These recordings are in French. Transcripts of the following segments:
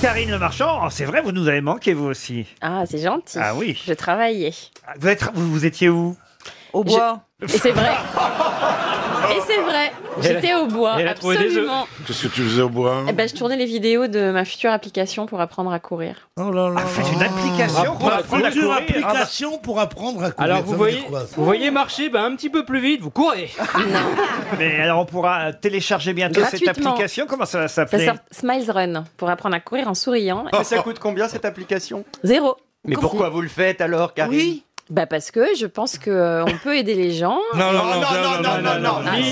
Karine Le Marchand, oh, c'est vrai, vous nous avez manqué vous aussi. Ah, c'est gentil. Ah oui. Je travaillais. Vous, êtes, vous, vous étiez où Au bois. Et c'est vrai. Et c'est vrai. J'étais au bois. elle a trouvé des œufs. Absolument. Qu'est-ce que tu faisais au bois hein Eh ben, je tournais les vidéos de ma future application pour apprendre à courir. Oh là là. Ah, Faites une application pour Ah, apprendre à Future courir. Ah, bah, application pour apprendre à courir. Alors Ça vous veut voyez, dire quoi, ça vous voyez marcher ben, un petit peu plus vite, vous courez. Ah, bah, mais alors on pourra télécharger bientôt cette Gratuitement. application. Comment ça va Ça s'appeler Oh, sort Smiles Run pour apprendre à courir en souriant. Mais ça coûte combien cette application Zéro. Mais pourquoi vous le faites alors, Karine Oui. Bah parce que je pense que euh, on peut aider les gens. Non, non, non, non, non, non, non, non, Ah, si.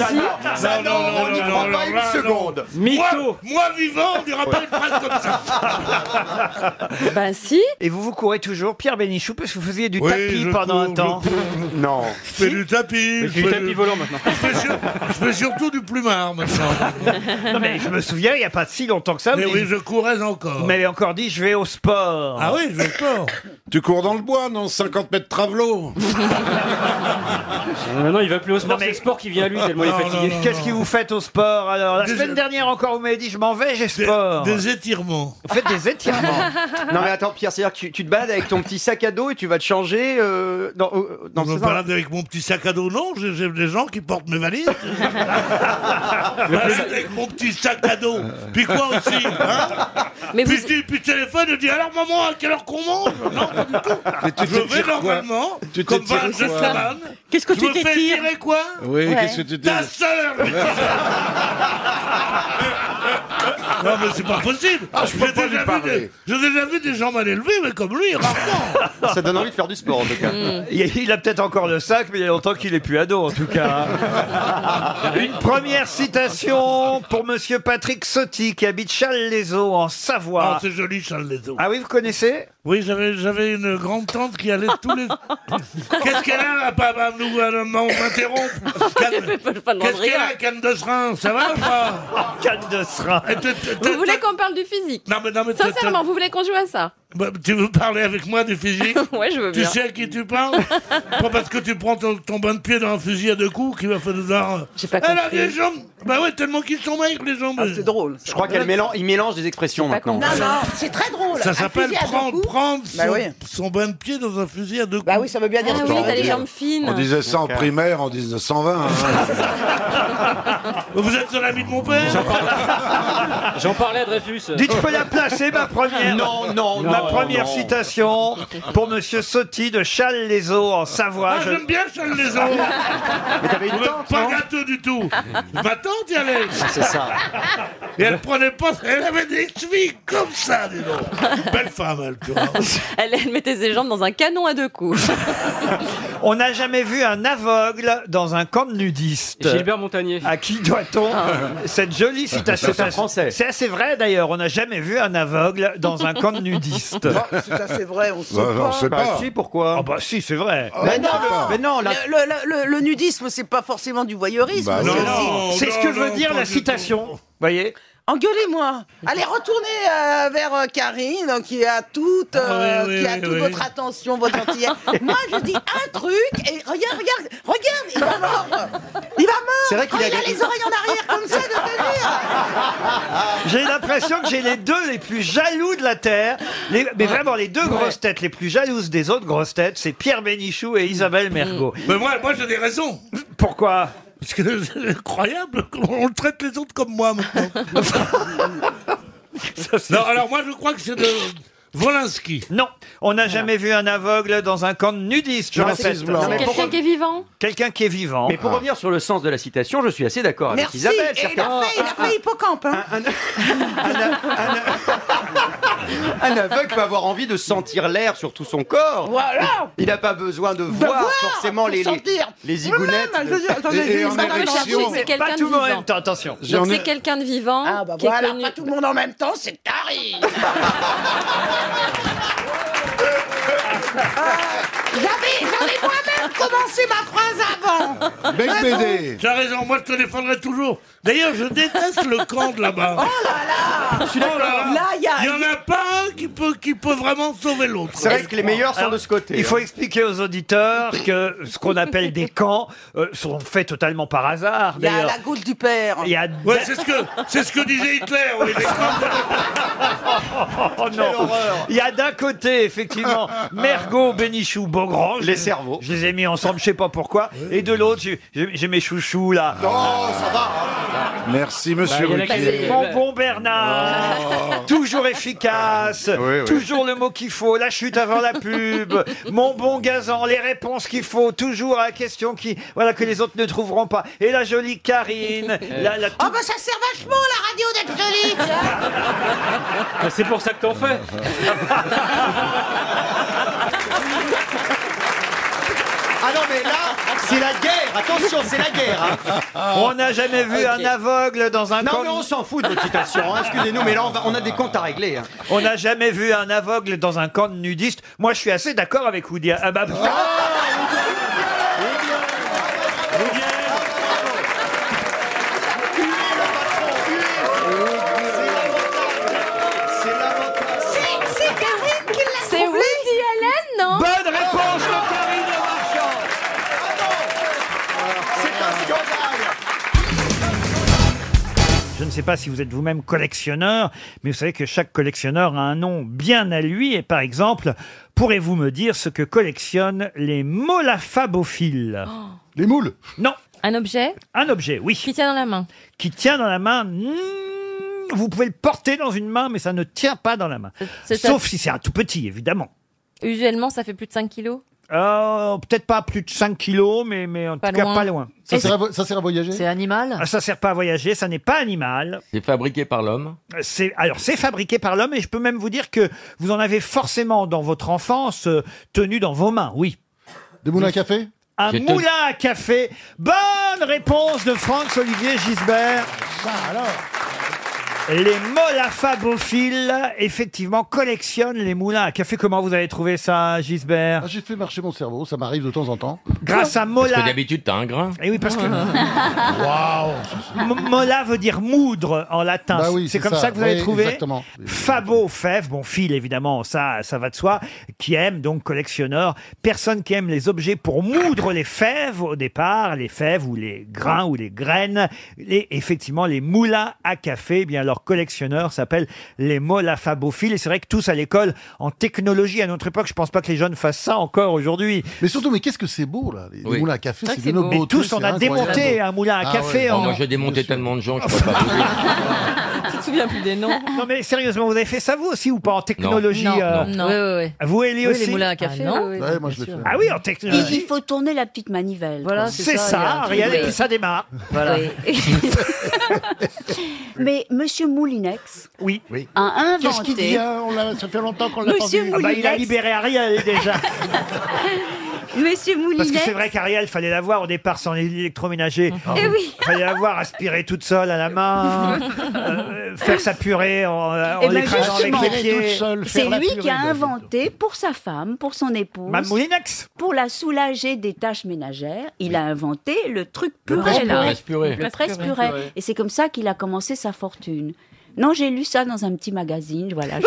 ça non, on n'y prend pas une Ah, seconde. ben, Mytho. Moi vivant, on dira pas une phrase comme ça. Bah si. Et vous vous courez toujours, Pierre Bénichou, parce que vous faisiez du Oui, tapis je pendant un cours, temps. Je, cours, Non. je fais du tapis. Mais Je c'est du fais, tapis volant maintenant. je fais sur- je fais surtout du plumard maintenant. Non, mais je me souviens, il n'y a pas si longtemps que ça. Mais vous oui, je courais encore. vous m'avez encore dit, je vais au sport. Ah oui, je cours. Tu cours dans le bois, non 50 mètres de travelot. Euh, Non, non, il va plus au sport, Non, mais- c'est le sport qui vient à lui tellement il est Non, fatigué. non, non. Qu'est-ce que vous faites au sport alors La Des- semaine dernière encore, vous m'avez dit je m'en vais, j'ai Des, sport. des étirements. Vous faites des étirements. Non mais attends Pierre, c'est-à-dire que tu, tu te balades avec ton petit sac à dos et tu vas te changer euh, dans, euh, dans Je me c'est ça balade avec mon petit sac à dos. Non, j'ai j'ai des gens qui portent mes valises. Balade Bah, avec mon petit sac à dos. Puis quoi aussi hein Mais vous puis, je dis- puis je téléphone et dis alors maman, à quelle heure qu'on mange Non, pas du tout. Mais tu Je vais t'étires quoi normalement, Tu comme t'étires Van de quoi Saman. Qu'est-ce que Je me fais tirer quoi Oui, Ouais. qu'est-ce que tu dis Ta sœur Ah Non mais c'est pas possible Ah, je peux J'ai pas lui déjà, vu parler. des- j'ai déjà vu des gens mal élevés, mais comme lui, rarement Ça donne envie de faire du sport en tout cas. Hmm. Euh, il il a peut-être encore le sac, mais il y a longtemps qu'il est plus ado en tout cas. Une première citation pour Monsieur Patrick Sotti qui habite Challes-les-Eaux en Ah, Savoie. c'est joli, Charles Lezo. Ah oui, vous connaissez Oui, j'avais, j'avais une grande-tante qui allait tous les... Qu'est-ce qu'elle a, là, pas pas nous, elle m'interrompt Canne- Faut pas demander Qu'est-ce qu'elle rien. a, canne de serin Ça va ou pas Canne de serin. Eh, t'es- t'es- Vous t'es- voulez qu'on parle du physique Non mais, non mais... t'es- t'es- Sincèrement, vous voulez qu'on joue à ça Bah, Tu veux parler avec moi du physique Ouais, je veux Tu bien. sais à qui tu parles Pas parce que tu prends ton, ton bain de pied dans un fusil à deux coups qui va falloir. J'ai pas Elle a compris. des jambes Bah ouais, tellement qu'ils sont maigres les jambes Ah, C'est drôle. Je crois qu'elle mélange, il mélange des expressions pas maintenant. con. Non, non, c'est très drôle. Ça Un s'appelle fusil à deux prendre, coups. prendre son, Bah oui. son bain de pied dans un fusil à deux coups. Bah oui, ça veut bien Ah dire ce oui, que ça t'as veut les dire. jambes On fines. disait ça en primaire en 1920. hein. Vous êtes son ami de mon père J'en parlais à Dreyfus. Dites, je peux la placer, ma première Non, non, Ma non, première non. citation pour Monsieur Sotti de Challes-les-Eaux en Savoie. Ah, Je- j'aime bien Charles les Mais t'avais une tante, Pas non Ah, gâteux du tout Ma tante y allait C'est ça. Et elle prenait pas... Elle avait des chevilles comme ça, dis donc Belle femme, elle, tu vois Elle, elle mettait ses jambes dans un canon à deux coups. On n'a jamais vu un aveugle dans un camp de nudistes. Gilbert Montagnier. À qui doit-on Ah. cette jolie citation C'est en français. C'est assez vrai d'ailleurs. On n'a jamais vu un aveugle dans un camp de nudistes. Ah, c'est ça, c'est vrai, on sait Bah, pas. Oh. on sait Bah pas. si, Ah pourquoi bah si, c'est vrai. Ah, Mais non, sait pas. mais non, la- Le, le- le- le nudisme, c'est pas forcément du voyeurisme. Bah, c'est non. aussi- C'est ce non, que veut non, dire pas la du citation. tout. Voyez. Engueulez-moi. Allez, retournez euh, vers euh, Karine, euh, qui a toute, euh, Ah oui, oui, qui a oui, toute oui. votre attention, votre gentillesse. Moi, je dis un truc et regarde, regarde, regarde, il va mordre. Il va mordre. C'est vrai qu'il Oh, a- il a les oreilles en arrière comme ça de tenir. J'ai l'impression que j'ai les deux les plus jaloux de la terre. Les- mais vraiment les deux grosses têtes les plus jalouses des autres grosses têtes, c'est Pierre Bénichou et Isabelle Mm. Mergot. Mais moi, moi j'ai des raisons Pourquoi Parce que c'est incroyable, on traite les autres comme moi maintenant. non, alors moi je crois que c'est de Volinsky. Non, on n'a jamais vu un aveugle dans un camp de nudistes. Je Narcisse répète. Blanc. C'est mais quelqu'un qui est vivant. Quelqu'un qui est vivant. Mais pour revenir sur le sens de la citation, je suis assez d'accord Oh, avec Merci. Isabelle. Ah. et il certains- a fait, il a fait hippocampe. hein. Un aveugle peut avoir envie de sentir l'air sur tout son corps. Voilà. Il n'a pas besoin de, De voir, forcément pour les, les, sentir. les zigounettes. Moi-même, je- attendez, Et- et j'ai en mis ça dans le érection. jardin. Chercher, c'est quelqu'un pas de tout le monde en vivant. même temps, attention. J'en Donc ai- c'est quelqu'un de vivant Ah bah qui est voilà, connu. pas tout le monde en même temps, c'est Karine. Ah, Ah, J'avais, j'avais moi-même commencé ma phrase avant. Bec Vraiment. Tu as Ah, raison, moi je te défendrai toujours. D'ailleurs, je déteste le camp de là-bas. Oh là là Je suis d'accord. Là, Il il y a- n'y en a pas un qui peut, qui peut vraiment sauver l'autre. C'est vrai que les meilleurs sont de ce côté. hein. Il faut expliquer aux auditeurs que ce qu'on appelle des camps euh, sont faits totalement par hasard. Il y a d'ailleurs. la gauche du père. Il y a- Ouais, c'est ce que c'est ce que disait Hitler. Oui, les Oh non. Il y a d'un côté, effectivement, Mergot, Bénichou, Beaugrand. Les cerveaux. Je les ai mis ensemble, je sais pas pourquoi. Et de l'autre, j'ai- j'ai j'ai mes chouchous, là. Non, ça va. Merci, monsieur Bah, il y en a qui- Ruquier. Oh. Bonbon Bernard. Toujours efficace. oui. Toujours le mot qu'il faut. La chute avant la pub. Mon bon gazan. Les réponses qu'il faut. Toujours à la question qui, voilà, que les autres ne trouveront pas. Et la jolie Karine. la, la Oh bah ça sert vachement la radio d'être jolie C'est pour ça que t'en fais. Ah non, mais là, c'est la guerre. Attention, c'est la guerre. hein. Ah. On n'a jamais vu Ok. un aveugle dans un Non, camp. mais on s'en fout de votre citation. hein. Excusez-nous, mais là, on, va- on a des comptes à régler. hein. On n'a jamais vu un aveugle dans un camp de nudistes. Moi, je suis assez d'accord avec Woody. Ah bah, C'est c'est Karine qui l'a C'est Woody Allen, non Bonne réponse de Karine Le Marchand C'est un scandale. Je ne sais pas si vous êtes vous-même collectionneur, mais vous savez que chaque collectionneur a un nom bien à lui. Et par exemple, pourrez-vous me dire ce que collectionnent les molafabophiles Oh. Les moules Non. Un objet Un objet, oui. Qui tient dans la main Qui tient dans la main. hmm, Vous pouvez le porter dans une main, mais ça ne tient pas dans la main. Euh, c'est- Sauf si c'est un tout petit, évidemment. Usuellement, ça fait plus de 5 kilos. Euh, Peut-être pas plus de 5 kilos, mais, mais en Pas tout cas loin. pas loin. Ça sert à voyager C'est animal Ah, Ça sert pas à voyager, ça n'est pas animal. C'est fabriqué par l'homme. C'est alors c'est fabriqué par l'homme et je peux même vous dire que vous en avez forcément dans votre enfance euh, tenu dans vos mains, oui. Des moulins à café Un J'étais- moulin à café. Bonne réponse de Franck Olivier Gisbert. Les molafabophiles, effectivement, collectionnent les moulins à café. Comment vous avez trouvé ça, Gisbert Ah, J'ai fait marcher mon cerveau, ça m'arrive de temps en temps. Grâce à Parce que Mola. d'habitude, t'as un grain. Ah, Et oui, parce que. M- Mola veut dire moudre en latin. Bah oui, c'est c'est comme ça, ça. que vous avez Oui, trouvé. exactement. Fabo Fèvre, bon fil évidemment, ça, ça va de soi, qui aime donc collectionneur, personne qui aime les objets pour moudre les fèves au départ, les fèves ou les grains ou les graines. Et effectivement, les moulins à café, eh bien leur collectionneur s'appelle les molafabophiles. Et c'est vrai que tous à l'école, en technologie, à notre époque, je pense pas que les jeunes fassent ça encore aujourd'hui. Mais surtout, mais qu'est-ce que c'est beau là, les Oui. moulins à café, c'est de nos Mais beaux tous, trucs, on c'est a incroyable. démonté hein, un moulin à café. Ah, bah, Oh, en- moi, j'ai démonté tellement de gens que je peux pas vous dire. Tu te souviens plus des noms Non mais sérieusement, vous avez fait ça vous aussi ou pas en technologie Non, euh, non. Oui, oui, oui. Vous Ellie Oui, les aussi moulins à café, Ah, non oui, oui, Ouais, moi, je l'ai fait. Ah oui, en Il, technologie. il faut tourner la petite manivelle. Voilà, C'est ça, il y a un Ariel, truc, et puis oui. ça démarre. Voilà. Mais Monsieur Moulinex oui. a inventé. Qu'est-ce qu'il dit, hein on Ça fait longtemps qu'on l'a pas Monsieur vu. Ah bah, il a Moulinex- libéré Ariel déjà. Monsieur Moulinex. Parce que c'est vrai qu'Ariel, fallait la voir au départ sans l'électroménager. Eh oui. Fallait la voir aspirer toute seule à la main, euh, faire sa purée en, euh, Ah, en Eh ben, l'écrasant avec les justement, pieds. C'est lui qui a inventé pour sa femme, pour son épouse, Mme Moulinex. pour la soulager des tâches ménagères, il a inventé le truc Le purée. presse là. purée. Le presse purée. Le presse Le purée. purée. Et c'est comme ça qu'il a commencé sa fortune. Non, j'ai lu ça dans un petit magazine, voilà. je-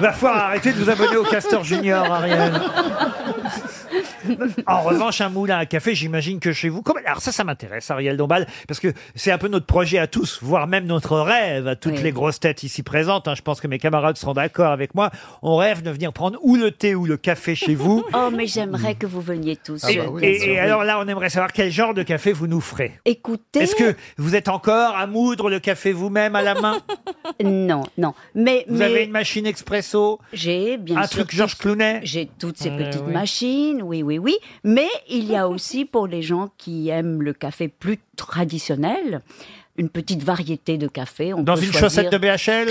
Va falloir arrêter de vous abonner au Castor Junior, Ariel. En revanche, un moulin à café, j'imagine que chez vous. comment- Alors ça, ça m'intéresse, Ariel Dombal, parce que c'est un peu notre projet à tous, voire même notre rêve à toutes les grosses têtes ici présentes. hein. Je pense que mes camarades seront d'accord avec moi. On rêve de venir prendre ou le thé ou le café chez vous. Oh, mais j'aimerais que vous veniez tous. Ah et, Ah bah bah bien et- sûr. et alors là, on aimerait savoir quel genre de café vous nous ferez. Écoutez. Est-ce que vous êtes encore à moudre le café vous-même à la main Non, non. Mais Vous mais- avez une machine expresso J'ai bien Un sûr truc Georges Clooney J'ai toutes ces Euh, petites oui. machines, oui, oui, oui. Mais il y a aussi pour les gens qui aiment le café plus traditionnel, une petite variété de café. On Dans peut une choisir- chaussette de BHL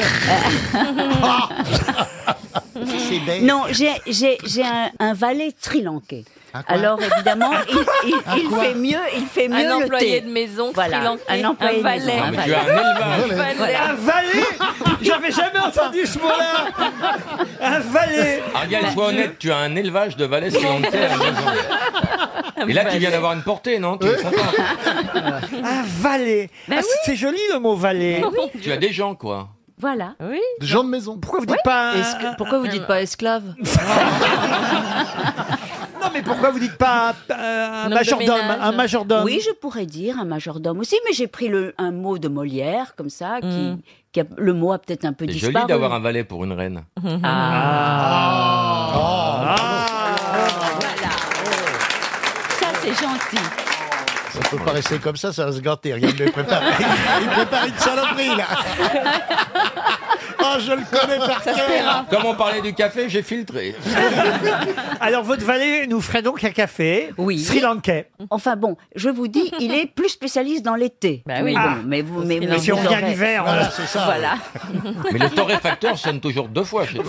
Non, j'ai- j'ai j'ai un, un valet sri-lankais. Alors évidemment, il, il- Un il quoi fait mieux, il fait Un mieux le employé thé. de maison, voilà, frilanquais, un employé un valet. de maison. Non, mais tu as un élevage. Un valet. Voilà. Un valet J'avais jamais entendu ce mot-là. Un valet. Ariel, Bah, sois honnête, tu as un élevage de valets sédentaires. à la maison. Et là, tu viens d'avoir une portée, non Tu es content Un valet. Bah Ah, C'est joli le mot valet. Ah Tu as des gens, quoi. Voilà. Oui. Des gens de maison. Pourquoi vous dites Oui. pas un- Est-ce que- pourquoi vous dites pas esclave Non, mais pourquoi vous dites pas un, un majordome Un majordome. Oui, je pourrais dire un majordome aussi, mais j'ai pris le, un mot de Molière, comme ça, qui, Hmm. qui a- le mot a peut-être un peu C'est disparu. joli d'avoir un valet pour une reine. Ah. Ça, c'est gentil. Ça peut pas rester comme ça, ça va se gâter. Regarde, il prépare, il prépare une saloperie, là. Oh, je le connais par cœur. Comme on parlait du café, j'ai filtré. Alors, votre valet nous ferait donc un café oui. Sri Lankais. Enfin bon, je vous dis, il est plus spécialiste dans l'été. oui. mais, bon, Ah. mais vous, mais, Mais vous- si on vous revient aurez- l'hiver, on- voilà, c'est ça, Voilà. Mais les torréfacteurs sonnent toujours deux fois chez toi.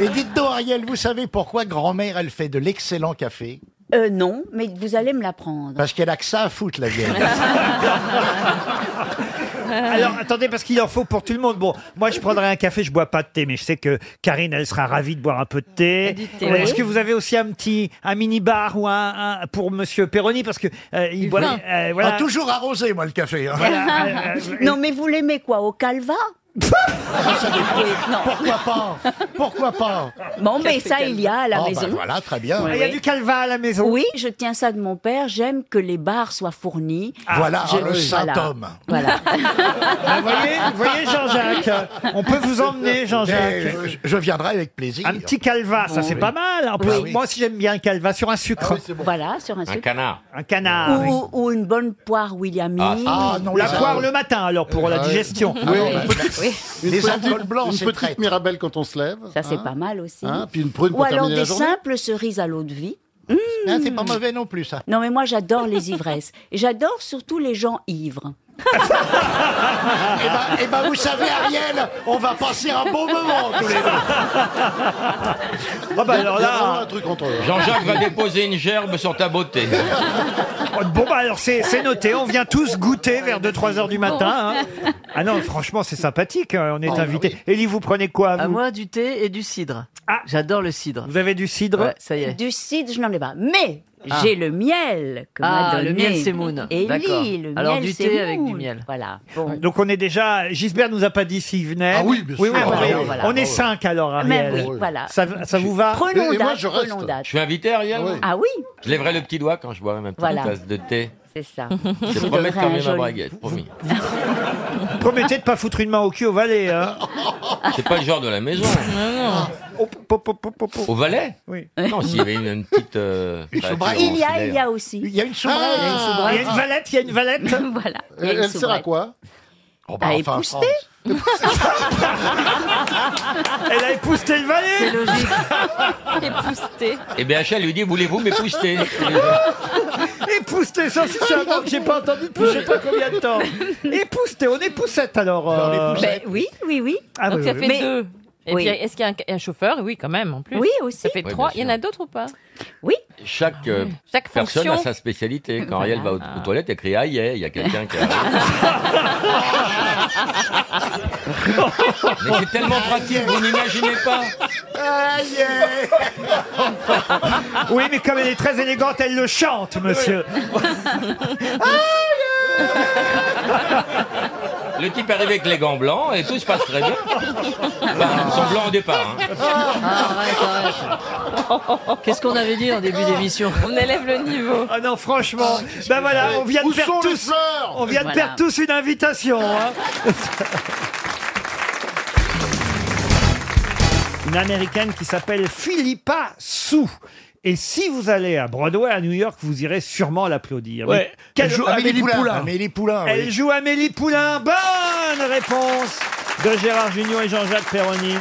Et dites donc, Ariel, vous savez pourquoi grand-mère, elle fait de l'excellent café Euh, non, mais vous allez me l'apprendre. Parce qu'elle a que ça à foutre, la vieille. Euh. Alors, euh, attendez, parce qu'il en faut pour tout le monde. Bon, moi, je prendrais un café, je bois pas de thé, mais je sais que Karine, elle sera ravie de boire un peu de thé. Du thé, Euh, oui. Est-ce que vous avez aussi un petit, un mini-bar ou un, un- pour Monsieur Perroni Parce que euh, il boit. vin. euh, voilà. Ah, toujours arrosé, moi, le café. hein. euh, non, mais vous l'aimez quoi Au calva Ah, Oui, non. Pourquoi pas Pourquoi pas Bon, mais ça, il y a à la Oh, bah, maison. voilà, très bien. Ah, Oui, Il y a oui. du calva à la maison. Oui, je tiens ça de mon père. J'aime que les bars soient fournis. Ah. Voilà, Je- le saint voilà. homme. Voilà. Ah, Vous voyez, vous voyez, Ah. Jean-Jacques, on peut vous emmener, Jean-Jacques. Eh, je- Je viendrai avec plaisir. euh, Un petit calva, ça Bon, c'est oui. pas mal. En plus, Ah oui. moi aussi j'aime bien un calva sur un Ah sucre. Voilà, sur un sucre. canard. Un canard. oui. Ou, ou une bonne poire Williamine. Ah, la poire le matin alors pour la Ah, oui. digestion. Ah, oui. Une petite- Une Les petite- ampoules blanches, Une c'est petite traître. mirabelle quand on se lève. Ça, c'est hein. pas mal aussi. Hein, puis une Ou prune pour alors terminer la des journée. simples cerises à l'eau de vie. Hmm. Ah, c'est pas mauvais non plus, ça. Non, mais moi, j'adore les ivresses. Et j'adore surtout les gens ivres. Eh ben, eh ben, vous savez, Ariel, on va passer un bon moment tous les deux. Ah bah alors là- Il y a vraiment un truc entre eux. Jean-Jacques va déposer une gerbe sur ta beauté. Oh, Bon bah alors c'est c'est noté, on vient tous goûter vers 2-3 heures du matin. hein. Ah non, franchement c'est sympathique, hein, on est Oh, invité. Élie, vous prenez quoi vous Ah. moi, du thé et du cidre. J'adore le cidre. Vous avez du cidre Ouais, ça y est. Du cidre, je n'en ai pas. Mais Ah. j'ai le miel que m'a Ah, donné. le miel, c'est Moon. Élie, D'accord. le Alors, miel, du c'est thé avec Moon. du miel. Voilà. Bon. Donc on est déjà. Gisbert nous a pas dit s'il venait. Ah oui, bien oui, sûr. oui, on, Ah est, oui, voilà. on est Ah oui. cinq alors, Ariel. Mais oui, voilà. Ça, ça vous va Prenons Et moi, date, je reste. prenons date. Je suis invité, Ariel Ah oui, Je lèverai le petit doigt quand je boirai ma petite Voilà. tasse de thé. c'est ça. Je Vous devrez promets de un fermer ma joli- braguette, promis. Promettez de pas foutre une main au cul au valet. Hein. C'est pas le genre de la maison. Au Valais Oui. Non, s'il y avait une, une petite... euh, bah, tu vois, Il y a, c'est il y a aussi. Ah, Il y a une soubrette. Ah. Il y a une valette, il y a une valette. voilà. il y a Elle, une elle sert à soubrette. quoi oh, À enfin, épousseter. France. Elle a épousté le valet. C'est logique. Épousseté. Et BHL Eh lui dit, voulez-vous m'épouster Épousté, ça aussi, c'est un mot que j'ai pas entendu depuis je sais pas combien de temps. Épousté, on est poussette alors. euh. Ben oui, oui, oui. Ah, Donc bah, oui, ça oui, fait oui. deux. Et Oui. puis, est-ce qu'il y a un, un chauffeur Oui, quand même, en plus. Oui, aussi. Ça fait Oui, trois. bien Il y en a d'autres ou pas Chaque, euh, Chaque personne a fonction. sa spécialité. Quand Ariel va aux, aux toilettes, elle crie aïe, aïe, il y a quelqu'un qui arrive. Mais c'est tellement pratique, vous n'imaginez pas. Ben, Oui, mais comme elle est très élégante, elle le chante, monsieur. Le type arrive avec les gants blancs et tout se passe très bien. Enfin, ils sont blancs au départ. hein. Ah, Qu'est-ce qu'on avait dit en début d'émission On élève le niveau. Ah non, franchement. Ben voilà, on vient de Où perdre sont les tous. fleurs On vient de Voilà. perdre tous une invitation. hein. une américaine qui s'appelle Philippa Sou. Et si vous allez à Broadway, à New York, vous irez sûrement l'applaudir. Ah Mais Ouais. quelle- Elle joue Amélie Poulain. Amélie Poulain, oui. Elle joue Amélie Poulain. Bonne réponse de Gérard Junior et Jean-Jacques Perroni.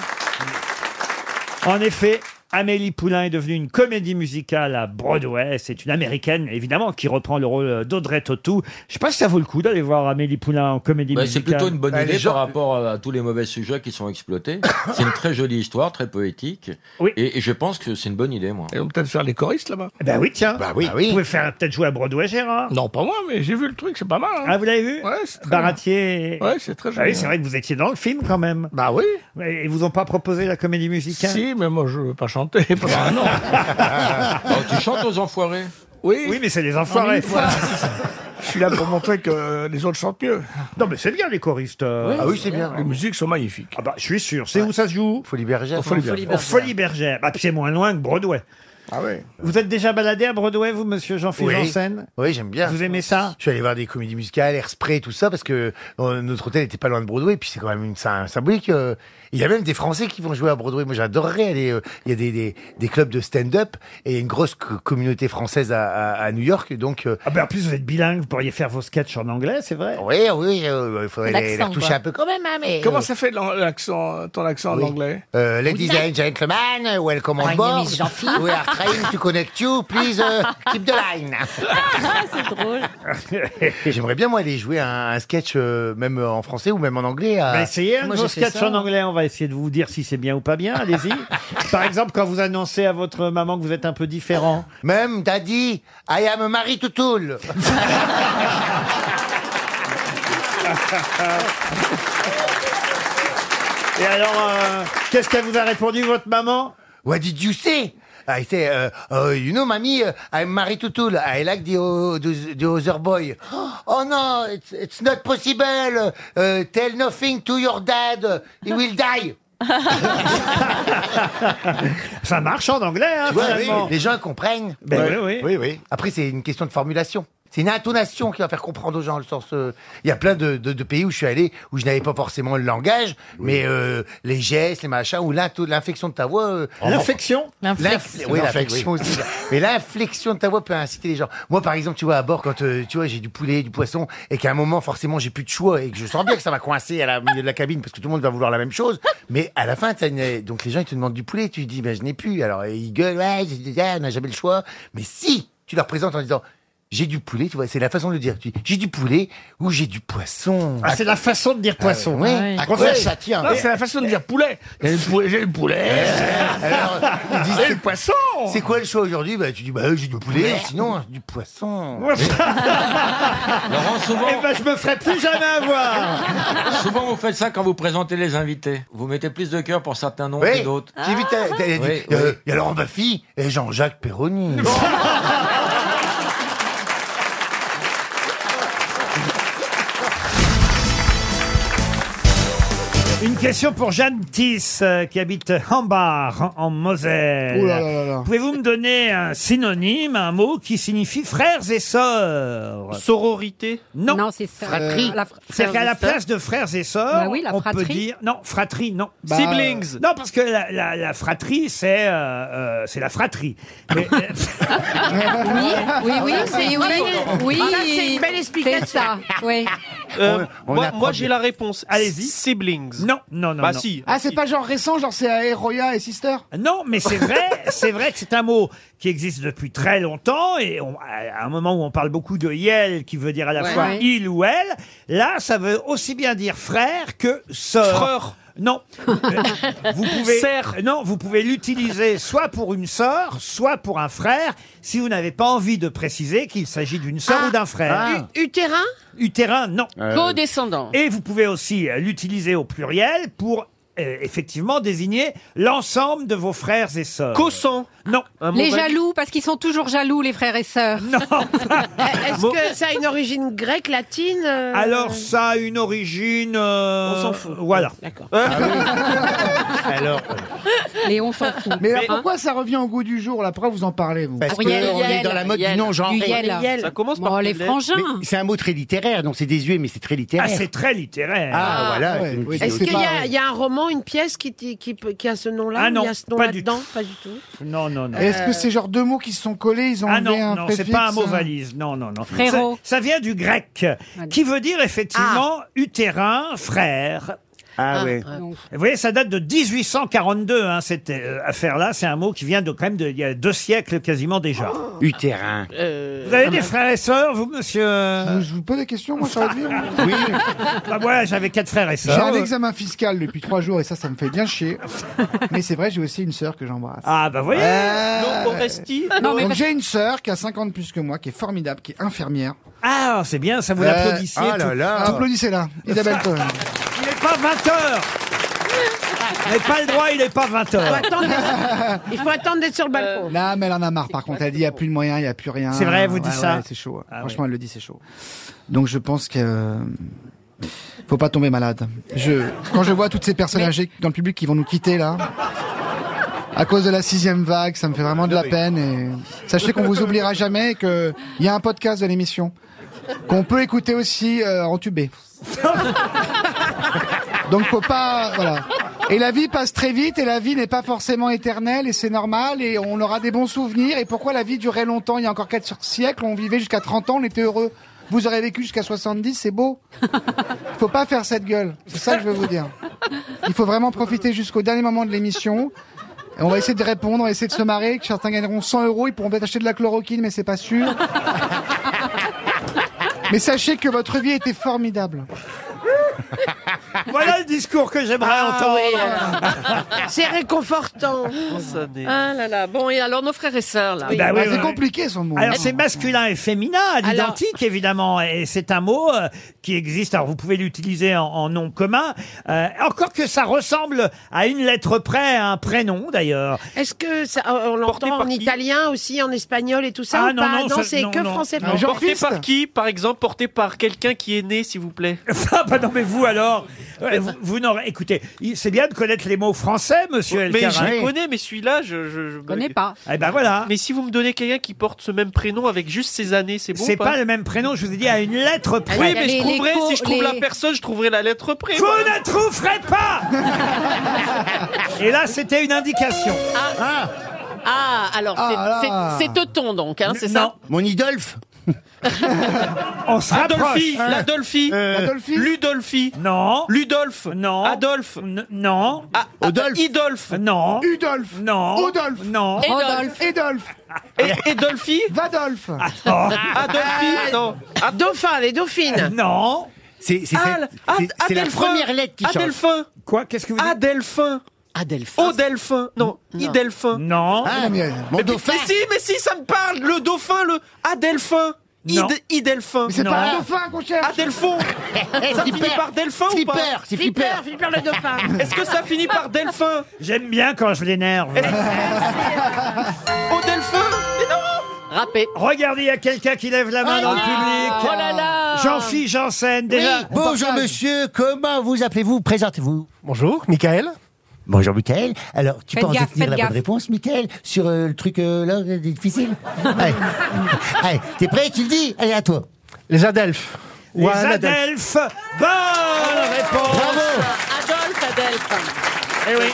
En effet, Amélie Poulain est devenue une comédie musicale à Broadway. C'est une américaine, évidemment, qui reprend le rôle d'Audrey Tautou. Je sais pas si ça vaut le coup d'aller voir Amélie Poulain en comédie Bah, c'est musicale. plutôt une bonne Elle idée est gen- par rapport à, à tous les mauvais sujets qui sont exploités. C'est une très jolie histoire, très poétique. Et, et je pense que c'est une bonne idée, moi. Et on peut peut-être faire les choristes là-bas. Ben oui, tiens. Bah Vous pouvez faire peut-être jouer à Broadway, Gérard. Non, Pas moi, mais j'ai vu le truc, c'est pas mal. Ah, vous l'avez vu Ouais, c'est très Baratier. bien. Ouais, c'est très Ah joli. oui, c'est vrai que vous étiez dans le film quand même. Bah oui. Et ils vous ont pas proposé la comédie musicale Si, mais moi je veux pas chanter. pendant non. Ah, tu chantes aux enfoirés Oui. Oui, mais c'est les enfoirés. Je suis là pour montrer que les autres chantent mieux. Non, mais c'est bien les choristes. euh. Ah oui, c'est bien. Les musiques sont magnifiques. Ah bah, je suis sûr. C'est où ça se joue Folie Bergère. Au Folie Bergère. Au Folie Bergère. Bah, puis c'est moins loin que Broadway. Ah ouais. Vous êtes déjà baladé à Broadway, vous, monsieur Jean-Philippe Oui. Janssen Oui, j'aime bien. Vous aimez ça Je suis allé voir des comédies musicales, Airspray, tout ça, parce que euh, notre hôtel était pas loin de Broadway, puis c'est quand même une, c'est un symbolique. euh. Il y a même des Français qui vont jouer à Broadway. Moi, j'adorerais aller. euh, Il y a des, des, des clubs de stand-up et il y a une grosse co- communauté française à, à- à New York, donc. euh, Ah ben, en plus, vous êtes bilingue, vous pourriez faire vos sketchs en anglais, c'est vrai Oh, Oui, oui, euh, il faudrait les, les retoucher un peu quand même, hein, mais. Comment euh, ça fait l'an- l'accent, ton Ah accent Oui. en anglais Euh, ladies and gentlemen, welcome My on name board. is Jean-Philippe. We are trying to connect you. Please euh, keep the line. c'est drôle. Ah J'aimerais bien, moi, aller jouer un, un sketch, euh, même en français ou même en anglais. À... Bah, essayez un de vos sketchs en anglais, on va essayer de vous dire si c'est bien ou pas bien, allez-y. Par exemple, quand vous annoncez à votre maman que vous êtes un peu différent. Même Daddy, I am Marie Toutoul. Et alors, euh, qu'est-ce qu'elle vous a répondu, votre maman What did you say I say, euh, euh, you know, mammy, euh, I'm Marie Toutoul. Ah, I like the, o- the, the other boy. Oh no, it's, it's not possible. Euh, tell nothing to your dad. He will die. Ça marche en anglais, hein, Tu vois, finalement. oui, les gens comprennent. Ben oui, oui. Après, c'est une question de formulation. C'est une intonation qui va faire comprendre aux gens le sens. euh, Il y a plein de, de- de pays où je suis allé où je n'avais pas forcément le langage, mais euh, les gestes, les machins, ou l'into- l'infection de ta voix. euh, Oh. L'infection L'inf- L'inflexion. Oui, l'inflexion aussi. Mais l'inflexion de ta voix peut inciter les gens. Moi, par exemple, tu vois, à bord, quand euh, tu vois, j'ai du poulet, du poisson, et qu'à un moment, forcément, j'ai plus de choix, et que je sens bien que ça va coincer à la au milieu de la cabine, parce que tout le monde va vouloir la même chose. Mais à la fin, t'as une- donc les gens, ils te demandent du poulet, tu dis, ben, je n'ai plus. Alors, et ils gueulent, ouais, j'ai- ah, on n'a jamais le choix. Mais si tu leur présentes en disant, j'ai du poulet, tu vois, c'est la façon de le dire. Tu dis, j'ai du poulet ou j'ai du poisson. Ah, c'est la façon de dire poisson. oui. Ah, À oui. quoi ça tient Non, c'est la façon de dire poulet. J'ai le poulet. J'ai le poulet. Alors, ils disent, Et le poisson. C'est quoi le choix aujourd'hui bah, Tu dis, bah, euh, j'ai du poulet, sinon, euh, du poisson. Laurent, souvent. Eh ben, je me ferai plus jamais avoir. Souvent, vous faites ça quand vous présentez les invités. Vous mettez plus de cœur pour certains noms Oui, que d'autres. Ah. j'ai vu, t'as- t'as- elle a dit, Oui, euh, oui. il y a Laurent Baffy et Jean-Jacques Perroni. Une question pour Jeanne Tiss, euh, qui habite Hambar, en, en Moselle. Ouh là là là là. Pouvez-vous me donner un synonyme, un mot qui signifie frères et sœurs Sororité Non. Non, c'est ça. Fratrie. Euh, la fr- C'est-à-dire qu'à frères la et sœurs. place de frères et sœurs, Bah oui, la on fratrie. peut dire... Non, fratrie, non. Bah, Siblings. Non, parce que la, la- la fratrie, c'est euh, euh, c'est la fratrie. Mais, euh, Oui, oui, oui, Ah, c'est oui, oui, Ah, c'est une belle explication. c'est ça, oui. Euh, On- on moi, apprend moi, des- j'ai la réponse. Allez-y. Siblings. Non, non, non. Bah non. si. Ah, c'est pas genre récent, genre c'est à Roya et Sister Non, mais c'est vrai, c'est vrai que c'est un mot qui existe depuis très longtemps et on- à un moment où on parle beaucoup de yel qui veut dire à la Ouais. fois Ouais. il ou elle, là ça veut aussi bien dire frère que sœur. Freur. Non. Euh, vous pouvez euh, Serre. Non, vous pouvez l'utiliser soit pour une sœur, soit pour un frère si vous n'avez pas envie de préciser qu'il s'agit d'une sœur Ah. ou d'un frère. Utérin Utérin, non. Euh. Codescendant. Et vous pouvez aussi euh, l'utiliser au pluriel pour euh, effectivement désigner l'ensemble de vos frères et sœurs. Cossant. Non. Les jaloux, parce qu'ils sont toujours jaloux, les frères et sœurs. Ah, Non. Est-ce que ça a une origine grecque, latine euh, Alors ça a une origine. On s'en fout. Voilà. Euh, D'accord. Ah Alors. Et on s'en fout. Mais alors, Hein pourquoi ça revient au goût du jour là Pourquoi vous en parlez vous Parce que Yel, on est Yel, dans la mode du Yel, non-genré. du Yel. Ça commence par Oh, quelle les lettre frangins. Mais C'est un mot très littéraire, donc c'est désuet, mais c'est très littéraire. Ah, c'est très littéraire. Ah, voilà. ouais. Oui, Est-ce c'est qu'il y, pas- a- il y a un roman, une pièce qui, t- qui, peut- qui a ce nom-là Ah non, Il y a ce nom pas du là-dedans tout. Pas du tout. Non, non, non. Et Est-ce que c'est genre deux mots qui se sont collés Ils ont Ah enlevé non, un non, préfixe c'est pas un mot euh, hein valise. Non, non, non. Frérot. Ça, ça vient du grec, qui veut dire effectivement utérin, frère. Ah, oui. Vous voyez, ça date de 1842, hein, cette euh, affaire-là. C'est un mot qui vient de quand même de- il y a deux siècles quasiment déjà. Utérin. Vous avez des frères et sœurs, vous, monsieur Je, je vous pose des questions, moi, ça va dire. Oui. bah moi, j'avais quatre frères et J'ai sœurs. un examen fiscal depuis trois jours et ça, ça me fait bien chier. Mais c'est vrai, j'ai aussi une sœur que j'embrasse. Ah, bah voyez. Euh, Donc, Oresti. donc, Ah, Non, mais parce- j'ai une sœur qui a 50 plus que moi, qui est formidable, qui est infirmière. Ah, c'est bien, ça vous Euh, l'applaudissez. ah là tout- là. Applaudissez-la, Isabelle Cohen. Il n'est pas 20 heures. Il n'est pas le droit, il n'est pas 20 Faut heures. attendre d'être- Il faut attendre d'être sur le balcon. Non, Euh, mais elle en a marre, par contre. Elle dit, il n'y a plus de moyens, il n'y a plus rien. C'est vrai, elle vous dit Ouais, ça ouais, C'est chaud. Franchement, elle le dit, c'est chaud. Donc, je pense que. euh, Faut pas tomber malade. Je, quand je vois toutes ces personnes âgées dans le public qui vont nous quitter, là. À cause de la sixième vague, ça me fait vraiment de la peine et sachez qu'on vous oubliera jamais et que il y a un podcast de l'émission qu'on peut écouter aussi euh, en tubé. Donc faut pas, voilà. Et la vie passe très vite et la vie n'est pas forcément éternelle et c'est normal et on aura des bons souvenirs et pourquoi la vie durait longtemps Il y a encore quatre siècles, on vivait jusqu'à 30 ans, on était heureux. Vous aurez vécu jusqu'à 70, c'est beau. Faut pas faire cette gueule. C'est ça que je veux vous dire. Il faut vraiment profiter jusqu'au dernier moment de l'émission. Et On va essayer de répondre, on va essayer de se marrer. que Certains gagneront 100 euros, ils pourront peut-être acheter de la chloroquine, mais c'est pas sûr. Mais sachez que votre vie était formidable. Voilà le discours que j'aimerais entendre. C'est réconfortant. Ah là là. Bon, et alors nos frères et sœurs, là Bah oui, oui, oui. son mot. Alors c'est masculin et féminin, à l'identique évidemment, et c'est un mot euh, qui existe. Alors vous pouvez l'utiliser en, en nom commun, Euh, encore que ça ressemble à une lettre près, à un prénom d'ailleurs. Est-ce que ça, on l'entend en italien aussi, en espagnol et tout ça Ah ou non, pas non, ça- c'est non, que non. français. Non, Jean Porté Christ par qui, par exemple Porté par quelqu'un qui est né, s'il vous plaît Ah bah non mais vous alors, Ouais, vous, vous n'aurez, écoutez, il- c'est bien de connaître les mots français, Monsieur El Oh, Mais je les connais, mais celui-là, je, je, Ah, connais pas. Eh ben voilà. Mais si vous me donnez quelqu'un qui porte ce même prénom avec juste ses années, c'est bon C'est ou pas, pas le même prénom, je vous ai dit à une lettre Ah, près. Oui, mais je trouverai, si je trouve la personne, je trouverai la lettre près. Vous ne trouverez pas Et là, c'était une indication. Ah, Ah, alors, c'est- Ah, là. c'est c'est teuton donc, hein, c'est ça Mon idolphe. On se Adolphi, rapproche. Hein. l'Adolphi, Euh, Ludolphi, non, Ludolphe, non, Adolphe, non, Adolphe, Idolphe, non, Udolphe, non, Odolphe, non, Rodolphe, Edolphe, Edolphi, Vadolphe, Ah, Adolphi, non, Dauphin, les dauphines. Non. C'est c'est- Al- c'est- c'est la Adelphin. première lettre qui change. Adelphin. Quoi Qu'est-ce que vous dites Adelphin. Adelphin. Odelphin. Non, Idelphin. Non. Ah, mais- mon mais, dauphin. mais si, mais si, ça me parle. Le dauphin, le Adelphin. Id- Non. Idelphin. Mais c'est pas un dauphin qu'on Ah, cherche. Adelphon. ça finit par Delphin ou pas Flipper, c'est Flipper. Flipper le dauphin. Est-ce que ça finit par Delphin J'aime bien quand je l'énerve. Odelphin Mais non Rappé. Regardez, il y a quelqu'un qui lève la main dans le public. Oh là là Jean-Philippe Janssen, déjà. Oui. Bonjour monsieur, comment vous appelez-vous Présentez-vous. Bonjour, Michael. Bonjour Michael. Alors, tu Faites penses gaffe, obtenir la faites gaffe. bonne réponse, Michael, sur euh, le truc euh, là euh, difficile Allez, Allez, t'es prêt Tu le dis Allez, à toi. Les Adelphes. Les Adelphes. Bonne réponse. Adolphe, Adelphe. Eh oui.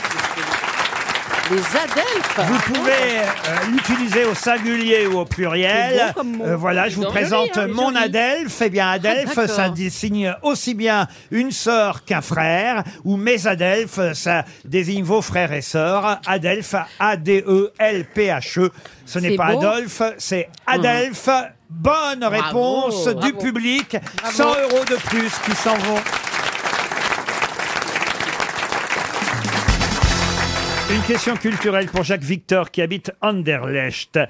Les Adelphes. Vous pouvez euh, l'utiliser au singulier ou au C'est pluriel. beau comme mot. Euh, voilà, je C'est vous joli, présente hein, mon joli. Adelphe. Eh bien, Adelphe, D'accord. ça désigne aussi bien une sœur qu'un frère. Ou mes Adelphes, ça désigne vos frères et sœurs. Adelphe, E A-D-E-L-P-H-E. Ce n'est C'est beau. pas Mmh. Adolphe, c'est Adelphe. Bonne réponse du Bravo. public. Bravo. 100 euros de plus qui s'en vont. Une question culturelle pour Jacques Victor qui habite Anderlecht.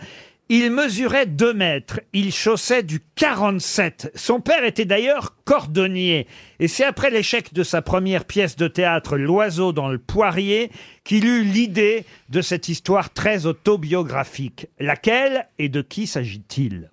Il mesurait 2 mètres, il chaussait du 47. Son père était d'ailleurs cordonnier. Et c'est après l'échec de sa première pièce de théâtre, L'oiseau dans le poirier, qu'il eut l'idée de cette histoire très autobiographique. Laquelle et de qui s'agit-il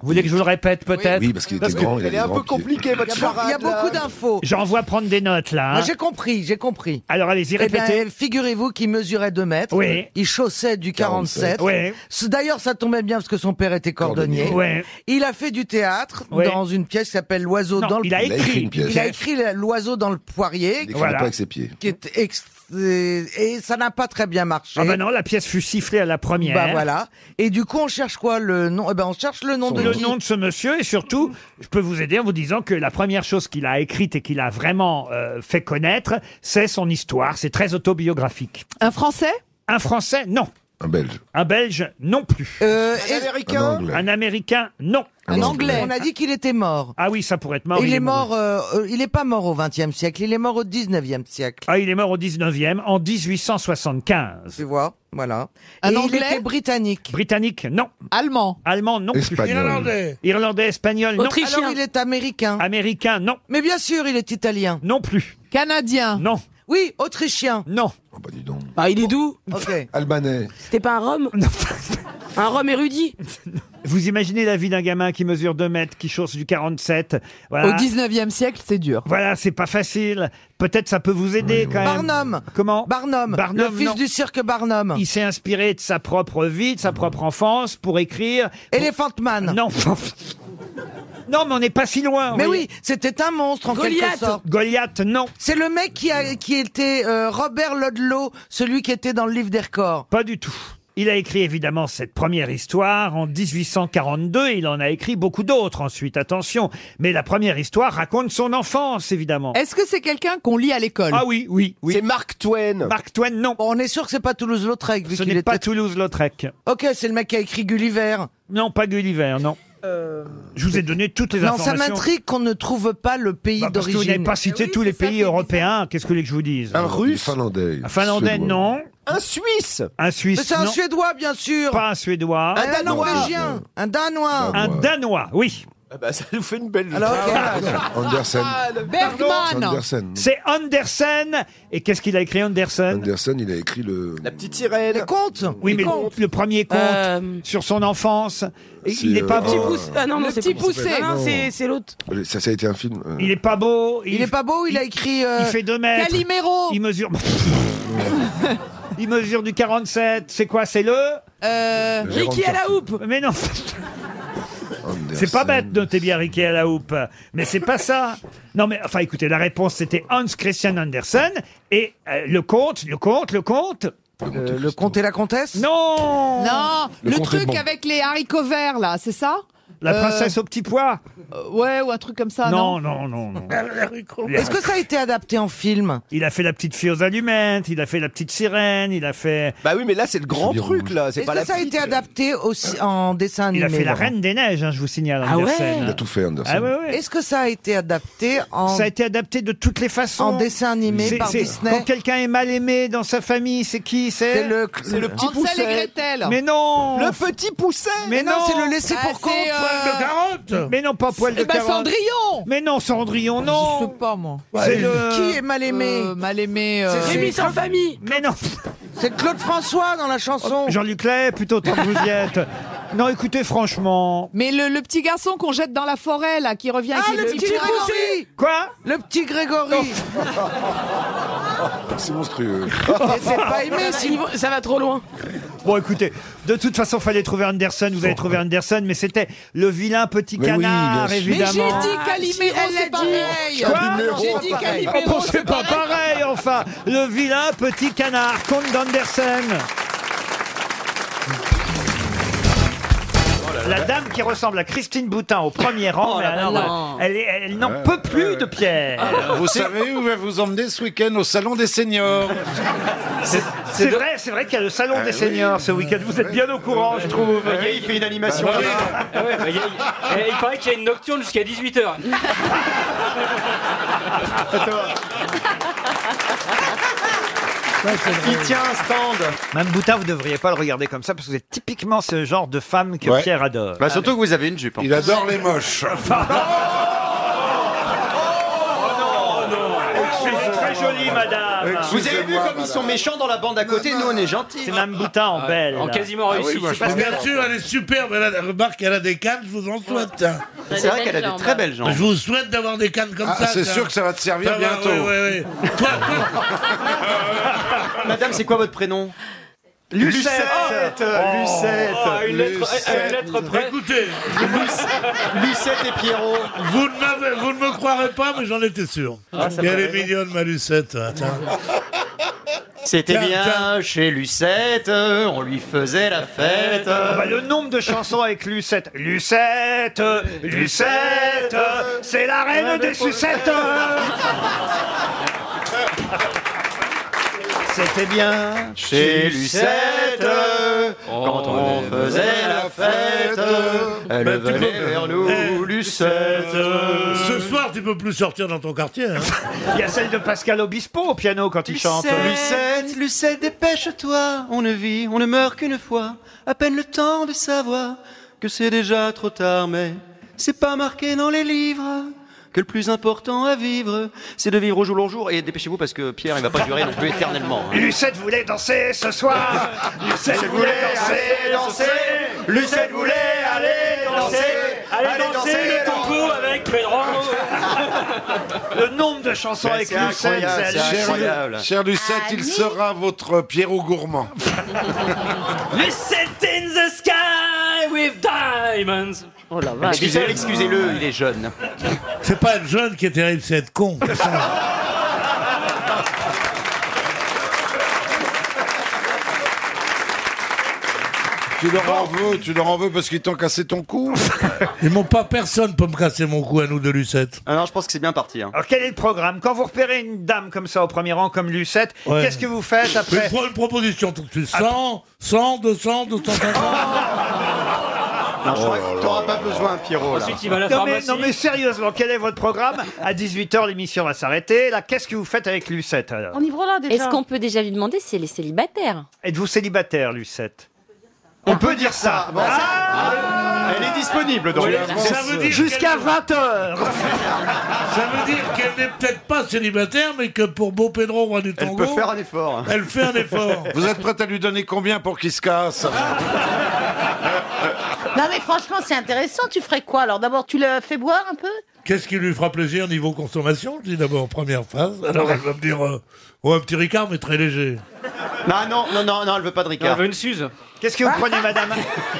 Vous voulez que je vous le répète peut-être Oui, parce qu'il était Parce que grand, il a elle est des un grands peu pieds. compliquée, votre Il y a beaucoup- il y a beaucoup d'infos. J'en vois prendre des notes là. Moi, hein. j'ai compris, j'ai compris. Alors allez-y, Eh ben, répétez. Figurez-vous qu'il mesurait 2 mètres. Oui. Il chaussait du 47. Oui. Ce- D'ailleurs, ça tombait bien parce que son père était cordonnier. Ouais. Il a fait du théâtre Ouais. dans une pièce qui s'appelle L'oiseau Non, dans le il a écrit. Il a écrit une pièce. Il a écrit la- L'oiseau dans le poirier. écrivait Voilà. pas avec ses pieds. Qui est ex- euh, Et ça n'a pas très bien marché. Ah bah non, la pièce fut sifflée à la première. Bah voilà. Et du coup, on cherche quoi le nom Eh ben, on cherche le nom Son de nom. le nom de ce monsieur et surtout, je peux vous aider en vous disant que la première chose qu'il a écrite et qu'il a vraiment euh, fait connaître, c'est son histoire. C'est très autobiographique. Un Français Un Français, non. Un Belge Un Belge, non plus. Un est- Américain Euh, Un Anglais. Un Américain, non. Un Anglais. On a dit qu'il était mort. Ah oui, ça pourrait être mort. il, il est, est mort. euh, euh, il est pas mort au XXe siècle. Il est mort au XIXe siècle. Ah, il est mort au 19e, en 1875. Tu vois, voilà. Un Et Anglais Il était britannique. Britannique, non. Allemand Allemand, non. plus. Espagnol. Irlandais. Irlandais, espagnol, non. Autrichien. Alors, il est américain. Américain, non. Mais bien sûr, il est italien. Non plus. Canadien. Non. Oui, autrichien. Non. Bah, il est doux. Ok. Albanais. C'était pas un Rome Un Rome érudit Vous imaginez la vie d'un gamin qui mesure 2 mètres, qui chausse du 47 voilà. Au 19e siècle, c'est dur. Voilà, c'est pas facile. Peut-être ça peut vous aider quand même. Barnum. Comment Barnum. Barnum, Le fils non. du cirque Barnum. Il s'est inspiré de sa propre vie, de sa propre enfance pour écrire. Elephant Man. Non. non, mais on n'est pas si loin. vous Mais voyez. oui, c'était un monstre en Goliath. quelque sorte. Ah, Goliath, non. C'est le mec qui, a, qui était euh, Robert Ludlow, celui qui était dans le livre des records. Pas du tout. Il a écrit évidemment cette première histoire en 1842. Il en a écrit beaucoup d'autres ensuite, attention. Mais la première histoire raconte son enfance, évidemment. Est-ce que c'est quelqu'un qu'on lit à l'école Ah oui, oui, oui. C'est Mark Twain. Mark Twain, non. on est sûr que c'est pas Toulouse-Lautrec. vu Ce qu'il n'est pas était- Toulouse-Lautrec. Ok, c'est le mec qui a écrit Gulliver. Non, pas Gulliver, non. Euh, Je vous ai donné toutes les Non, ça informations. m'intrigue qu'on ne trouve pas le pays Bah, parce que vous d'origine. n'avez pas cité Eh tous les pays européens. Qu'est-ce que vous voulez que je vous dise Un Russe Euh, Finlandais. Un Finlandais, Suédois. non. Un Suisse. Un Suisse, Mais c'est un non. Suédois, bien sûr. Pas un Suédois. Un, Norvégien. Un Danois. Un Ah, Danois, oui. Ah bah, ça nous fait une belle Ah, Alors, ok. Andersen. C'est Andersen. C'est Andersen. Et qu'est-ce qu'il a écrit, Andersen Andersen, il a écrit le. La petite sirène. Le conte. Oui, Les mais le- contes. le premier conte Euh, sur son enfance. Et il n'est euh, pas beau. ah, c'est l'autre. Ça, ça a été un film. euh, Il n'est pas beau. Il est pas beau, il a écrit. euh, il fait 2 mètres. Calimero. Il mesure. il mesure du 47. C'est quoi C'est le Euh, Jérôme Ricky à la houppe. Mais non. C'est pas bête, notez bien Ricky à la houppe. Mais c'est pas ça. Non, mais enfin, écoutez, la réponse c'était Hans Christian Andersen et euh, le comte, le comte, le comte. Euh, le comte et la comtesse Non Non, le, compte est truc bon. avec les haricots verts, là, c'est ça La Euh, princesse au petit pois euh, Ouais, ou un truc comme Ah, ça, non Non, non, non, non. Ah, Est-ce que ça a été adapté en film Il a fait la petite fille aux allumettes, il a fait la petite sirène, il a fait. Bah oui, mais là c'est le grand truc là, Est-ce que ça a été adapté aussi en dessin Il animé a fait la Laurent Reine des Neiges, hein, je vous signale. Ah Andersen. ouais Il a tout fait, Andersen. Ah ouais, ouais. Est-ce que ça a été adapté en Ça a été adapté de toutes les façons. En dessin animé C'est- par c'est- Disney. Quand quelqu'un est mal aimé dans sa famille, c'est qui C'est C'est le- C'est le petit Hansel et Pousset. Gretel. Mais non Le petit pousset Mais Mais, non, c'est le laisser pour compte, poil de carotte Mais non, pas poil euh, Eh de ben, carotte Cendrillon Mais non, Cendrillon, non Je sais pas, moi. C'est le- Qui est mal aimé Euh, mal aimé. C'est Rémi sans famille. Mais non. C'est Claude François dans la chanson. Oh, Jean-Luc Lay, plutôt tant que vous y êtes. Non, écoutez, franchement. Mais le, le petit garçon qu'on jette dans la forêt, là, qui revient Ah, avec le les petit petits pois. Grégory Quoi Le petit Grégory C'est monstrueux. c'est pas aimé, Ça va trop loin. Oh. Bon, écoutez, de toute façon, fallait trouver Anderson. Vous avez trouvé Anderson, mais c'était le vilain petit Mais oui, bien canard, sûr. évidemment. Mais j'ai dit Calimero, Ah, elle l'a c'est dit. pareil. Quoi Calimero, J'ai dit Oh, Calimero, bon, c'est c'est pas pareil, enfin. Le vilain petit canard, conte d'Andersen. Oh La dame qui ressemble à Christine Boutin au premier rang, Oh mais alors, là. elle, est- elle n'en peut plus de Pierre. Ah, Ah, bah, Euh, Vous C'est- savez où va vous emmener ce week-end au salon des seniors C'est Ah vrai, c'est vrai qu'il y a le salon des seniors ce week-end. Vous êtes bien au courant, je trouve. il fait une animation. Ah ouais, bah, il y a- eh, il paraît qu'il y a une nocturne jusqu'à 18h. Il tient un stand. Mme Boutin, vous devriez pas le regarder comme ça parce que vous êtes typiquement ce genre de femme que Ouais. Pierre adore. Bah, surtout que vous avez une jupe. Il adore les moches. C'est Oh, très joli, madame. Vous avez vu comme ils sont méchants dans la bande à côté, nous on est gentils. C'est même Boutin en belle. en quasiment Ah oui, réussi. moi, C'est je parce trouve que- Bien sûr, elle est superbe. Elle a, des- remarque, elle a des cannes, je vous en souhaite. hein. C'est vrai qu'elle a des très belles jambes. hein. Je vous souhaite d'avoir des cannes comme Ah, ça. c'est ça. Ah, sûr que ça va te servir Ça va, bientôt. oui, oui, oui. Toi, Madame, c'est quoi votre prénom Lucette. Lucette Oh. Lucette Oh, à une lettre- à une lettre près. Écoutez. Lucette et Pierrot. Vous ne, m'avez- vous ne me croirez pas, mais j'en étais sûr. Ah, ça Mais elle fait est raison. mignonne, ma Lucette. Attends. C'était Tiens, bien chez Lucette, euh, on lui faisait la fête. Ah bah, le nombre de chansons avec Lucette. Lucette, Lucette, c'est la reine des sucettes. C'était bien Chez Lucette, euh, Oh, quand on faisait la fête, elle venait Bah, vers nous, Lucette. Eh, Ce soir, tu peux plus sortir dans ton quartier. hein. Il y a celle de Pascal Obispo au piano quand il chante. Lucette, Lucette, dépêche-toi, on ne vit, on ne meurt qu'une fois, à peine le temps de savoir que c'est déjà trop tard, mais c'est pas marqué dans les livres que le plus important à vivre, c'est de vivre au jour le jour, et dépêchez-vous parce que Pierre, il va pas durer non plus éternellement. hein. Lucette voulait danser ce soir. Lucette Lucette voulait voulait danser, aller danser. danser. Lucette Lucette voulait voulait aller danser. Allez danser le tango avec Pedro. Le nombre de chansons Mais avec c'est Lucette, incroyable, c'est c'est hallucinant. incroyable. Cher Lucette, il sera votre Pierrot gourmand. Lucette in the sky with diamonds. Oh la Excusez- Excusez-le, il est jeune. C'est pas être jeune qui est terrible, c'est être con. Tu leur en veux, tu leur en veux parce qu'ils t'ont cassé ton cou. Ils m'ont pas personne pour me casser mon cou à nous de Lucette. Euh, Ah non, je pense que c'est bien parti. hein. Alors quel est le programme Quand vous repérez une dame comme ça au premier rang, comme Lucette, Ouais. qu'est-ce que vous faites Je après prends une proposition tout de suite. 100, 100, 200, 250. Non, je crois que t'auras pas besoin, Pierrot. là. Oh non mais, non mais sérieusement, quel est votre programme À 18h, l'émission va s'arrêter. Là, qu'est-ce que vous faites avec Lucette alors On y là déjà. Est-ce qu'on peut déjà lui demander si elle est célibataire Êtes-vous célibataire, Lucette On peut dire ça. Bon, Ah, ça- Elle est disponible donc. Ça veut dire Jusqu'à qu'elle- 20h Ça veut dire qu'elle n'est peut-être pas célibataire, mais que pour beau Pedro, roi du tango... peut faire un effort. Elle fait un effort. Vous êtes prête à lui donner combien pour qu'il se casse Non mais franchement, c'est intéressant. Tu ferais quoi Alors d'abord, tu le fais boire un peu Qu'est-ce qui lui fera plaisir niveau consommation Je dis d'abord en première phase. Alors elle va me dire, euh, oh, un petit Ricard, mais très léger. Non, non, non, non, non, elle veut pas de Ricard. Elle veut une Suze. Qu'est-ce que vous prenez, madame,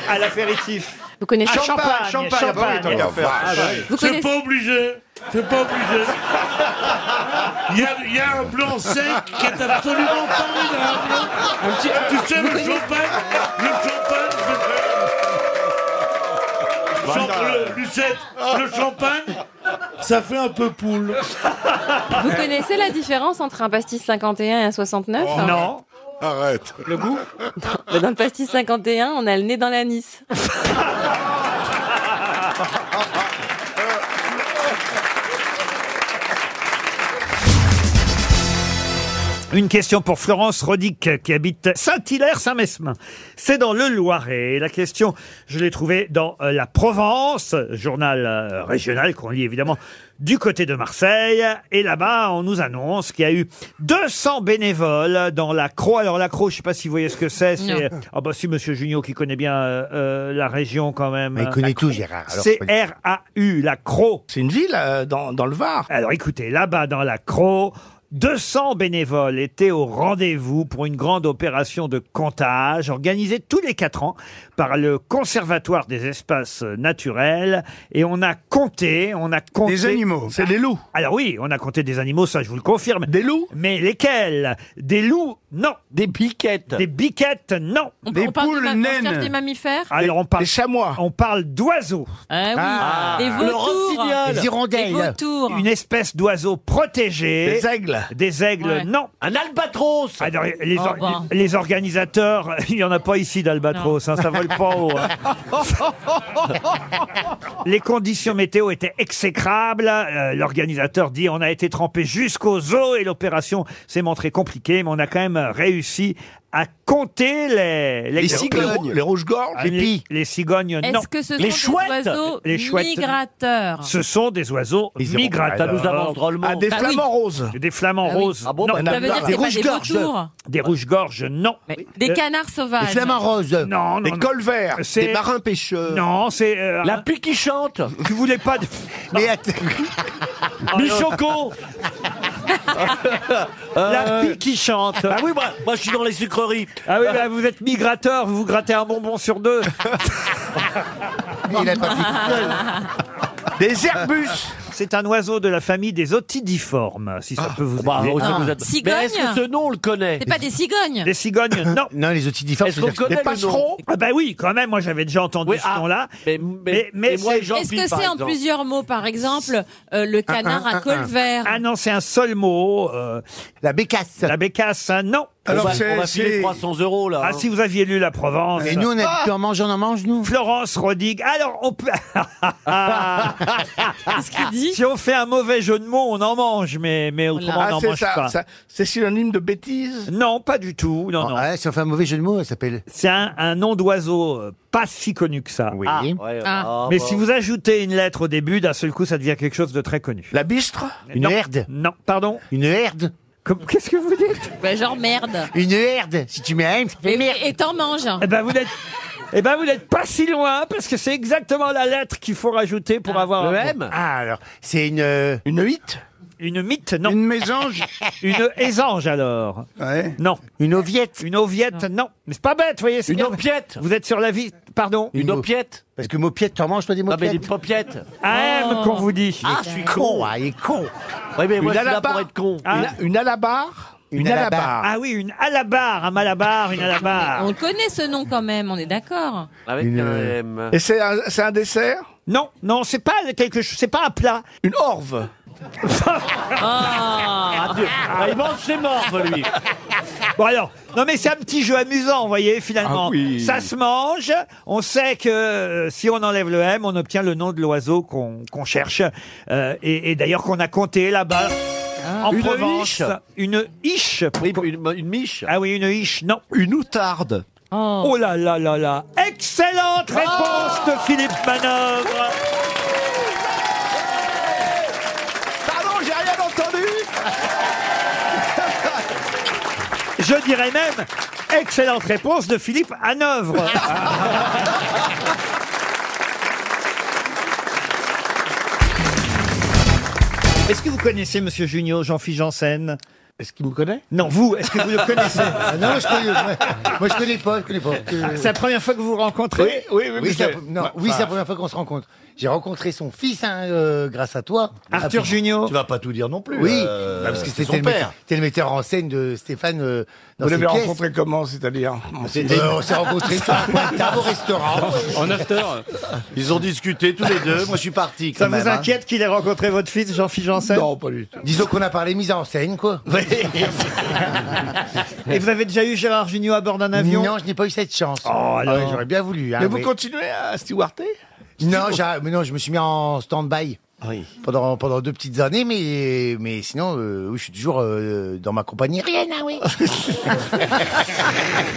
à l'apéritif Vous connaissez Ah, champagne, champagne, champagne. champagne. Oh, qu'à faire. vache. Ah, ouais. Vous C'est connaissez- pas obligé. C'est pas obligé. Il y a- il y, a un blanc sec qui est absolument formidable. Tu sais, le champagne, le champagne, c'est- Champ- le, Lucette, le champagne, ça fait un peu poule. Vous connaissez la différence entre un pastis 51 et un 69 Oh, Non. Arrête. Le goût Bah, Mais Dans le pastis 51, on a le nez dans l'anis. Une question pour Florence Rodic qui habite Saint-Hilaire-Saint-Mesmin. C'est dans le Loiret. Et La question, je l'ai trouvée dans euh, La Provence, journal euh, régional qu'on lit évidemment du côté de Marseille. Et là-bas, on nous annonce qu'il y a eu 200 bénévoles dans la Croix. Alors la Croix, je ne sais pas si vous voyez ce que c'est. C'est Non. ah bah si Monsieur Junio qui connaît bien euh, euh, la région quand même. Mais il connaît La tout, Croix. Gérard. Alors, C'est pas du tout. R-A-U, la Croix. C'est une ville euh, dans, le Var. Alors écoutez, là-bas dans la Croix, 200 bénévoles étaient au rendez-vous pour une grande opération de comptage organisée tous les quatre ans par le Conservatoire des espaces naturels et on a compté, on a compté Ah, Des animaux, c'est des loups. Alors oui, on a compté des animaux, ça je vous le confirme. Des loups Mais lesquels Des loups Non. Des biquettes. Des biquettes Non. On- Des on parle poules des ma- on cherche naines. des mammifères Ah, Alors on parle des chamois. On parle d'oiseaux. Ah oui. Ah. Des vautours. Le rossignol. Des hirondelles. Des vautours. Une espèce d'oiseau protégé. Des aigles. Des aigles, Ouais. non. Un albatros. Alors, les, or- Oh, bah. les organisateurs, il n'y en a pas ici d'albatros, hein, ça vole pas haut. hein. Les conditions météo étaient exécrables. Euh, L'organisateur dit on a été trempé jusqu'aux os et l'opération s'est montrée compliquée, mais on a quand même réussi à compter les Les cigognes. Les rouges-gorges. Ah, Les les pies. Les Ah, cigognes. Non. Est-ce que ce sont des oiseaux Les chouettes. migrateurs Ce sont des oiseaux Les hirondelles. migrateurs. Ça nous avance drôlement. Ah, des Bah oui. flamants roses. Des flamants Ah oui. roses. Ah bon, non. bah, Ça veut dire que c'est des pas des rouges-gorges. vautours. Des rouges-gorges, non. Des Euh, canards sauvages roses. Non, non. Des colverts. des marins pêcheurs. Non, c'est. La pluie qui chante. Tu voulais pas. De... Oh, Mais Michoko. La pluie qui chante. Bah oui, moi, je suis dans les sucreries. Ah oui, bah, vous êtes migrateur, vous vous grattez un bonbon sur deux. Il a pas Des Airbus. C'est un oiseau de la famille des otidiformes, si Ah. oh, ça peut vous bah, aider. heureusement que vous êtes- Ah, Mais est-ce que ce nom, on le connaît pas des cigognes Des cigognes, non. non, les otidiformes, Est-ce qu'on c'est-à-dire connaît des le passereaux nom Ah bah oui, quand même, moi j'avais déjà entendu Oui, ce ah, nom-là. Mais, Mais, mais c'est- Jean-Pierre, Est-ce que c'est en plusieurs mots Par exemple, euh, le canard à col vert. Ah non, c'est un seul mot. euh, La bécasse. La bécasse, hein, non. Alors, On va- c'est- on va filer c'est- Ah 300 euros, là, Ah, hein. si vous aviez lu La Provence. Et nous, on a dit, tu en manges, on en mange, nous. Ah. Florence Rodigue. Alors, on peut. Ah. Qu'est-ce qu'il dit Si on fait un mauvais jeu de mots, on en mange, mais, mais autrement, Ah, on n'en c'est mange ça, pas. ça- C'est synonyme de bêtise Non, pas du tout. Non, non. Ah, Ouais, si on fait un mauvais jeu de mots, elle s'appelle. C'est un, un nom d'oiseau euh, pas si connu que ça. Oui. Ah, ouais, Ah. Mais bah. si vous ajoutez une lettre au début, d'un seul coup, ça devient quelque chose de très connu. La bistre Une herde Non, pardon Une herde Qu'est-ce que vous dites Ouais, genre merde. Une herde Si tu mets un M, ça fait Et, et t'en manges. Eh ben vous n'êtes eh ben vous n'êtes pas si loin parce que c'est exactement la lettre qu'il faut rajouter pour avoir Le un M mot. Ah, alors, c'est une. euh, Une mythe Une mythe, non. Une mésange Une aisange, alors. Non. Une oviette Une oviette, non. Mais c'est pas bête, voyez. Une opiette Vous êtes sur la vie, pardon Une opiette Parce que mopiette, t'en manges, toi, des mopiettes des popiettes. AM qu'on vous dit. Ah, je suis con, ah, il est con. Oui, mais moi, Une je suis là alabar- pour être con. Ah. Une, alabarre Une alabarre. Ah oui, une alabarre, un malabar, une alabarre. On connaît ce nom quand même, on est d'accord. Avec Une, un euh, M. Et c'est un, dessert Non, non, c'est pas quelque chose, c'est pas un plat. Une orve. Ah, Dieu. Ah, il mange ses morts, lui. Bon alors, non mais c'est un petit jeu amusant, vous voyez, finalement. Ah oui. Ça se mange, on sait que euh, si on enlève le M, on obtient le nom de l'oiseau qu'on qu'on cherche, euh, et, et d'ailleurs qu'on a compté là-bas. En Une Provence, hiche. une hiche. une, miche. Ah oui, une hiche, non. Une outarde. Oh, là là là là. Excellente réponse de Philippe Manœuvre. Pardon, j'ai rien entendu Je dirais même, excellente réponse de Philippe Hanovre. Est-ce que vous connaissez Monsieur Junio, Jean-Philippe Janssen Est-ce qu'il me connaît Non, vous, est-ce que vous le connaissez Ah non, je connais, ouais. Moi, je connais pas, je connais pas. C'est la première fois que vous vous rencontrez Oui, c'est la, non, oui, c'est la première fois qu'on se rencontre. J'ai rencontré son fils hein, euh, grâce à toi. Arthur Junior. Tu vas pas tout dire non plus, Oui, euh, bah, parce que c'est c'était son le, metteur- père. c'était le metteur en scène de Stéphane. euh, dans Vous ses l'avez pièces. rencontré comment, c'est-à-dire Ah, C'était- Euh, on s'est rencontrés sur un coin de table au restaurant. En after. Ils ont discuté tous les deux, moi je suis parti. Ça quand même, vous hein. inquiète qu'il ait rencontré votre fils, Jean-Philippe Janssen Non, pas du tout. Disons qu'on a parlé mise en scène, quoi. Et vous avez déjà eu Gérard Junior à bord d'un avion Non, je n'ai pas eu cette chance. Oh, alors. Ouais, J'aurais bien voulu. hein, Mais vous oui. continuez à stewarter Non, j'ai- mais non, je me suis mis en stand-by. Pendant, pendant deux petites années, mais, mais sinon, euh, oui, je suis toujours euh, dans ma compagnie. Rien, ah oui.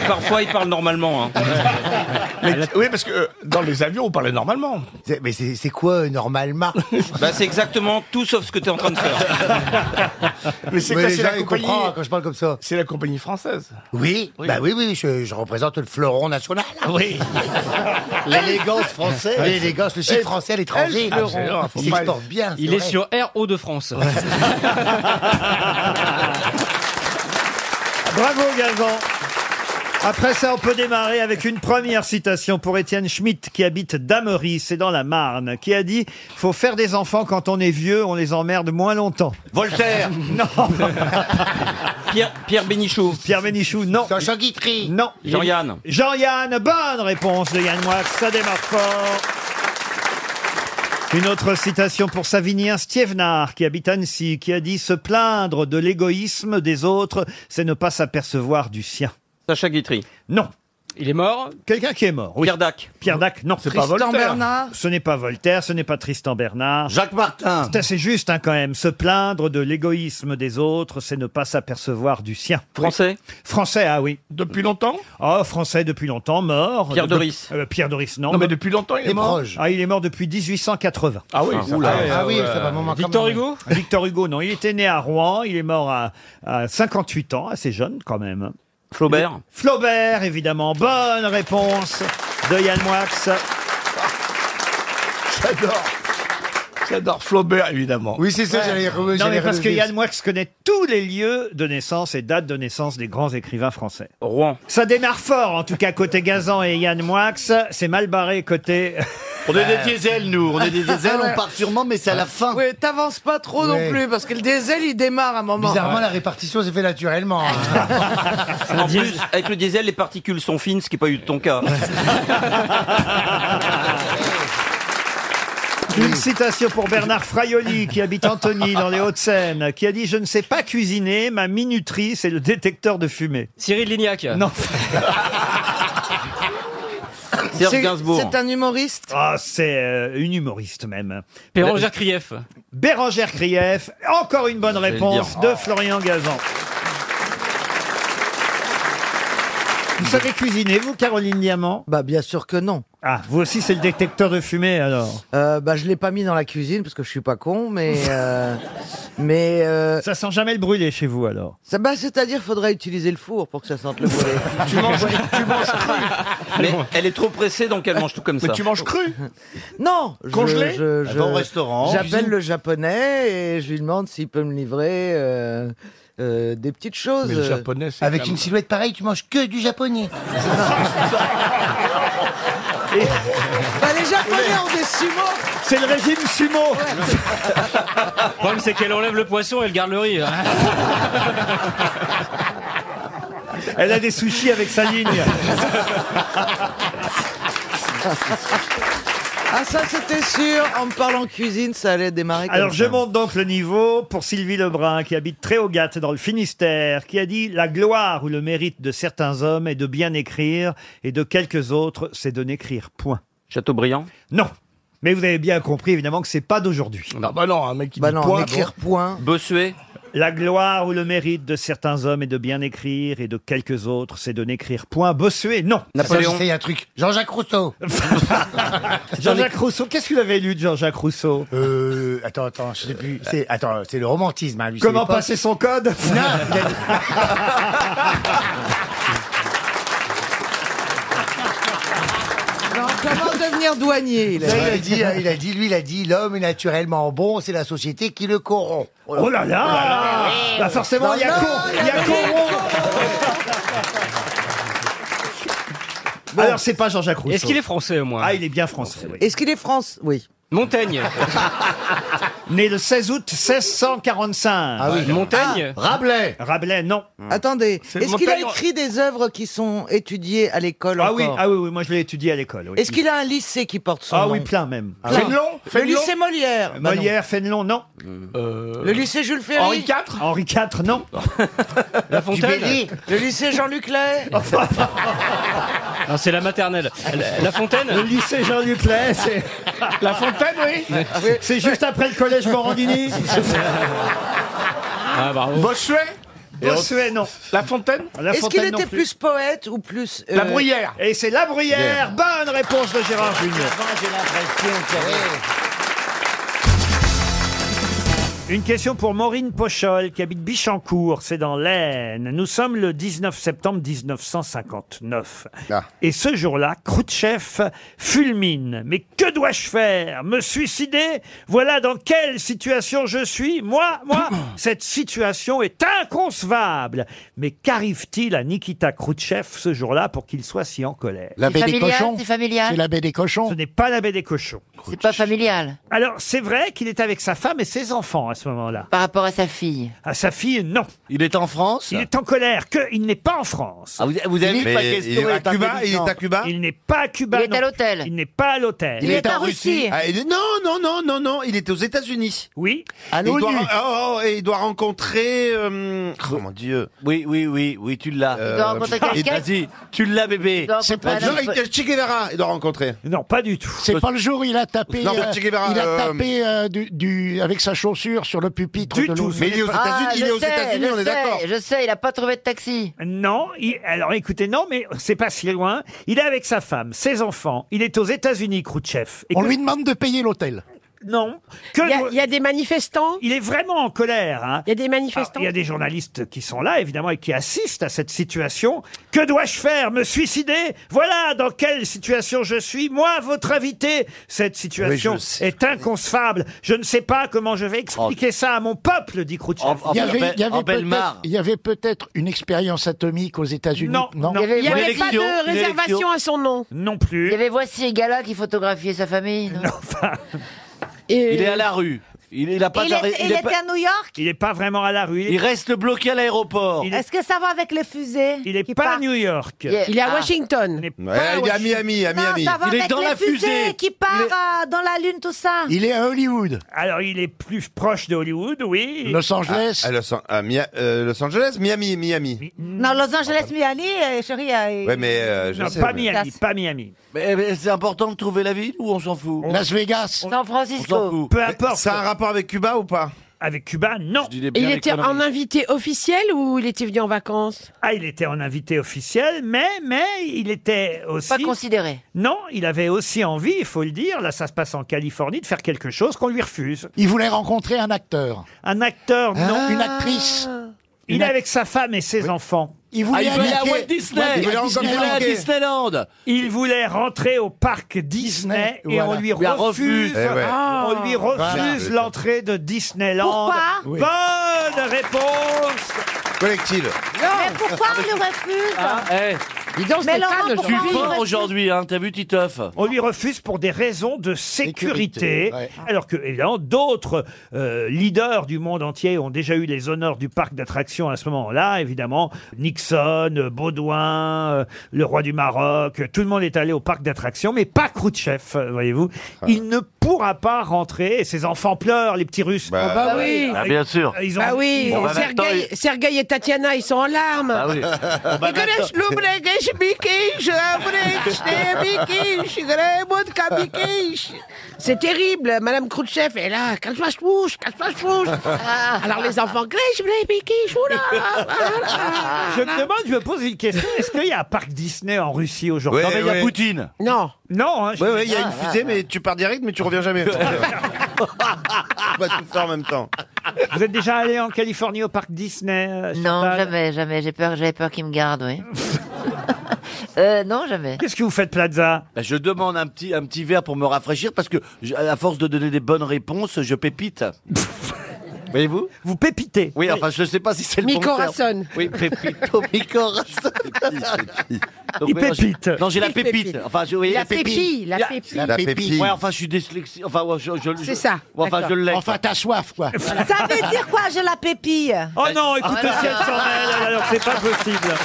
Parfois, il parle normalement. hein. Oui, parce que euh, dans les avions, on parlait normalement. C'est- Mais c'est c'est quoi, euh, normalement Bah, c'est exactement tout sauf ce que tu es en train de faire. Mais c'est Mais quoi les C'est gens, la ils compagnie comprennent quand je parle comme ça. C'est la compagnie française. Oui, bah oui, oui, je, je représente le fleuron national. Oui. L'élégance française. L'élégance, le chiffre français à l'étranger. Il s'exporte bien. Il c'est est, vrai. sur Air Haut de France. Bravo Gazan après ça, on peut démarrer avec une première citation pour Étienne Schmitt, qui habite Damery, c'est dans la Marne, qui a dit « Faut faire des enfants quand on est vieux, on les emmerde moins longtemps. » Voltaire. Non Pierre, Pierre Bénichou. Pierre Bénichou, non. Jean Guitry. Non. Jean-Yann. Jean-Yann, bonne réponse de Yann Moix, ça démarre fort. Une autre citation pour Savinien Stievenard, qui habite Annecy, qui a dit « Se plaindre de l'égoïsme des autres, c'est ne pas s'apercevoir du sien. » Sacha Guitry. Non. Il est mort Quelqu'un qui est mort, oui. Pierre Dac. Pierre Dac, non. C'est pas Tristan Voltaire. Bernard Ce n'est pas Voltaire, ce n'est pas Tristan Bernard. Jacques Martin. C'est assez juste, hein, quand même. Se plaindre de l'égoïsme des autres, c'est ne pas s'apercevoir du sien. Français Français, ah oui. Depuis longtemps Oh, français depuis longtemps, mort. Pierre De- Doris. Euh, Pierre Doris, non. Non, mais depuis longtemps, il est Des mort. proches. Ah, il est mort depuis 1880. Ah oui, ça Oula. fait- Ah oui, ça fait un moment quand Victor même. Hugo Victor Hugo, non. Il était né à Rouen, il est mort à, à 58 ans, assez jeune quand même. Flaubert. Flaubert, évidemment. Bonne réponse de Yann Moix. J'adore. J'adore Flaubert, évidemment. Oui, c'est ça, j'allais re- Non, mais j'allais parce que relever. Yann Moix connaît tous les lieux de naissance et dates de naissance des grands écrivains français. Rouen. Ça démarre fort, en tout cas, côté Gazan et Yann Moix. C'est mal barré côté. On est des diesels, nous. On est des Ah diesels, on part sûrement, mais c'est à la fin. Oui, t'avances pas trop Ouais. non plus, parce que le diesel, il démarre à un moment. Bizarrement, la répartition s'est fait naturellement. hein. Ah, En plus, avec le diesel, les particules sont fines, ce qui n'est pas eu ton cas. Une citation pour Bernard Fraioli, qui habite Antony, dans les Hauts-de-Seine, qui a dit Je ne sais pas cuisiner, ma minuterie, c'est le détecteur de fumée. Cyril Lignac. Non. C'est c'est un humoriste. Ah, c'est euh, une humoriste même. Bérangère Krief. Bérangère Krief. Encore une bonne le réponse dire. de Florian Gazan. Vous savez cuisiner, vous, Caroline Diamant Bah bien sûr que non. Ah, vous aussi, c'est le détecteur de fumée alors Bah je l'ai pas mis dans la cuisine parce que je suis pas con, mais euh, mais euh, Ça sent jamais le brûlé chez vous alors ça bah c'est-à-dire faudrait utiliser le four pour que ça sente le poulet. tu manges, tu manges cru. Mais elle est trop pressée, donc elle mange tout comme ça. Mais tu manges cru Non, je- Congelé je- Elle je- va au restaurant, J'appelle cuisine. le japonais et je lui demande s'il peut me livrer euh, euh, des petites choses. Mais le japonais, c'est Avec quand une même- silhouette pareille, tu manges que du japonais. Bah, les Japonais ont des sumo. C'est le régime sumo Le problème, c'est qu'elle enlève le poisson et elle garde le riz. hein. Elle a des sushis avec sa ligne. Ah ça c'était sûr, en me parlant cuisine, ça allait démarrer. comme Alors je ça. monte donc le niveau pour Sylvie Lebrun qui habite Tréaugat dans le Finistère qui a dit la gloire ou le mérite de certains hommes est de bien écrire et de quelques autres c'est de n'écrire point. Chateaubriand Non. Mais vous avez bien compris évidemment que c'est pas d'aujourd'hui. Non bah non, un mec qui Bah dit non, point. n'écrire point. Bossuet La gloire ou le mérite de certains hommes est de bien écrire et de quelques autres c'est de n'écrire point. Bossuet non. Napoléon. J'essaye un truc. Jean-Jacques Rousseau. Jean-Jacques Rousseau, qu'est-ce que vous avez lu de Jean-Jacques Rousseau Euh, attends, attends, je sais plus. C'est, attends, c'est le romantisme, hein, lui. Comment passer son code Non, il a dit- Non, comment devenir douanier il, a dit, euh, il a dit, lui, il a dit, l'homme est naturellement bon, c'est la société qui le corrompt. Oh là là, Bah forcément, il y a con, il y a con. Alors c'est pas Jean-Jacques Rousseau. Est-ce qu'il est français, au moins Ah, il est bien français. oui. Est-ce qu'il est France Oui. Montaigne. Né le 16 août 1645. Ah oui. Montaigne. Ah, Rabelais. Hmm. Rabelais, non. Attendez, C'est est-ce qu'il a Montaigne- écrit des œuvres qui sont étudiées à l'école Ah encore oui, ah oui, oui, moi je l'ai étudié à l'école. oui. Est-ce qu'il a un lycée qui porte son Ah nom oui, plein même. Ah oui. Fénelon Le Fénelon lycée Molière. Bah non. Euh, Molière, Fénelon, non. Le lycée Jules Ferry Henri IV Henri IV, non. La Dubéry Le lycée Jean-Luc Lay Non, c'est la maternelle. La, la Fontaine Le lycée Jean-Luc Lay, c'est. La Fontaine, oui C'est juste après le collège Morandini. Ah, bravo. Bossuet Bossuet, non. La Fontaine Est-ce qu'il était plus poète ou plus... euh, La Bruyère. Et c'est La Bruyère. Bonne réponse de Gérard Junior. J'ai l'impression Une question pour Maureen Pochol, qui habite Bichancourt, c'est dans l'Aisne. Nous sommes le 19 septembre 1959. Ah. Et ce jour-là, Khrouchtchev fulmine. Mais que dois-je faire Me suicider Voilà dans quelle situation je suis Moi, moi, cette situation est inconcevable. Mais qu'arrive-t-il à Nikita Khrouchtchev ce jour-là pour qu'il soit si en colère C'est baie des familial, cochons c'est familial. C'est la baie des cochons. Ce n'est pas la baie des cochons. C'est pas familial. Alors, c'est vrai qu'il est avec sa femme et ses enfants à ce moment-là. Par rapport à sa fille. À sa fille, non. Il est en France Il est en colère que il n'est pas en France. Ah, vous- vous avez Mais pas question, il est il est à pas Cuba, Il est à Cuba. Il n'est pas à Cuba. Il est à l'hôtel. Il n'est pas à l'hôtel. Il, est, en Russie. Ah, il est- Non, non, non, non, non. Il était aux États-Unis. Oui. À l'ONU. oh, et il doit rencontrer. euh, oh mon Dieu. Oui, oui, oui, oui, tu l'as. Il doit rencontrer quelqu'un. Vas-y, tu l'as, Il bébé. doit rencontrer un homme- Che Guevara, il doit rencontrer. Non, pas du tout. Euh, C'est pas le jour où il a tapé, Non, mais euh, Che Guevara, il a euh, tapé euh, du, du- avec sa chaussure sur le pupitre de l'ONU. Ah, je sais, je sais, Je sais, il a pas trouvé de taxi. Non, il- alors écoutez, non, mais c'est pas si loin. Il est avec sa femme, ses enfants. Il est aux États-Unis, Khrouchtchev. On lui demande de payer l'hôtel. Non. Il y a- il y, a des manifestants Il est vraiment en colère. hein. Il y a des manifestants Alors, Il y a des journalistes qui sont là, évidemment, et qui assistent à cette situation. Que dois-je faire Me suicider Voilà dans quelle situation je suis. Moi, votre invité, cette situation Oui, je est inconcevable. Je ne sais pas comment je vais expliquer ça à mon peuple, dit Khrouchtchev. Il y avait, il y avait peut-être- il y avait peut-être une expérience atomique aux États-Unis. Non, non. Il y Il n'y avait pas de réservation à son nom. Non plus. Il y avait voici un gars-là qui photographiait sa famille. non Et- Il est à la rue. Il, il a pas d'arrêt- il est pas- New York Ah, Il n'est pas vraiment à la rue. il reste bloqué à l'aéroport. Est-ce que ça va avec les fusées Il n'est pas à New York. Yeah. Il est Ah. Ah. à Washington. il est à Miami, à Non, Miami. ça va avec les fusées qui part euh, dans la Lune, tout ça. à Hollywood. Alors, il est plus proche de Hollywood, oui. Ah, Ah, À, à Los, An- à Mia- euh, Los Angeles, Miami, Miami. Non, Los Angeles, Miami, euh, chérie. euh, Ouais, mais euh, je Non, sais, pas mais- Miami, pas Miami. Mais, mais c'est important de trouver la ville ou on s'en fout Las Vegas. San Francisco. Peu importe. Ça a un rapport avec Cuba ou pas Avec Cuba, non. Et il était en invité officiel ou il était venu en vacances Ah, il était en invité officiel, mais, mais il était aussi... Pas considéré. Non, il avait aussi envie, il faut le dire, là ça se passe en Californie, de faire quelque chose qu'on lui refuse. Il voulait rencontrer un acteur. Un acteur, non. Ah. Une actrice. Il est avec sa femme et ses enfants. Il voulait Ah, il voulait aller à aller- Walt Disney. Walt Il voulait Disney. rencontrer Il voulait à Disneyland. Il voulait rentrer au parc Disney, et voilà. on lui Il a refuse, refusé. Eh ouais. Ah. on lui refuse Voilà. l'entrée de Disneyland. Pourquoi Oui. Bonne réponse. Collective. Mais pourquoi on le refuse Ah, eh. Mais Laurent, Tu pourquoi es on le fort refuse aujourd'hui, hein, t'as vu Titeuf On lui refuse pour des raisons de sécurité, Sécurité, ouais. alors que évidemment d'autres euh, leaders du monde entier ont déjà eu les honneurs du parc d'attractions à ce moment-là. Évidemment, Nixon, euh, Baudouin, euh, le roi du Maroc, euh, tout le monde est allé au parc d'attractions, mais pas Khrouchtchev, euh, voyez-vous. Il ne pourra pas rentrer. Et ses enfants pleurent, les petits Russes. Ah bah oui. Ah, bien sûr. Ils ont- Bah oui, ils ont- Sergueï Sergueï et Tatiana, ils sont en larmes. Ah oui. Bon, bah, Играешь, maintenant- люблю, геш, бикиш, обречь, не бикиш, играй, водка, бикиш. C'est terrible, Madame Khrouchtchev est là, cache-toi, je bouge, cache-toi, je bouge. Ah. Alors les enfants, Grèche, blé, bikish, oula. ah, ah, Je me demande, je me pose une question. Est-ce qu'il y a un parc Disney en Russie aujourd'hui Non, mais il y a Poutine. Non. Non. hein, je- Oui, oui, il y a une fusée, mais tu pars direct, mais tu reviens jamais. On va tout faire en même temps. Vous êtes déjà allé en Californie au parc Disney euh, Non, Chantal jamais, jamais. J'ai peur, j'avais peur qu'il me garde, oui. Euh, non, jamais. Qu'est-ce que vous faites, Plaza Bah, Je demande un petit, un petit verre pour me rafraîchir parce que, j- à force de donner des bonnes réponses, je pépite. Voyez-vous Vous pépitez Oui, enfin, je ne sais pas si c'est le bon Mycorhazone. terme. Oui, pépito, mycorhazone. Il mais non, j'ai- pépite. Non, j'ai la Il pépite. pépite. Enfin, je, oui, La pépille, la pépille. La La pépite. pépille. Ouais, enfin, je suis dyslexique. Enfin, ouais, je, je- C'est je- ça, ouais, Enfin, d'accord. je l'ai. Enfin, t'as soif, quoi. Ça veut dire quoi, je la pépille Oh non, écoutez, Ah. si elle s'en mêle, alors c'est pas possible.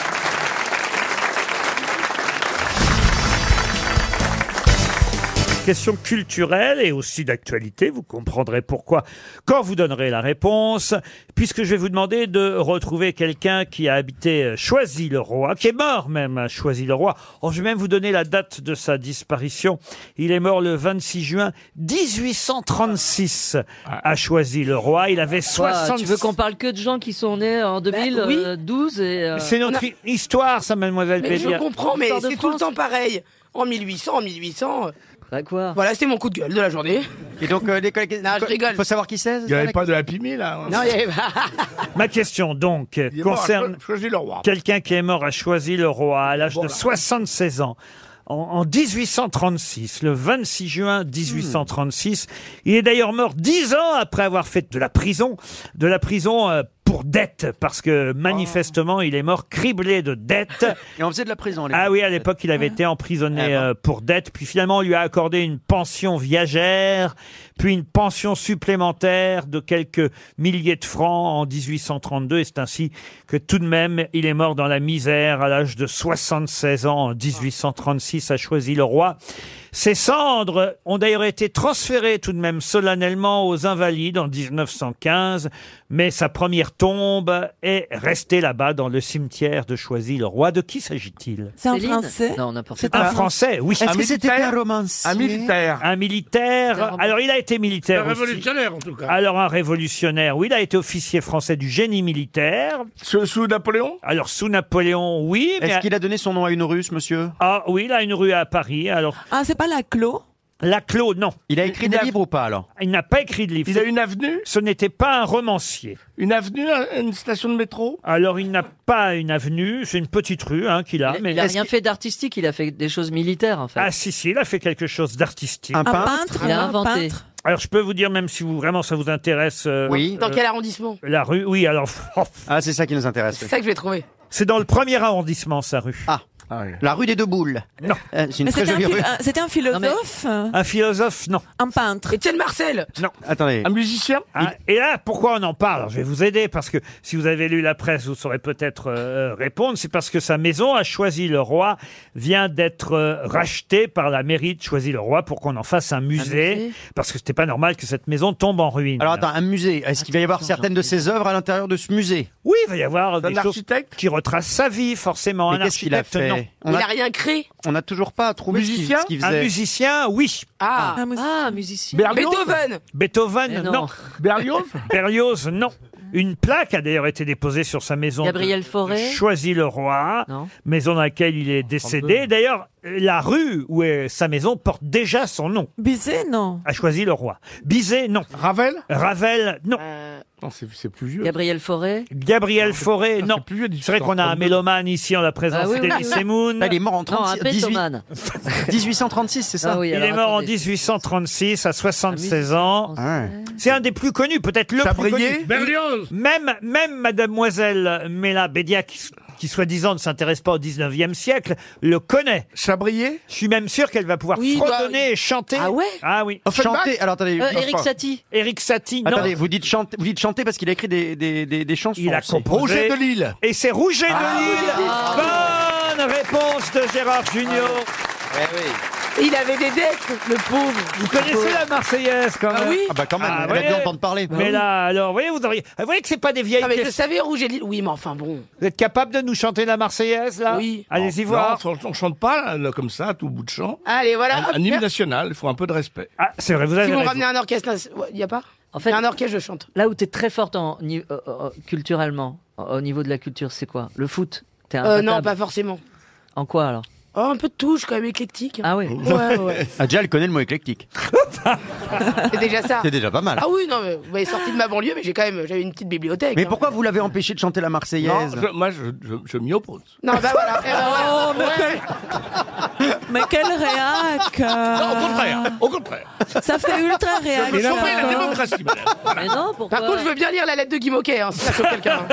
Question culturelle et aussi d'actualité, vous comprendrez pourquoi quand vous donnerez la réponse, puisque je vais vous demander de retrouver quelqu'un qui a habité euh, Choisy-le-Roi, qui est mort même à Choisy-le-Roi. Oh, je vais même vous donner la date de sa disparition. Il est mort le 26 juin 1836 à Choisy-le-Roi. Il avait Quoi, 60 Tu veux qu'on parle que de gens qui sont nés en Bah, 2012 et. euh, C'est notre hi- histoire, ça, mademoiselle Mais je Bélier. comprends, mais Histoire de c'est tout le France. temps pareil. En 1800, en 1800. quoi euh, Voilà, c'était mon coup de gueule de la journée. Et donc, euh, les collègues. Non, je rigole. Faut savoir qui c'est Il y avait pas de Happy Meal, hein. là. Non, il y avait Ma question, donc, Il est mort à concerne Cho- Choisy-le-Roi. quelqu'un qui est mort à Choisy-le-Roi à l'âge de 76 ans. En en 1836, le 26 juin 1836, il est d'ailleurs mort dix ans après avoir fait de la prison, de la prison euh, pour dette, parce que manifestement, il est mort criblé de dettes. Et on faisait de la prison. Eh Ah oui, à l'époque, il avait été ben. emprisonné euh, pour dette, puis finalement, on lui a accordé une pension viagère, puis une pension supplémentaire de quelques milliers de francs en 1832, et c'est ainsi que tout de même, il est mort dans la misère à l'âge de 76 ans en 1836 à Choisy-le-Roi. Ses cendres ont d'ailleurs été transférées tout de même solennellement aux Invalides en 1915, mais sa première tombe est restée là-bas dans le cimetière de Choisy-le-Roi. De qui s'agit-il C'est un Céline Français Non, n'importe C'est quoi. un Français, oui. Est-ce Un que c'était militaire un romancier Un militaire. Un militaire. Alors, il a été C'est militaire aussi. révolutionnaire, en tout cas. Alors un révolutionnaire, oui, il a été officier français du génie militaire. Sous, Napoléon Alors sous Napoléon, oui. Est-ce qu'il a donné son nom à une russe, monsieur Ah oui, il a une rue à Paris. Alors Ah, c'est pas la Clos Laclos, non. Il a écrit des livres ou pas alors Il n'a pas écrit de livre. Il a une avenue Ce n'était pas un romancier. Une avenue, une station de métro Alors, il n'a pas une avenue, c'est une petite rue hein, qu'il a. mais Il n'a rien fait d'artistique, il a fait des choses militaires en fait. Ah si, si, il a fait quelque chose d'artistique. Un Un peintre peintre Il a Un inventé. peintre Alors, je peux vous dire, même si vous, vraiment ça vous intéresse... euh, Oui. Dans euh, quel arrondissement La rue, oui, alors... ah, c'est ça qui nous intéresse. C'est ça que je vais trouver. C'est dans le premier arrondissement, sa rue. Ah, La rue des deux boules. Euh, Non. c'est une Mais très c'était jolie un phil- rue. un- C'était un philosophe euh, Un philosophe, non. Un peintre. Étienne Marcel Non. Attendez. Un musicien Et là, pourquoi on en parle Alors, Je vais vous aider parce que si vous avez lu la presse, vous saurez peut-être euh, répondre. C'est parce que sa maison a choisi le roi, vient d'être euh, rachetée par la mairie de choisy le roi pour qu'on en fasse un musée, parce que c'était pas normal que cette maison tombe en ruine. Alors attends, un musée. Est-ce qu'il va y avoir certaines de ses œuvres à l'intérieur de ce musée Oui, il va y avoir C'est des un choses qui retracent sa vie, forcément. Mais un qu'est-ce qu'il a architecte, fait non. On a- rien créé. On n'a toujours pas trouvé ce qu'il- ce qu'il faisait. Un musicien, oui. Ah, un musicien. Beethoven Beethoven, Mais non. non. Berlioz Berlioz, non. Une plaque a d'ailleurs été déposée sur sa maison. Mm. Gabriel Fauré Choisy le roi, maison dans laquelle il est décédé. D'ailleurs, la rue où est sa maison porte déjà son nom. Bizet, non. A choisi le roi. Bizet, non. Ravel Ravel, non. Ah, c'est plus vieux. Euh, Gabriel Fauré Gabriel Fauré, non. C'est vrai qu'on a un mélomane ici en la présence Ah oui, oui, d'Elie oui. Semoun. Il est mort en Non, 36, un 18. pétomane. 1836, c'est ça Ah oui, il alors est mort attendez. Ah, en 1836 à 76 ans. C'est un des plus connus, peut-être le Chabrier plus connu. Même, même mademoiselle Mela Bédia, qui, s- qui soi-disant ne s'intéresse pas au 19e siècle, le connaît. Chabrier Je suis même sûr qu'elle va pouvoir Oui, bah, fredonner et chanter. Ah ouais Ah oui. Offenbach Chanter, alors, attendez, Euh, je pense Éric pas. Satie Eric Satie, non. Attendez, vous dites chanter, vous dites chanter parce qu'il a écrit des, des, des, des chansons. Il a aussi. composé. Et c'est Rouget Ah, de Lille. Bonne réponse de Gérard Junior. Eh Il avait des dettes, le pauvre. Vous connaissez la Marseillaise quand même Ah oui Ah bah quand même, elle a voyez. dû entendre parler. Ah Mais là, alors, vous voyez, vous, auriez- vous voyez que c'est pas des vieilles Ah, mais je questions. savais rouge et lille. Oui, mais enfin bon. Vous êtes capable de nous chanter la Marseillaise, là Oui. Allez-y Non, voir. on, on chante pas là, comme ça, à tout bout de champ. Allez, Un, voilà. Ah, Ah, hop, un hymne merci. national, il faut un peu de respect. Ah, c'est vrai, Si vous me ramenez un orchestre, il n'y a pas En fait, un orchestre, je chante. Là où tu es Oh, très forte en, ni- euh, euh, culturellement, au- au niveau de la culture, c'est quoi Le foot T'es Euh, non, imbattable. pas forcément. En quoi alors Oh, un peu de touche, quand même éclectique. Ah oui Ouais, ouais. Ah, déjà, elle connaît le mot éclectique. C'est déjà ça. C'est déjà pas mal. Ah oui, non, mais vous m'avez sorti de ma banlieue, mais j'ai quand même, j'avais une petite bibliothèque. Mais hein. pourquoi vous l'avez empêché de chanter la Non, Marseillaise je- moi, je, je- je m'y oppose. Non, bah voilà. eh ben voilà. Mais quel réac euh. Ah. Au contraire, au contraire. Ça fait ultra réac. Je veux sauver la Ah. ça. démocratie, madame. Mais non, pourquoi Par contre, je veux bien lire la lettre de Guy Moquet, hein, si ça choque quelqu'un.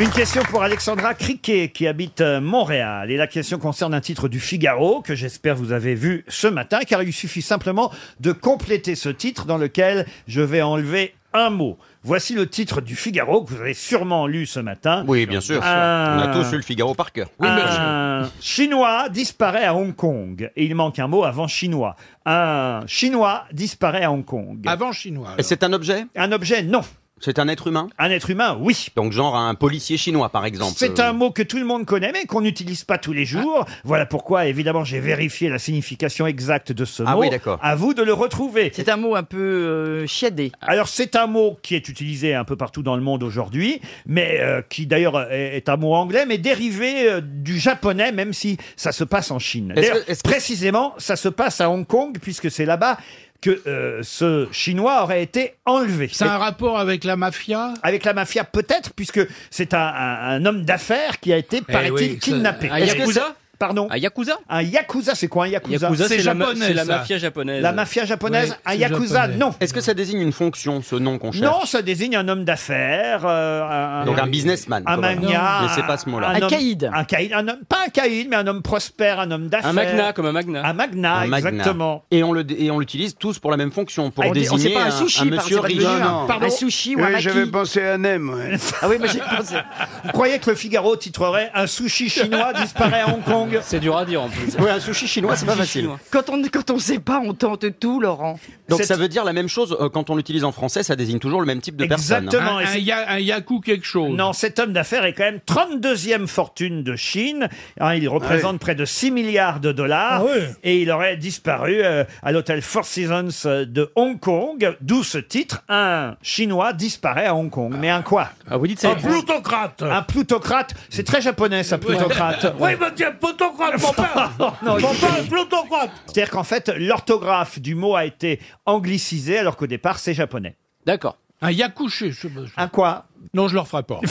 Une question pour Alexandra Criquet qui habite euh, Montréal. Et la question concerne un titre du Figaro que j'espère vous avez vu ce matin car il suffit simplement de compléter ce titre dans lequel je vais enlever un mot. Voici le titre du Figaro que vous avez sûrement lu ce matin. Oui, bien sûr. Ah. On a tous eu le Figaro par cœur. Ah. un Chinois disparaît à Hong Kong. Et il manque un mot avant Chinois. Un Chinois disparaît à Hong Kong. Avant chinois. Et c'est un objet Un objet, non. C'est un être humain Un être humain, oui. Donc genre un policier chinois, par exemple. C'est un mot que tout le monde connaît, mais qu'on n'utilise pas tous les Ah. jours. Voilà pourquoi, évidemment, j'ai vérifié la signification exacte de ce Ah mot. oui, d'accord. À vous de le retrouver. C'est un mot un peu euh, chiadé. Alors, c'est un mot qui est utilisé un peu partout dans le monde aujourd'hui, mais euh, qui d'ailleurs est, est un mot anglais, mais dérivé euh, du japonais, même si ça se passe en Chine. Est-ce que- D'ailleurs, Précisément, ça se passe à Hong Kong, puisque c'est là-bas que euh, ce Chinois aurait été enlevé. C'est un rapport avec la mafia Avec la mafia, peut-être, puisque c'est un, un- un homme d'affaires qui a été, Eh paraît-il, oui, ça- kidnappé. un Est-ce que yakuza c'est- Pardon Un yakuza Un yakuza, c'est quoi un yakuza Yakuza, C'est c'est la ma- japonais, c'est la ça. mafia japonaise. La mafia japonaise, un yakuza, non. Est-ce que ça désigne une fonction, ce nom qu'on cherche Non, ça désigne un homme d'affaires. euh, Donc un businessman, Un quand même. magnat. Mais c'est pas ce mot-là. Un homme- caïd. Un caïd, un homme- pas un caïd, mais un homme prospère, un homme d'affaires. Un magnat, comme un magnat. Un magnat, Un magnat. exactement. Et on le et on l'utilise tous pour la même fonction, pour Ah, on dit- on désigner sait pas, un un, sushi, un par- c'est monsieur pas riche. devenu un- pardon. Un sushi ou un maki. j'avais pensé à Nem. ouais. Ah oui, mais j'ai pensé. Vous croyez que le Figaro titrerait Un sushi chinois disparaît à Hong Kong langue. C'est dur à dire en plus. Ouais, un sushi chinois, c'est pas Sushi facile. chinois. Quand on quand on sait pas, on tente tout, Laurent. Donc ça veut dire la même chose euh, quand on l'utilise en français, ça désigne toujours le même type de personne. Exactement. hein. yaku quelque chose. Non, cet homme d'affaires est quand même 32e fortune de Chine. Hein, il représente près de 6 milliards de Ah dollars. Et il aurait disparu euh, à l'hôtel Four Seasons euh, de Hong Kong, d'où ce titre, un Chinois disparaît à Hong Kong. Mais un quoi Ah, vous dites Un plutocrate Un plutocrate C'est très japonais, ça, plutocrate. Oui, mais tiens, plutocrate, mon père Ah, Non, Mon il- père, plutocrate C'est-à-dire qu'en fait, l'orthographe du mot a été anglicisée alors qu'au départ, c'est japonais. D'accord. Un yakouché, je Un quoi Non, je le referai pas.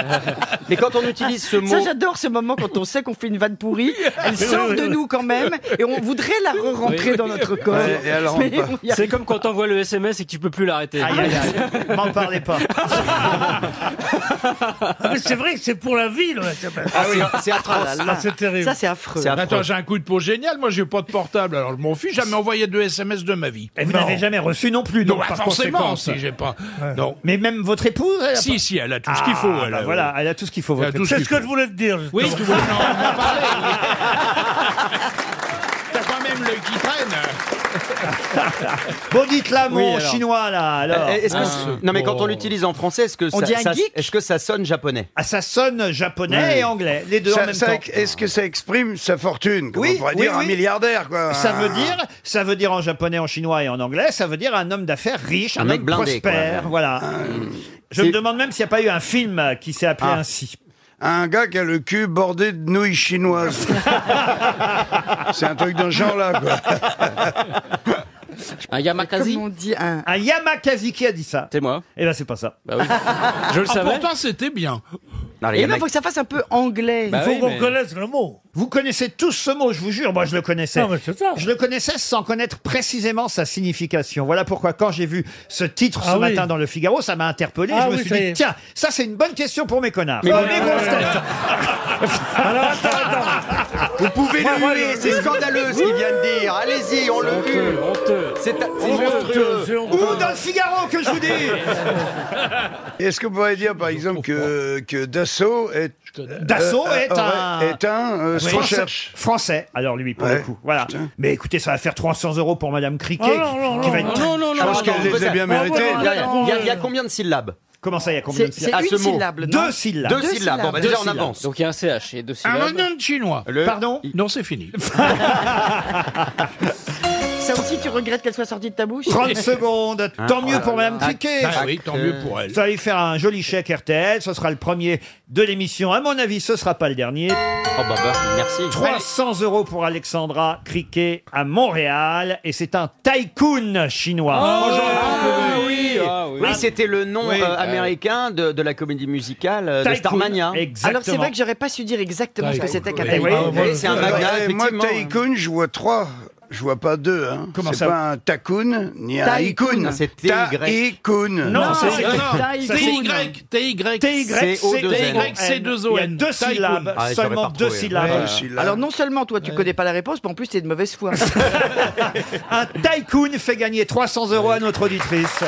Ah, Mais quand on utilise ce mot. Ça, j'adore ce moment quand on sait qu'on fait une vanne pourrie. Elle Oui, sort oui, de oui. nous quand même et on voudrait la re-rentrer Oui. dans notre corps. Ouais, et elle rentre Mais pas. on y arrive C'est comme quand t'envoies le SMS et que tu peux plus l'arrêter. Aïe, aïe, aïe. M'en parlez pas. Ah, mais c'est vrai que c'est pour la vie, le SMS. Ah oui, c'est atroce. Ah, là, là. Ah, c'est terrible. Ça, c'est affreux. C'est affreux. Attends, j'ai un coup de peau génial. Moi, j'ai pas de portable, alors je m'en fiche. Jamais envoyé de SMS de ma vie. Et vous Non. n'avez jamais reçu non plus, Non, donc, bah, par forcément, conséquence. si j'ai pas. Ouais. Non. Mais même votre épouse elle a Si, pas- si, elle a tout ce qu'il faut, Ah, elle bah a- voilà, elle a tout ce qu'il faut. euh, Elle a votre tout ce épouse. qu'il faut. voulais te dire. Oui, tu vois, non, on va parler. T'as quand même l'œil qui traîne. Bon, dites-la, mon Oui, alors. chinois, là, alors. Ah. Euh, est-ce que c'est- non mais Oh. quand on l'utilise en français, est-ce que On ça, dit un ça- geek est-ce que ça sonne japonais Ah, ça sonne japonais Ouais. et anglais, les deux Ça- en même ça temps. ex- Est-ce que ça exprime sa fortune comme Oui, On pourrait oui, dire oui. un milliardaire, quoi. Ça veut dire, ça veut dire en japonais, en chinois et en anglais, ça veut dire un homme d'affaires riche, un, Un mec homme blindé, quoi. prospère, voilà. Ah, Je me demande même s'il n'y a pas eu un film euh, qui s'est appelé Ah. ainsi. Un gars qui a le cul bordé de nouilles chinoises. c'est un truc d'un genre là, quoi. Un Yamakazi on dit un. Un Yamakazi qui a dit ça. C'est moi. Bah Eh ben c'est pas ça. Je le Ah, savais. Pourtant, c'était bien. Non, les Et là, Yamak- il faut que ça fasse un peu anglais. Bah il faut oui, qu'on mais- connaisse. le mot. Vous connaissez tous ce mot, je vous jure, moi je le connaissais. Non, mais c'est ça. Je le connaissais sans connaître précisément sa signification. Voilà pourquoi quand j'ai vu ce titre ce Ah oui. matin dans le Figaro, ça m'a interpellé. Ah je me oui, suis ça y dit, est. tiens, ça c'est une bonne question pour mes connards. Mais Ah, oui. mes grosses Ah, têtes. Vous pouvez Moi, moi, le huer, je- c'est scandaleux ce qu'il vient de dire. Allez-y, on le hue. C'est c'est monstrueux. Ou dans le Figaro que je vous dis Est-ce qu'on pourrait dire, par exemple, que, que Dassault est. Dassault euh, est aurait- un... Est un euh, Oui. recherche. français, français, alors lui, pour le coup. Voilà. Mais écoutez, ça va faire 300 euros pour Madame Criquet, Oh non, non, qui va non, être... non, non, Ah, non, parce non, qu'elle non, les a bien non, méritées. non, Il y a- non, il y a- non. il y a combien de syllabes Comment ça, il y a combien C'est de syllabes à Ah, ce mot. Deux syllabes. Deux syllabes. Bon, bah, déjà, on syllabes. avance. Donc il y a un CH et deux Un oignon de chinois. Le- Pardon Non, c'est fini. Ça aussi, tu regrettes qu'elle soit sortie de ta bouche Euh, 30 secondes. Tant Oh mieux là pour là. Madame Criquet. Bah oui, tant mieux pour elle. Ça va lui faire un joli chèque RTL. Ce sera le premier de l'émission. À mon avis, ce sera pas le dernier. Oh bah, bah, merci. 300 euros pour Alexandra Criquet à Montréal. Et c'est un tycoon chinois. Ah Oh, ah Ah oui, oui c'était le nom Oui. euh, américain de, de la comédie musicale euh, de Tycoon, Starmania. Exactement. Alors, c'est vrai que j'aurais pas su dire exactement ce que c'était qu'un Eh oui, Ah, taïwan. eh, c'est un magnat, Eh, moi, effectivement. Tycoon, je vois trois. Je vois pas deux. Hein. Comment c'est ça pas un Tacoon ni un Tycoon. Icoon. C'est T-Y. Tycoon. Non, c'est Non, Ça, c'est- non. TY. TY. TY, c'est TY, c'est deux O Il y a N. deux Tycoon. syllabes, Ah, j'aurais pas seulement deux retrouvé. hein. syllabes. Ouais. Syllabe. Alors, non seulement toi, tu connais pas la réponse, mais en plus, t'es de mauvaise foi. Un tycoon fait gagner 300 euros à notre auditrice.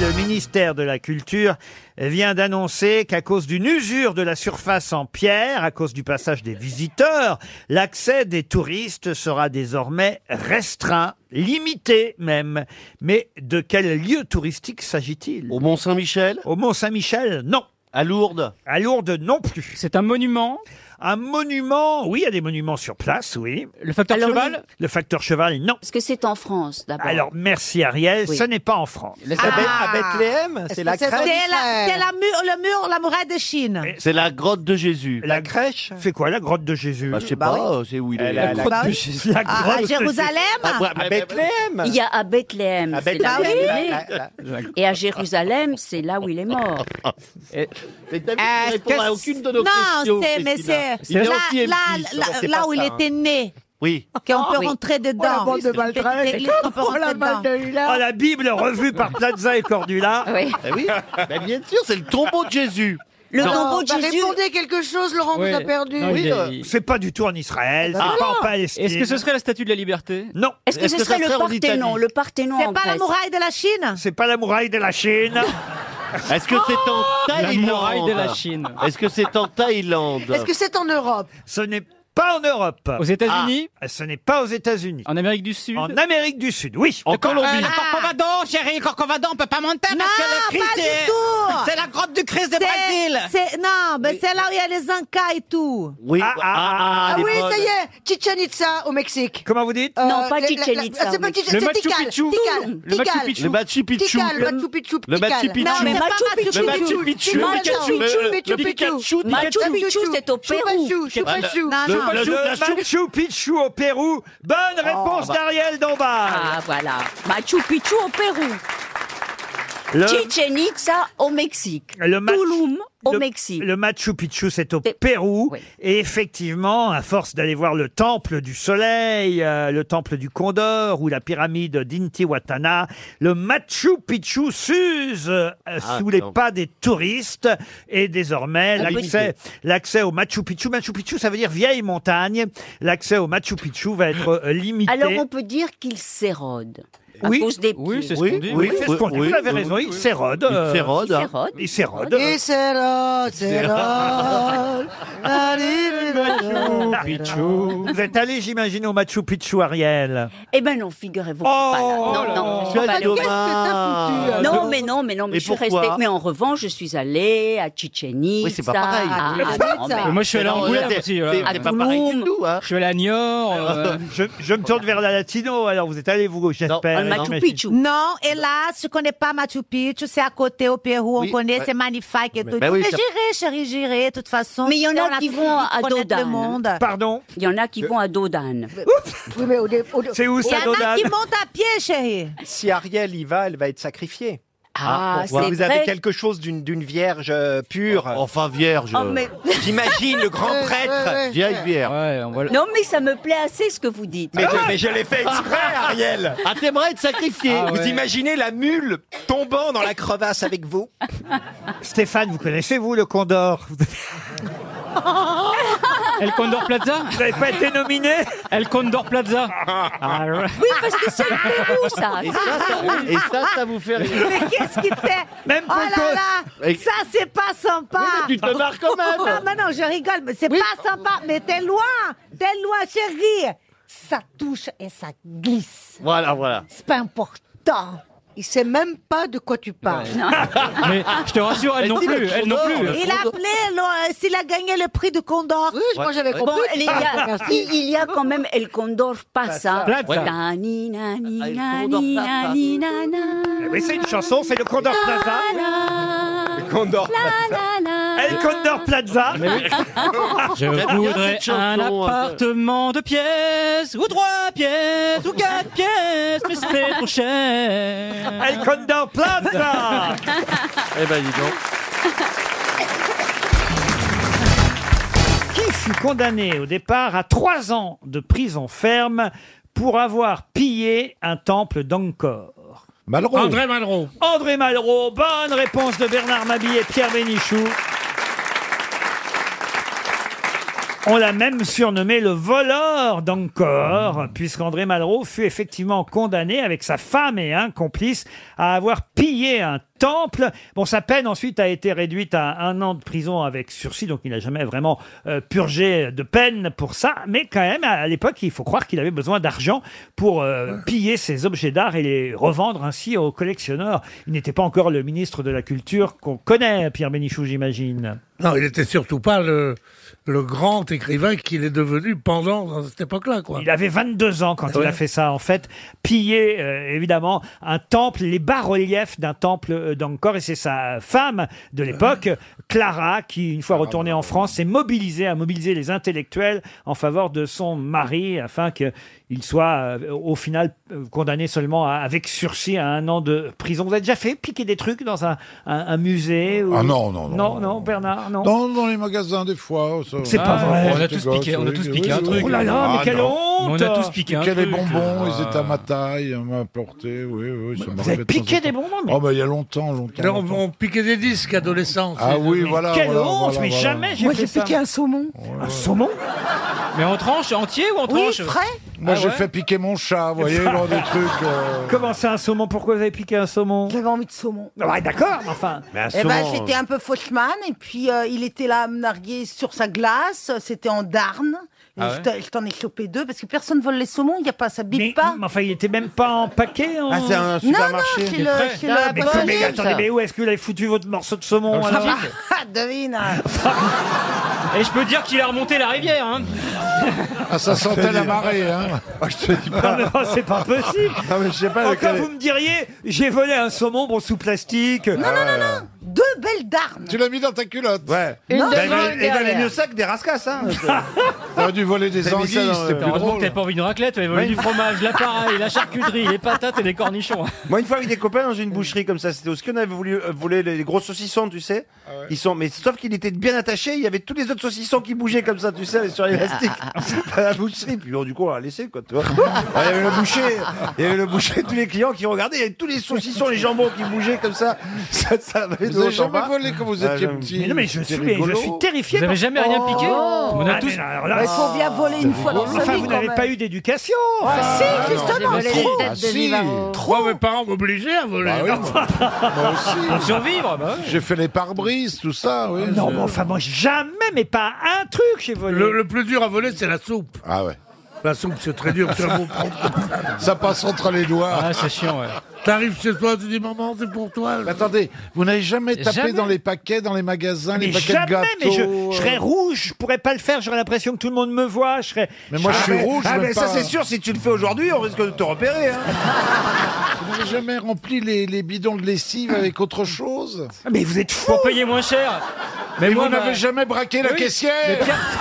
Le ministère de la Culture vient d'annoncer qu'à cause d'une usure de la surface en pierre, à cause du passage des visiteurs, l'accès des touristes sera désormais restreint, limité même. Mais de quel lieu touristique s'agit-il Au Mont-Saint-Michel Au Mont-Saint-Michel, non. À Lourdes À Lourdes, non plus. C'est un monument. Un monument, oui, il y a des monuments sur place, oui. Le facteur Alors, cheval Le facteur cheval, non. Parce que c'est en France d'abord. Alors, merci Ariel, Oui. ce n'est pas en France. Ah. Bethléem, Est-ce que C'est la- c'est la mur- le mur, la muraille de Chine. C'est la grotte de Jésus. La crèche C'est quoi la grotte de Jésus Bah, je sais Bah pas, c'est où il est. Ah, La grotte de Jésus. La Ah, à grotte de Jérusalem Ah, À Bethléhem Il y a à Bethléem. À c'est là où il est né. La- la- Et à Jérusalem, c'est là où il est mort. Mais David, Est-ce tu réponds que à aucune de nos questions. Non, c'est mais Christina. c'est Il est là, anti-MC, là, ça, là, c'est là pas où ça, il hein. était né. Oui. Qu'on Ah peut oui. rentrer dedans. bande de Petite église qu'on peut rentrer dedans. Oh Ah, la Bible revue par Plaza et Cordula. Oui. Eh oui. Bah, bien sûr, c'est le tombeau de Jésus. Le Non. tombeau de Bah, Jésus. Répondez quelque chose, Laurent, vous Ouais. a perdu. Non, il euh, est- C'est pas du tout en Israël, bah, Ah, c'est pas en non. Palestine. Est-ce que ce serait la statue de la liberté Non, Est-ce que Est-ce ce que ça serait le serait en Parthénon Italie Le Parthénon en C'est pas la Grèce. muraille de la Chine c'est pas la muraille de la Chine. Est-ce que c'est en Oh La Thaïlande muraille de la Chine. Est-ce que c'est en Thaïlande Est-ce que c'est en Europe Ce n'est pas en Europe. Aux États-Unis Ah, Ce n'est pas aux États-Unis. En Amérique du Sud En Amérique du Sud, oui. En Euh, la Corcovado, chérie, Corcovado, on peut pas monter parce que le Christ pas est- du tout. C'est la grotte du Christ de C'est- Brésil. c'est- Non, mais c'est là où il y a les Incas et tout. Oui. Ah, ah, ah, Ah les oui, bonnes. ça y est, Chichen Itza au Mexique. Comment vous dites Euh, la- la- la- ah, C'est pas Chichen, Le c'est Machu Tikal, Picchu. Tikal, Le Machu Tikal. Picchu. Le Machu Picchu. Tikal, le Machu Picchu. Le Tikal. Machu Picchu. Non, mais Le pas Machu Machu Picchu. Picchu. Le Machu Picchu. Tikal, Le Machu non. Picchu. Machu Le Picchu. Pikachu. Machu Pikachu. Picchu, c'est au Pérou. Chou, Chupa Chou. Le, Non, le, non. le Machu Picchu au Pérou. Bonne réponse bah. d'Ariel Dombal. Ah voilà, Machu Picchu au Pérou. Le- Chichen Itza au Mexique. Le Machu- au le- Mexique. Le Machu Picchu, c'est au Pérou. Et effectivement, à force d'aller voir le temple du soleil, euh, le temple du Condor ou la pyramide d'Intihuatana, le Machu Picchu s'use euh, sous les donc. pas des touristes. Et désormais, Un l'accès l'accès au Machu Picchu, Machu Picchu, ça veut dire vieille montagne. L'accès au Machu Picchu va être euh, limité. Alors on peut dire qu'il s'érode. À Oui. cause des pieds. Oui, c'est ce qu'on dit. oui, Vous avez oui, raison, il s'érode. Il euh, s'érode, hein. Il s'érode. Et c'est là, c'est là. Ah. Vous êtes allé, j'imagine, au Machu Picchu, Ariel. Eh ben non, figurez-vous. Oh pas là. là Non, non, je suis là. pas allée au- Qu'est-ce que t'as foutu, alors Non, mais non, mais non, mais Et je suis pourquoi restée. Mais en revanche, je suis allée à Chichen Itza. Oui, c'est pas pareil. à- Mais à- c'est non, ça. mais- Mais Moi, je suis allé en Alors, Guyane c'est- aussi. c'est- euh, c'est pas pareil du Tulum. tout, hein. Je suis allé à Niort. Ah. euh, je, je me tourne vers la Latino, alors vous êtes allé, vous, j'espère. j'imagine. Non, hélas, je connais pas Machu Picchu, c'est à côté au Pérou, Oui, on connaît, ouais. c'est magnifique et tout. ben oui, mais ça- j'irai, chérie, j'irai, de toute façon. Mais il y en on a qui fini vont de à connaître Dodane. Le monde. Pardon Il y en a qui vont à Dodane. Oui, mais au dé- au dé- C'est où Il y en a qui montent à pied, chérie. Si Ariel y va, elle va être sacrifiée. Ah, Pourquoi c'est Vous avez vrai. quelque chose d'une d'une vierge euh, pure. Enfin, vierge. Oh, mais- J'imagine le grand Ouais, ouais, prêtre. ouais. Vieille vierge. Non, mais ça me plaît assez ce que vous dites. Mais je, mais je l'ai fait exprès, Ariel. Ah, t'aimerais être sacrifié. Ah, Vous imaginez la mule tombant dans la crevasse avec vous Stéphane, vous connaissez, vous, le Condor El Condor Plaza Vous n'avez pas été nominé El Condor Plaza Ah, Oui, parce que c'est le Pérou, ça. Et ça, ça- et ça, ça vous fait rire. Mais qu'est-ce qui fait Même Oh Coco- là là Et- Ça, c'est pas sympa Oui, mais tu te marres quand même. Non, mais non, je rigole, mais c'est pas sympa Mais t'es loin T'es loin, chérie Ça touche et ça glisse Voilà, voilà. C'est pas important Il sait même pas de quoi tu parles Mais je te rassure, elle non Mais dis le plus, elle non Condor, plus. le Il a appelé le- s'il a gagné le prix du Condor Oui, moi, j'avais Bon, il y, a, il- il y a quand même El Condor hein. Passa. Plaza. Na, ni, na, ni, El na, Ah, Condor ni, Plaza. na, ni, na, na. Eh Oui, c'est une chanson, c'est le Condor Plaza. La, Le Condor la, la. El Condor Plaza. Je J'aime bien voudrais cette un chanson, euh, un peu. appartement de pièces, ou trois pièces, ou quatre pièces, mais c'est trop cher. El Condor Plaza Eh ben, dis donc. qui fut condamné au départ à trois ans de prison ferme pour avoir pillé un temple d'Angkor. Malraux. André Malraux. André Malraux, bonne réponse de Bernard Mabille et Pierre Bénichou. On l'a même surnommé le voleur d'Angkor, puisqu'André Malraux fut effectivement condamné avec sa femme et un complice à avoir pillé un temple. Bon, sa peine ensuite a été réduite à un an de prison avec sursis, donc il n'a jamais vraiment euh, purgé de peine pour ça. Mais quand même, à l'époque, il faut croire qu'il avait besoin d'argent pour euh, piller ses objets d'art et les revendre ainsi aux collectionneurs. Il n'était pas encore le ministre de la Culture qu'on connaît, Pierre Bénichou, j'imagine. Non, il était surtout pas le, le grand écrivain qu'il est devenu pendant dans cette époque-là, quoi. Il avait 22 ans quand Ouais. il a fait ça, en fait. Piller, euh, évidemment, un temple, les bas-reliefs d'un temple euh, d'Angkor. Et c'est sa femme de l'époque, Clara, qui, une fois Ah, retournée en France, s'est mobilisée, a mobilisé les intellectuels en faveur de son mari, afin qu'il soit, euh, au final, euh, condamné seulement à- avec sursis à un an de prison. Vous avez déjà fait piquer des trucs dans un, un- un musée ou- Ah non, non, non, Non, non, Bernard, non. Dans, dans les magasins, des fois. ça- C'est pas vrai. quand Ah, On a j'étais tous gosse, piqué- on a oui, tous oui, piqué oui, un oui. truc. Oh là là, mais Ah quelle non. honte. Mais on a tous piqué un Piqué les truc. bonbons, Ah. ils étaient à ma taille, on m'a porté, oui, oui. ça m'arrivait avez de temps piqué en temps. des bonbons, Oh, bah, il y a longtemps, longtemps. Alors, longtemps. on, on piquait des disques adolescents. Ah c'est- oui, voilà. voilà, voilà, voilà. Moi, j'ai piqué un saumon. Un saumon Mais en tranche, entier ou en Oui, tranche frais. Moi, Ah j'ai ouais fait piquer mon chat, vous voyez, genre des trucs. euh, Comment c'est un saumon Pourquoi vous avez piqué un saumon Ah J'avais envie de saumon. Ouais, d'accord, mais enfin. Eh ben, j'étais un peu faucheman, et puis euh, il était là à me narguer sur sa glace, c'était en Darn. Et Ah je ouais t'en- je t'en ai chopé deux, parce que personne vole les saumons, il y a pas, ça bip pas. Mais enfin, il était même pas en paquet. en- Ah, c'est un Non, supermarché. non, c'est Il est le- frais. Ah, c'est le mais, bonnet, mais ça. attendez, mais où est-ce que vous avez foutu votre morceau de saumon Ah alors Ah. bah, devine Et je peux dire qu'il a remonté la rivière. Hein. Ah, ça sentait la marée, hein. Ah, je te dis pas. Non, mais oh, c'est pas possible. Non, mais je sais pas. Encore lequel est- vous me diriez, j'ai volé un saumon bon sous plastique. Non, non, non, non. Deux belles darnes. Tu l'as mis dans ta culotte. Ouais. Bah, Une Non, devant, mais- une et valait derrière. mieux ça que des rascasses, hein. T'aurais dû voler des anguilles, hein, c'était plus Heureusement drôle. que t'as pas envie d'une raclette, t'avais volé Ouais. du fromage, l'appareil, la charcuterie, les patates et les cornichons. Moi, une fois avec des copains dans une boucherie comme ça, c'était au ski, on avait voulu euh, voler les gros saucissons, tu sais. Ah Ils sont, mais sauf qu'il était bien attaché, il y avait tous les autres saucissons qui bougeaient comme ça, tu sais, sur l'élastique. Ah, à Ah, la boucherie, puis bon, du coup, on l'a laissé, quoi, tu vois. Alors, il y avait le boucher, il y avait le boucher, tous les clients qui regardaient, il y avait tous les saucissons, les jambons qui bougeaient comme ça. Ça, ça avait Vous de haut avez en jamais bas. volé quand vous Ah, étiez jamais. petit. Mais non, mais je C'était suis, mais je rigolo. suis terrifié. Vous avez parce- jamais rien piqué Oh. On a Ah, tous- mais alors là, Il faut bien voler une fois dans sa Enfin, vie, vous quand n'avez même. pas eu d'éducation. Ah, enfin. si, Ah, non. justement, J'ai volé trop. les têtes de Vivaro. Trois, mes parents m'obligeaient à voler. hein. Bah oui, moi. Moi aussi. Pour survivre, bah ouais. J'ai fait les pare-brises, tout ça, oui. Ah Non, mais enfin, moi, jamais, mais pas un truc, j'ai volé. Le, le plus dur à voler, c'est la soupe. Ah ouais. La soupe, c'est très dur. tu vas vous prendre. Ça passe entre les doigts. Ah, c'est chiant, ouais. T'arrives chez toi, tu dis, maman, c'est pour toi. Mais attendez, vous n'avez jamais tapé Jamais. dans les paquets, dans les magasins, Mais les Euh, paquets de jamais, gâteaux mais je, euh, je serais rouge, je pourrais pas le faire, j'aurais l'impression que tout le monde me voit, je serais. Mais moi, je suis rouge, Ah, même mais ça, pas. c'est sûr, si tu le fais aujourd'hui, on risque de te repérer, hein. Vous n'avez jamais rempli les, les bidons de lessive avec autre chose Mais vous êtes fou Pour payer moins cher. Mais, moi, vous bah, ma- n'avez jamais braqué la Oui, caissière mais Pierre-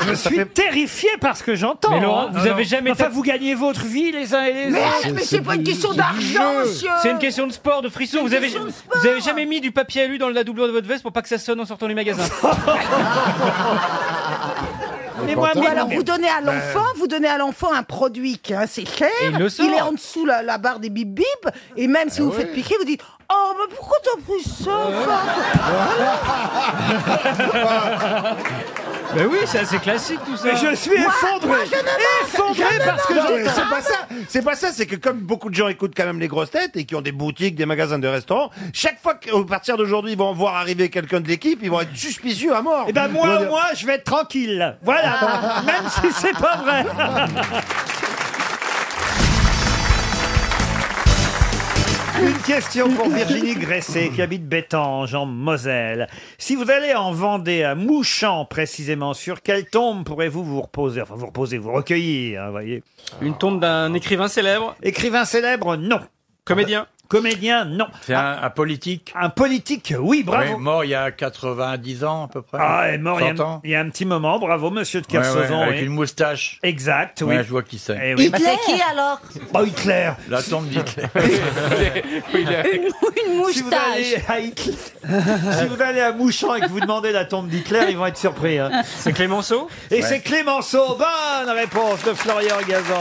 Je suis terrifié par ce que j'entends. hein. Mais Laurent, vous avez jamais Enfin, tapé- vous gagnez votre vie les uns et les Mais- autres. mais c'est pas une question du d'argent, jeu. monsieur. C'est une question de sport, de frisson. Vous avez, vous avez jamais mis du papier à dans la doublure de votre veste pour pas que ça sonne en sortant du magasin. Mais moi, Pantin, mais non, alors mais- vous donnez à Bah, l'enfant, vous donnez à l'enfant un produit qui est assez cher. Et il le sort. est en dessous la, la barre des bip bip. Et même si vous faites piquer, vous dites oh mais pourquoi t'as pris ça Mais oui, c'est assez classique tout ça. Mais je suis Moi, effondré. moi, je ne marche- effondré je ne parce que marche- j'ai- C'est pas ça, c'est pas ça, c'est que comme beaucoup de gens écoutent quand même les grosses têtes et qui ont des boutiques, des magasins, des restaurants, chaque fois qu'au partir d'aujourd'hui ils vont voir arriver quelqu'un de l'équipe, ils vont être suspicieux à mort. Eh ben moi, au moins, je vais être tranquille. Voilà, même si c'est pas vrai. Une question pour Virginie Gressé qui habite Bétange en Moselle. Si vous allez en Vendée à Mouchamp précisément, sur quelle tombe pourrez-vous vous reposer Enfin vous reposer, vous recueillir, hein, voyez. Une tombe d'un écrivain célèbre Écrivain célèbre, non. Comédien Comédien, non. C'est un, un politique. Un politique, oui, bravo. Oui, mort il y a 90 ans à peu près. Ah, est mort il y, 100 ans. a, il y a un petit moment, bravo monsieur de Ouais, ouais, Kersauzon. avec oui. une moustache. Exact, oui. Ouais, je vois qui c'est. Eh oui. c'est qui alors Bah, Hitler. La tombe d'Hitler. Une Si vous, allez à Hitler- si vous allez à Mouchamp et que vous demandez la tombe d'Hitler, ils vont être surpris. hein. C'est Clémenceau Et c'est Clémenceau. Bonne réponse de Florian Gazan.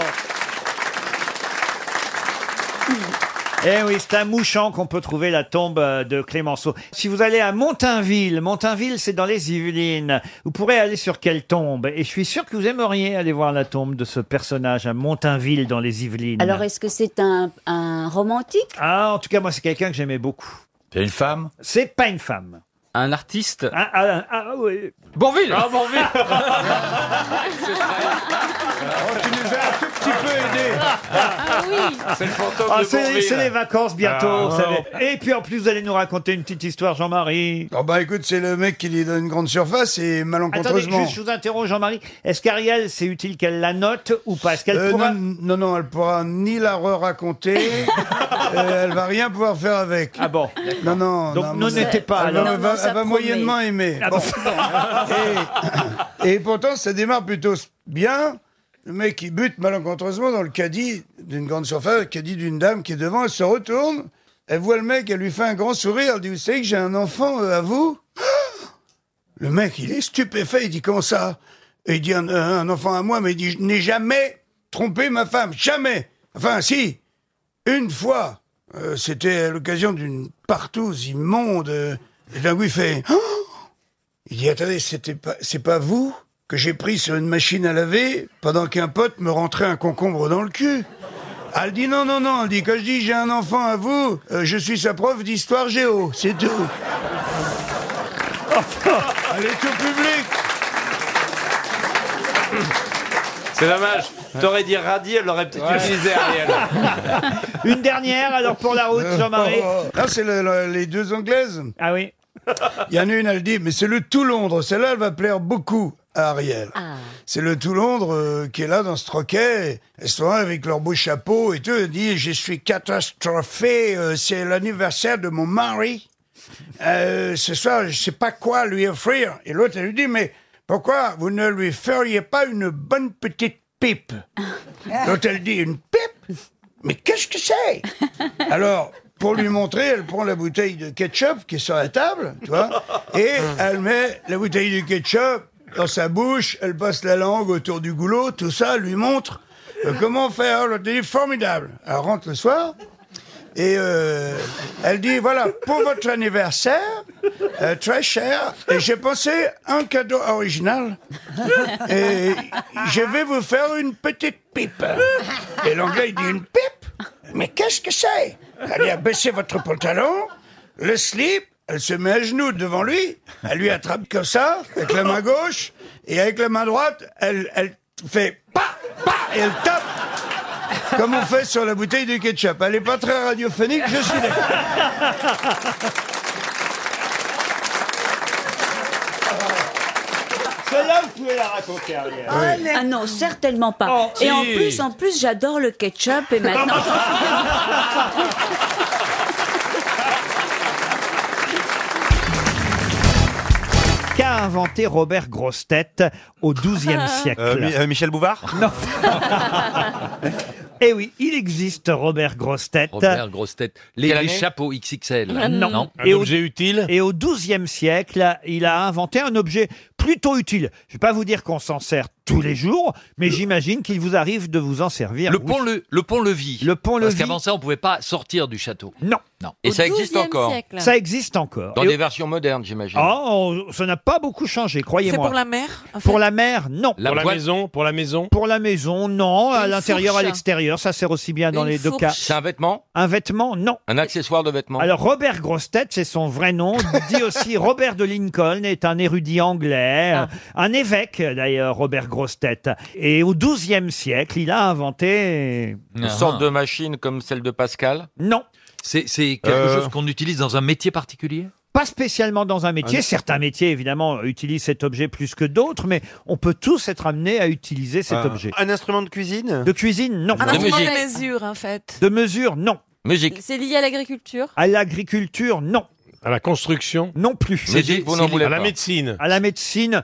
Eh oui, c'est à Mouchamp qu'on peut trouver la tombe euh, de Clémenceau. Si vous allez à Montainville, Montainville, c'est dans les Yvelines. Vous pourrez aller sur quelle tombe Et je suis sûr que vous aimeriez aller voir la tombe de ce personnage à Montainville dans les Yvelines. Alors, est-ce que c'est un, un romantique Ah, en tout cas, moi, c'est quelqu'un que j'aimais beaucoup. C'est une femme C'est pas une femme. Un artiste Ah, ah, ah, ah, oui. Bourvil Ah, Bourvil tu nous as un tout petit peu aidés. Ah oui C'est le fantôme Ah, de c'est Bourville. c'est les vacances bientôt, Ah, vous savez. Et puis en plus, vous allez nous raconter une petite histoire, Jean-Marie. Oh bah écoute, c'est le mec qui lui donne une grande surface et Attendez, malencontreusement. juste, je vous interroge, Jean-Marie. Est-ce qu'Ariel, c'est utile qu'elle la note ou pas Est-ce qu'elle Euh, pourra. non, non, non, elle pourra ni la re-raconter, euh, elle va rien pouvoir faire avec. Ah bon Non, non. Donc, non, non, mais- n'était pas, Elle va, alors. elle va- Non, non, ça elle va promet. moyennement aimer. Ah Bon. bon. et, et pourtant, ça démarre plutôt s- bien. Le mec, il bute malencontreusement dans le caddie d'une grande surface, le caddie d'une dame qui est devant, elle se retourne, elle voit le mec, elle lui fait un grand sourire, elle dit, vous savez que j'ai un enfant euh, à vous le mec, il est stupéfait. Il dit comment ça Et il dit un, un enfant à moi, mais il dit je n'ai jamais trompé ma femme, jamais. Enfin, si, une fois. Euh, C'était à l'occasion d'une partouze immonde. Et d'un coup, il fait. Oh il dit attendez, c'était pas, c'est pas vous que j'ai pris sur une machine à laver pendant qu'un pote me rentrait un concombre dans le cul. Elle dit non, non, non, elle dit quand je dis j'ai un enfant à vous, euh, je suis sa prof d'histoire géo, c'est tout. elle est tout public. C'est dommage. T'aurais dit radis, elle l'aurait peut-être utilisé, Ariel. Une dernière, alors, pour la route, Jean-Marie. Là, Ah, c'est le- le- les deux Anglaises. Ah oui Il y en a une, elle dit, mais c'est le tout Londres. Celle-là, elle va plaire beaucoup à Ariel. C'est le tout Londres euh, qui est là dans ce troquet. Elles sont là avec leur beau chapeau et tout. Elle dit, je suis catastrophée. euh, c'est l'anniversaire de mon mari. Euh, ce soir, je sais pas quoi lui offrir. Et l'autre, elle lui dit, mais pourquoi vous ne lui feriez pas une bonne petite pipe Ah, L'autre, elle dit, une pipe Mais qu'est-ce que c'est Alors, pour lui montrer, elle prend la bouteille de ketchup qui est sur la table, tu vois, et elle met la bouteille de ketchup dans sa bouche, elle passe la langue autour du goulot, tout ça, elle lui montre euh, comment faire. L'autre dit, formidable. Elle rentre le soir, et euh, elle dit voilà pour votre anniversaire euh, très cher et j'ai pensé un cadeau original et je vais vous faire une petite pipe et l'anglais il dit une pipe mais qu'est-ce que c'est elle dit abaissez votre pantalon le slip elle se met à genoux devant lui elle lui attrape comme ça avec la main gauche et avec la main droite elle elle fait pa pa et elle tape comme on fait sur la bouteille de ketchup. Elle n'est pas très radiophonique, je suis d'accord. Celle-là, vous pouvez la raconter, Ariel. Ah non, certainement pas. si. et en plus, en plus, j'adore le ketchup et maintenant. Qu'a inventé Robert Grostet au XIIe siècle Euh, Mi- euh, Michel Bouvard Non. Eh oui, il existe Robert Grostet. Robert, grosse tête. Les, Quelle les année Ah, chapeaux XXL. Non. Et au... utile Et au XIIe siècle, il a inventé un objet plutôt utile. Je ne vais pas vous dire qu'on s'en sert tous les jours, mais j'imagine qu'il vous arrive de vous en servir. Le oui. pont, le, le pont levis. Le pont Parce levis. qu'avant ça, on pouvait pas sortir du château. Non. Non. Et ça existe encore. Ça existe encore. Dans Et- des versions modernes, j'imagine. Oh, ça n'a pas beaucoup changé, croyez-moi. mer Pour la mer, non. La Pour la boîte- maison, pour la maison. Pour la maison, non. À Une l'intérieur, à fourche. l'extérieur, ça sert aussi bien dans Une les deux fourche. cas. C'est un vêtement Un vêtement, non. Un accessoire de vêtement. Hein Alors Robert Grostet, c'est son vrai nom, dit aussi Robert de Lincoln, est un érudit anglais, un évêque d'ailleurs, Robert Grostet. Et au XIIe siècle, il a inventé... Ah Une sorte de machine comme celle de Pascal Ah. Non. C'est c'est quelque Euh. chose qu'on utilise dans un métier particulier Pas spécialement dans un métier. Ah. Certains métiers, évidemment, utilisent cet objet plus que d'autres, mais on peut tous être amenés à utiliser cet Ah. objet. Un instrument de cuisine De cuisine, non. Un instrument Ah, de mesure, en fait. De mesure, non. Musique. C'est lié à l'agriculture. À l'agriculture, non. À la construction Non plus. C'est dit, vous n'en voulez À la pas. médecine À la médecine.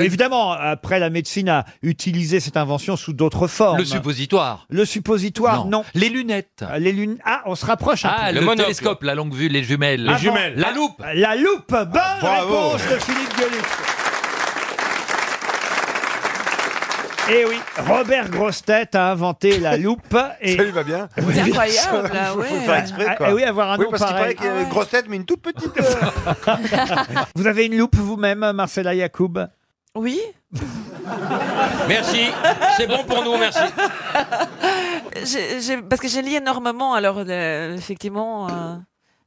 Évidemment, après, la médecine a utilisé cette invention sous d'autres formes. Le suppositoire. Le suppositoire, non. Les lunettes. Les lunettes. Ah, on se rapproche un Ah, peu. le, télescope, la longue vue, les jumelles. Ah, Avant- La loupe. La loupe. Bonne bravo. réponse de Philippe Gueluc. Eh oui, Robert Grostet a inventé la loupe. Et... Ça lui va bien. C'est incroyable, là, ouais. Ah Faut le faire exprès, quoi. Ah, eh oui, avoir un oui, nom parce qu'il pareil. paraît qu'il y a une grosse tête, mais une toute petite. euh, Vous avez une loupe vous-même, Marcella Yacoub Oui. Merci. C'est bon pour nous, merci. J'ai- j'ai- parce que j'ai lié énormément, alors euh, effectivement, euh,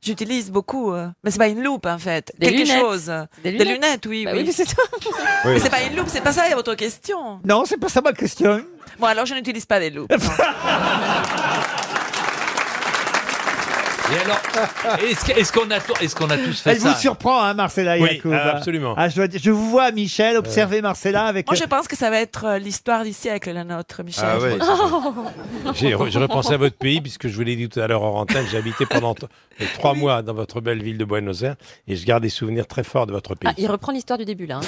j'utilise beaucoup. euh. mais c'est pas une loupe en fait. Des Quelque lunettes. chose. Des Des lunettes. lunettes, oui. Bah oui, oui. mais c'est toi. Oui. Mais c'est pas une loupe, c'est pas ça votre question. Non, c'est pas ça ma question. Bon, alors je n'utilise pas des loupes. Et alors, est-ce que- est-ce qu'on a, to- est-ce qu'on a tous fait Elle ça vous surprend, hein, Marcella Oui, Yacoub. euh, absolument. Euh. Ah, je, dois dire- je vous vois, Michel, observer Marcella avec. Moi, je pense que ça va être euh, l'histoire du siècle, la nôtre, Michel. Ah ouais, Oh. J'ai re- je repensais à votre pays, puisque je vous l'ai dit tout à l'heure en antenne, j'ai habité pendant t- euh, trois mois dans votre belle ville de Buenos Aires, et je garde des souvenirs très forts de votre Ah, pays. il reprend l'histoire du début là.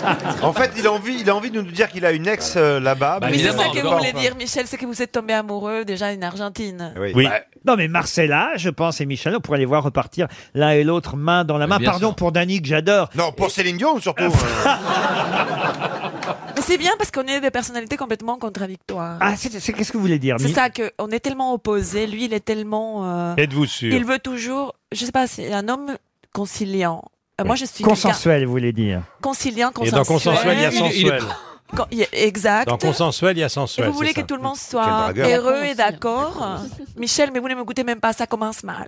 Ah, en fait, il a envie, il a envie de nous dire qu'il a une ex euh, là-bas. Bah, Mais c'est ça que vous voulez dire, Michel, c'est que vous êtes tombé amoureux déjà en Argentine. Oui. Non, mais Marcella, je pense, et Michel, on pourrait les voir repartir l'un et l'autre main dans la main. bien Pardon pour Dany que j'adore. Non, pour Céline Dion surtout. Mais c'est bien parce qu'on est des personnalités complètement contradictoires. hein. Ah, c'est c'est- qu'est-ce que vous voulez dire C'est Mi- ça que on est tellement opposés. Lui, il est tellement. euh, Êtes-vous sûr Il veut toujours. Je sais pas. C'est un homme conciliant. Euh, moi, je suis quelqu'un- Consensuel, vous voulez dire. Conciliant, Et consensuel. dans consensuel, il y a Il est- sensuel. Quand- il y a- Exact. Dans consensuel, il y a Et sensuel. vous voulez c'est que ça. tout le monde Quel soit dragueur. heureux et d'accord Michel, mais vous ne me goûtez même pas, ça commence mal.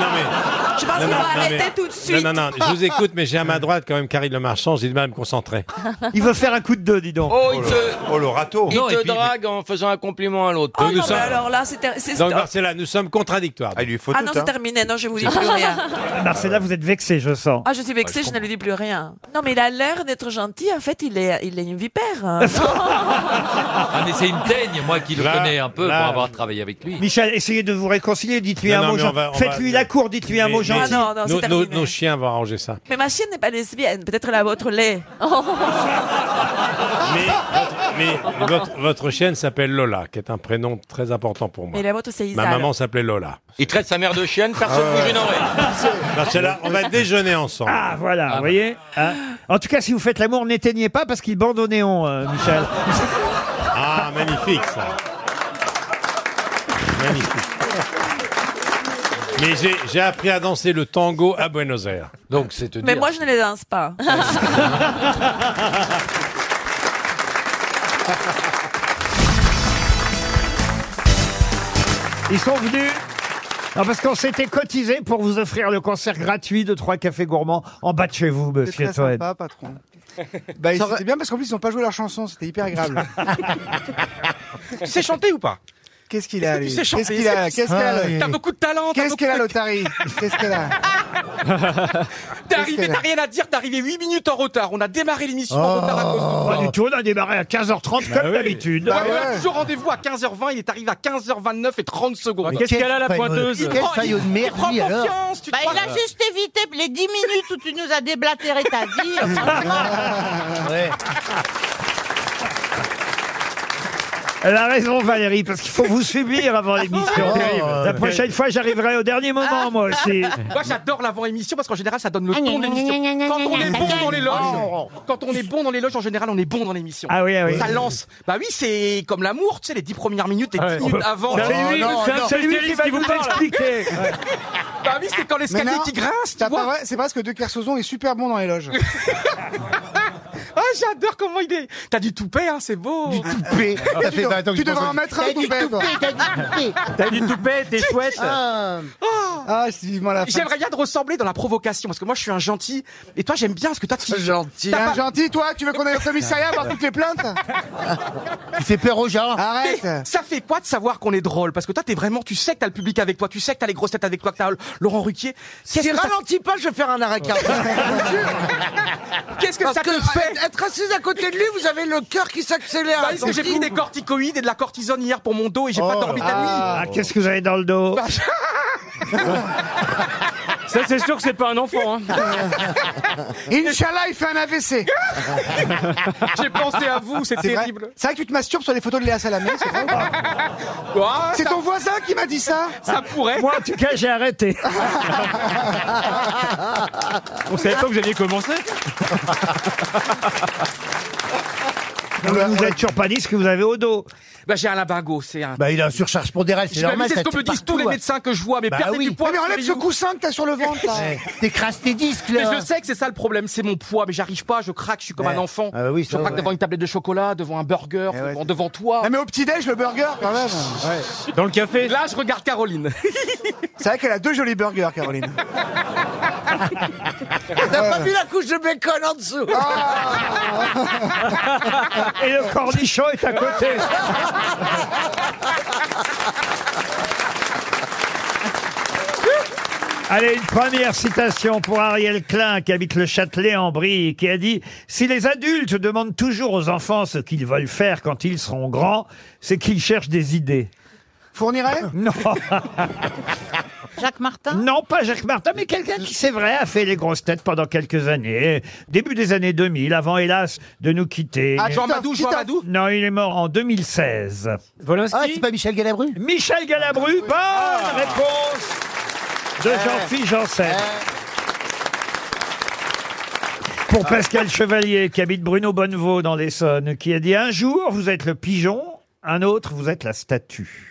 Non, non, mais. Je pense Non, qu'on non, va non, arrêter mais- tout de suite. Non, non, non, je vous écoute, mais j'ai à ma droite quand même Karine Le Marchand, j'ai du mal à me concentrer. Il veut faire un coup de deux, dis donc. Oh, il le- te- oh, le râteau. Il Non, et te puis- drague en faisant un compliment à l'autre. Oh non, mais alors là, c'est ter- c'est- Donc Marcella, nous sommes contradictoires. Ah, il lui faut hein. Ah non, c'est terminé, non, je vous dis plus rien. Marcella, vous êtes vexée, je sens. Ah, je suis vexée, je, ne lui dis plus rien. Non, mais il a l'air d'être gentil, en fait, il est, il est une vipère. hein. Ah, mais c'est une teigne, moi qui le connais un peu pour avoir travaillé avec lui. Michel, essayez de vous réconcilier, dites-lui Non, un non, mot mais on gentil. va- on va- Faites-lui la cour, dites-lui un Mais- mot mais- gentil. Ah non, non, c'est nos, nos- terminé. Ah nos chiens vont arranger ça. mais ma chienne n'est pas lesbienne, peut-être la vôtre l'est. Mais, Mais votre, votre chienne s'appelle Lola, qui est un prénom très important pour moi. la vôtre, c'est Isal. Ma maman s'appelait Lola. Il traite sa mère de chienne, personne ne bouge une oreille. Marcella, on va déjeuner ensemble. Ah, voilà, vous voyez hein. En tout cas, si vous faites l'amour, n'éteignez pas parce qu'il bande au néon, euh, Michel. Ah, magnifique ça. Magnifique. Mais j'ai- j'ai appris à danser le tango à Buenos Aires. Donc c'est te Mais moi, je ne les danse pas. Ils sont venus. Non, parce qu'on s'était cotisé pour vous offrir le concert gratuit de trois cafés gourmands en bas de chez vous, C'est monsieur très Toen. sympa, patron. Bah, et c'était bien parce qu'en plus, ils n'ont pas joué leur chanson, c'était hyper agréable. tu sais chanter ou pas Qu'est-ce qu'il a, Est-ce que tu lui sais chanter Qu'est-ce qu'il a Qu'est-ce qu'elle Ah, a oui. T'as beaucoup de talent Qu'est-ce qu'elle a, l'Otari Qu'est-ce qu'elle a T'es arrivé, t'as rien à dire, t'es arrivé 8 minutes en retard. On a démarré l'émission en retard à cause de toi. Pas du tout, Oh. on a démarré à 15h30 Bah comme d'habitude. Bah Bah Ouais, on a toujours rendez-vous à 15h20, il est arrivé à 15h29 et 30 secondes. Mais qu'est-ce qu'elle a, la pointeuse Il Quel prend- faillot de il- merde, il prend lui, alors confiance, tu te Bah, crois- il a juste évité les 10 minutes où tu nous as déblatéré ta vie. Elle a raison, Valérie, parce qu'il faut vous subir avant l'émission. Ah, C'est terrible. Ah. La prochaine fois, j'arriverai au dernier moment, moi aussi. Moi j'adore l'avant-émission parce qu'en général ça donne le ton de l'émission. Quand on est bon dans les loges, quand on est bon dans les loges, en général on est bon dans l'émission. Ah oui, ah oui. Ça lance. Bah oui, c'est comme l'amour, tu sais, les 10 premières minutes, les 10 minutes avant. C'est lui, c'est- c'est lui qui va nous expliquer. Bah oui, c'est quand l'escalier Mais non, qui grince, tu t'as pas vois. vrai- C'est parce que De Kersauzon est super bon dans les loges. Ah, j'adore comment il est. T'as du toupet, hein, c'est beau. Du toupet. Ça fait 20 ans que je pense à- T'as du toupet, T'as du toupet. T'as du toupet, t'es chouette. Ah, ah c'est vivement la fin. J'aimerais bien te ressembler dans la provocation, parce que moi je suis un gentil, et toi j'aime bien parce que toi tu. Gentil. T'es un hein, gentil, toi Tu veux qu'on aille au commissariat par toutes les plaintes Tu fais peur aux gens. Arrête. Ça fait quoi de savoir qu'on est drôle Parce que toi, t'es vraiment, tu sais que t'as le public avec toi, tu sais que t'as les grosses têtes avec toi, que t'as Laurent Ruquier. Si ralentis pas, je vais faire un arrêt Qu'est-ce que Parce ça te que, fait Être assise à côté de lui, vous avez le cœur qui s'accélère. Bah, parce que j'ai pris des corticoïdes et de la cortisone hier pour mon dos et j'ai pas dormi de la nuit. Ah, qu'est-ce que vous avez dans le dos Bah, Ça, c'est sûr que c'est pas un hein. enfant. Inch'Allah, il fait un AVC. J'ai pensé à vous, c'est vrai. terrible. Ah. C'est vrai que tu te masturbes sur les photos de Léa Salamé, c'est vrai ou pas C'est ton voisin qui m'a dit ça hein, Ça pourrait. Moi, en tout cas, j'ai arrêté. On savait pas que vous aviez commencé. Vous n'avez toujours pas dit ce que vous avez au dos. Bah, j'ai un lumbago, c'est un. Bah, il a une surcharge pondérale, Je c'est m'amuse, normal. c'est ce ça que me tue disent tous les partout, médecins que je vois, mais Bah perdez oui. du poids. Eh, Mais enlève ce soyez-vous. coussin que t'as sur le ventre. là. Ouais. T'écrases tes disques, Mais là. je sais que c'est ça le problème, c'est mon poids, mais j'arrive pas, je craque, je suis comme Ouais. un enfant. Ah bah oui, je ça, craque ouais. Eh devant une tablette de chocolat, devant un burger, devant, devant toi. Ah, mais au petit-déj, le burger, quand même. Dans le café. Là, je regarde Caroline. C'est vrai qu'elle a deux jolis burgers, Caroline. Ah, T'as pas vu la couche de bacon en dessous Ah. Et le cornichon est à côté. Allez, une première citation pour Ariel Klein, qui habite le Châtelet en Brie, qui a dit « Si les adultes demandent toujours aux enfants ce qu'ils veulent faire quand ils seront grands, c'est qu'ils cherchent des idées. » Fournirait Non. Jacques Martin Non, pas Jacques Martin, mais quelqu'un qui, c'est vrai, a fait les grosses têtes pendant quelques années. Début des années 2000, avant, hélas, de nous quitter. Ah, Jean Madou, Jean Madou Non, il est mort en 2016. Ah, c'est pas Michel Galabru Michel Galabru, bonne réponse de Euh. Jean-Philippe Janssen. Pour Pascal Chevalier, qui habite Bruno Bonnevaux dans l'Essonne, qui a dit Un jour, vous êtes le pigeon, un autre, vous êtes la statue.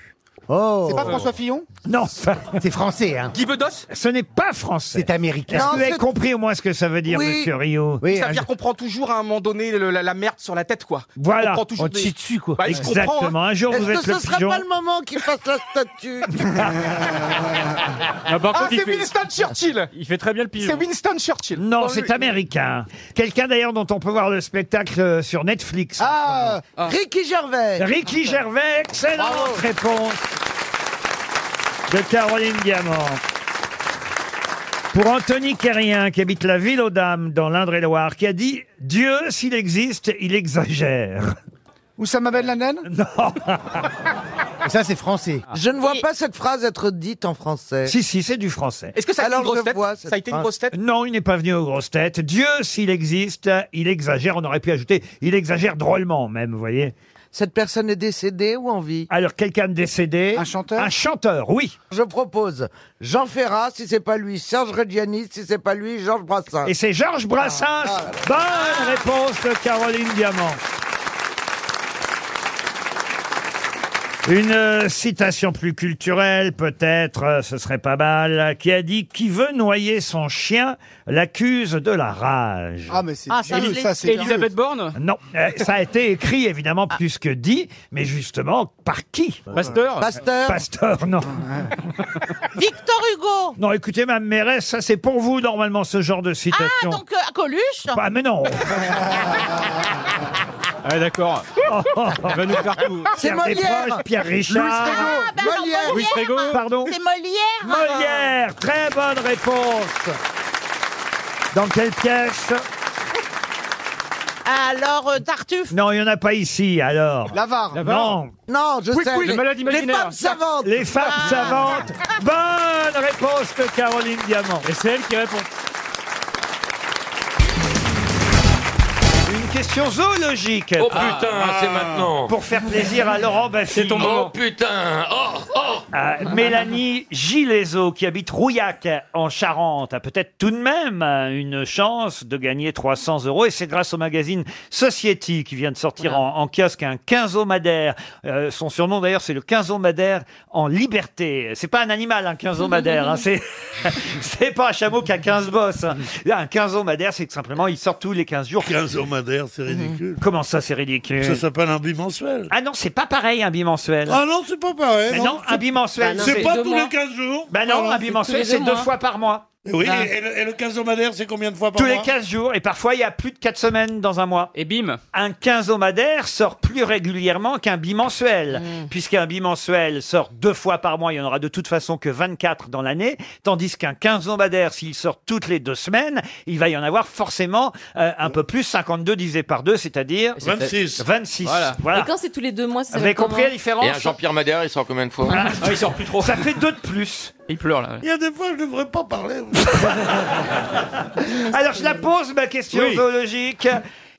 Oh. C'est pas François Fillon Non. C'est français, hein. Guy Bedos Ce n'est pas français. C'est américain. Est-ce que Non, vous avez c'est- compris au moins ce que ça veut dire, Oui. monsieur Rio hein, ça veut dire qu'on prend toujours à un moment donné le- la, la merde sur la tête, quoi. Voilà. On, prend toujours On te chie dessus, quoi. Bah, je comprends, Exactement. hein. Un jour, Est-ce vous que êtes le ce serait pigeon. pas moment qu'il fasse la statue. Ah, par ah, contre, il c'est fait- Winston Churchill Il fait très bien le pigeon. C'est Winston Churchill. Non, Bon, c'est lui- américain. Quelqu'un d'ailleurs dont on peut voir le spectacle euh, sur Netflix. Ah, Ah. Ricky Gervais. Ricky Gervais, excellente réponse de Caroline Diamant. Pour Anthony Quérien, qui habite la ville aux Dames dans l'Indre-et-Loire, qui a dit Dieu, s'il existe, il exagère. Où ça m'appelle la naine Non. Ah. Ça, c'est français. Ah. Je ne vois pas cette phrase être dite en français. Si, si, c'est du français. Est-ce que ça a été Alors, une grosse je tête vois cette Ça a été une phrase. grosse tête Non, il n'est pas venu aux grosses têtes. Dieu, s'il existe, il exagère. On aurait pu ajouter, il exagère drôlement même, vous voyez. Cette personne est décédée ou en vie Alors, quelqu'un de décédé. Un chanteur Un chanteur, oui. Je propose Jean Ferrat, si c'est pas lui, Serge Reggiani, si c'est pas lui, Georges Brassens. Ah. Et c'est Georges Brassens. Bonne réponse de Caroline Diamant. Une euh, citation plus culturelle, peut-être, euh, ce serait pas mal, qui a dit Qui veut noyer son chien l'accuse de la rage. Ah, mais c'est Ah, ça, dur, je l'ai- ça, c'est Elisabeth dur. Borne Non, euh, ça a été écrit évidemment Ah. plus que dit, mais justement par qui Pasteur Pasteur. Pasteur, non. Victor Hugo. Non, écoutez, ma mairesse, ça c'est pour vous normalement ce genre de citation. Ah, donc euh, Coluche Ah, mais non Ah, d'accord. Il va nous faire tout. Pierre Desproges, Pierre Richard. Ah, bah alors, Molière. Louis Frégo. Pardon. C'est Molière. Molière, très bonne réponse. Dans quelle pièce Alors, euh, Tartuffe. Non, il n'y en a pas ici, alors. L'avare. L'avare. Non. Non, je Oui, sais. oui, les, le malade les imaginaire. femmes savantes. Ah. Les femmes savantes. Bonne réponse de Caroline Diamant. Et c'est elle qui répond. Une question zoologique. Ah. Oh putain, c'est maintenant. Pour faire plaisir à Laurent Baffy. C'est ton moment. Oh putain. Oh, oh. Euh, Mélanie Gilezo, qui habite Rouillac, en Charente, a peut-être tout de même euh, une chance de gagner 300 euros. Et c'est grâce au magazine Society qui vient de sortir en, en kiosque un quinzomadaire. Euh, son surnom, d'ailleurs, c'est le quinzomadaire en liberté. C'est pas un animal, un quinzomadaire. hein, c'est c'est pas un chameau qui a 15 bosses. hein. Là, Un quinzomadaire, c'est que simplement, il sort tous les 15 jours. Mmh. Quinzomadaire, c'est ridicule. Comment ça, c'est ridicule Ça s'appelle un bimensuel. Ah non, c'est pas pareil un bimensuel. Ah non, Bah, c'est pas pareil. Mais non, un bimensuel. c'est pas tous les 15 jours. Bah Ben non, un bimensuel, c'est deux fois par mois. Et Eh oui, Ah. et, et le, et le quinzomadaire, c'est combien de fois par Tous mois les 15 jours, et parfois il y a plus de 4 semaines dans un mois. Et bim Un quinzomadaire sort plus régulièrement qu'un bimensuel, puisqu'un bimensuel sort deux fois par mois, il y en aura de toute façon que 24 dans l'année, tandis qu'un quinzomadaire, s'il sort toutes les deux semaines, il va y en avoir forcément euh, un peu plus, 52 divisé par 2, c'est-à-dire 26. 26. Voilà. Et quand c'est tous les deux mois, ça Vous avez s'appelle compris comment la différence Et un Jean-Pierre Madère, il sort combien de fois Ah, il sort plus trop. Ça fait deux de plus. Il pleure là. Il y a des fois, je devrais pas parler. Alors, je la pose, ma question Oui. zoologique.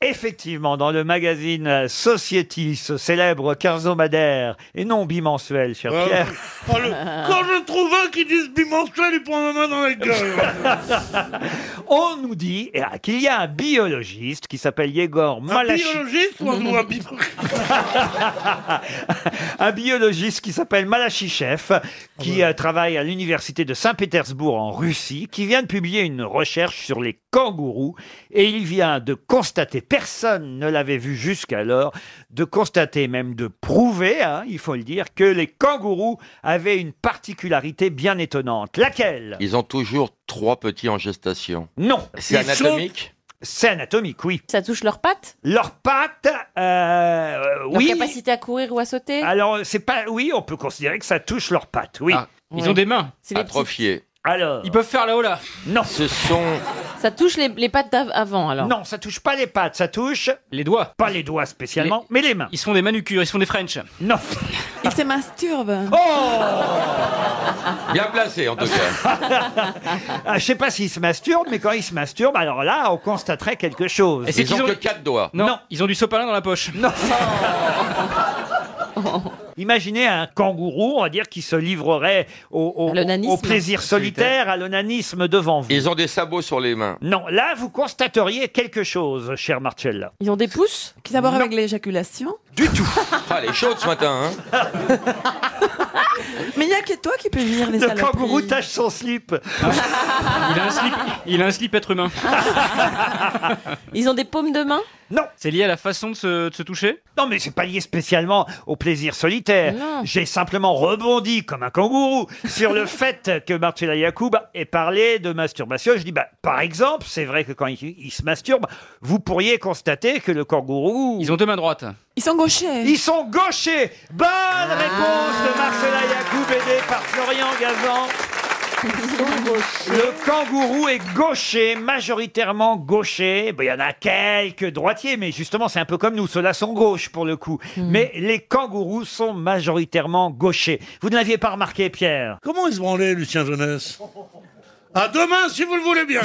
Effectivement, dans le magazine Society, ce célèbre quinzomadaire, et non bimensuel, cher Ah, Pierre, oh, le- Quand je trouve un qui dit bimensuel, il prend ma main dans la gueule. on nous dit euh, qu'il y a un biologiste qui s'appelle Yegor Un Malachi. biologiste ou un, ou un bim- un biologiste qui s'appelle Malachichev, qui euh, travaille à l'université de Saint-Pétersbourg en Russie, qui vient de publier une recherche sur les kangourous et il vient de constater, personne ne l'avait vu jusqu'alors, de constater même de prouver, hein, il faut le dire, que les kangourous avaient une particularité bien étonnante. Laquelle Ils ont toujours trois petits en gestation. Non. C'est anatomique C'est anatomique, oui. Ça touche leurs pattes Leurs pattes, euh, euh, Leur oui. capacité à courir ou à sauter Alors, c'est pas. Oui, on peut considérer que ça touche leurs pattes, oui. Ils ont des mains. C'est les Atrophiés. Alors. Ils peuvent faire là-haut là. Non. Ce sont. Ça touche les, les pattes d'av- avant, alors Non, ça touche pas les pattes, ça touche. Les doigts. Pas les doigts spécialement, mais les mains. Ils sont des manucures, ils sont des French. Non. Oh, Ils se masturbent. Bien placé en tout cas. Ah, je sais pas s'ils se masturbent, mais quand ils se masturbent, alors là, on constaterait quelque chose. Et c'est Ils qu'ils ont ont- que quatre doigts. Non. Ils ont du sopalin dans la poche. Non. Imaginez un kangourou, on va dire, qui se livrerait au, au- au plaisir solitaire, à l'onanisme devant vous. Ils ont des sabots sur les mains. Non, là, vous constateriez quelque chose, cher Marcella. Ils ont des pouces qui d'abord avec l'éjaculation. Ah, elle est chaude ce matin. Hein Mais il n'y a que toi qui peux lire les Le saloperies. kangourou tâche son slip. Il a un slip, il a un slip être humain. Ils ont des paumes de main Non. C'est lié à la façon de se, de se toucher Non, mais c'est pas lié spécialement au plaisir Ah solitaire. Non. J'ai simplement rebondi comme un kangourou sur le fait que Marcella Yacoub ait parlé de masturbation. Je dis, bah, par exemple, c'est vrai que quand il, il se masturbe, vous pourriez constater que le kangourou. Ils ont deux mains droites. Ils sont gauchers. Ils sont gauchers. Bonne Ah. réponse de Marcella Yacoub, aidée par Florian Gazan. Le kangourou est gaucher, majoritairement gaucher. Ben, Il y en a quelques droitiers, mais justement, c'est un peu comme nous. Ceux-là sont gauches pour le coup. Mais les kangourous sont majoritairement gauchers. Vous ne l'aviez pas remarqué, Pierre Comment il se branlait, Lucien Jeunesse À demain, si vous le voulez bien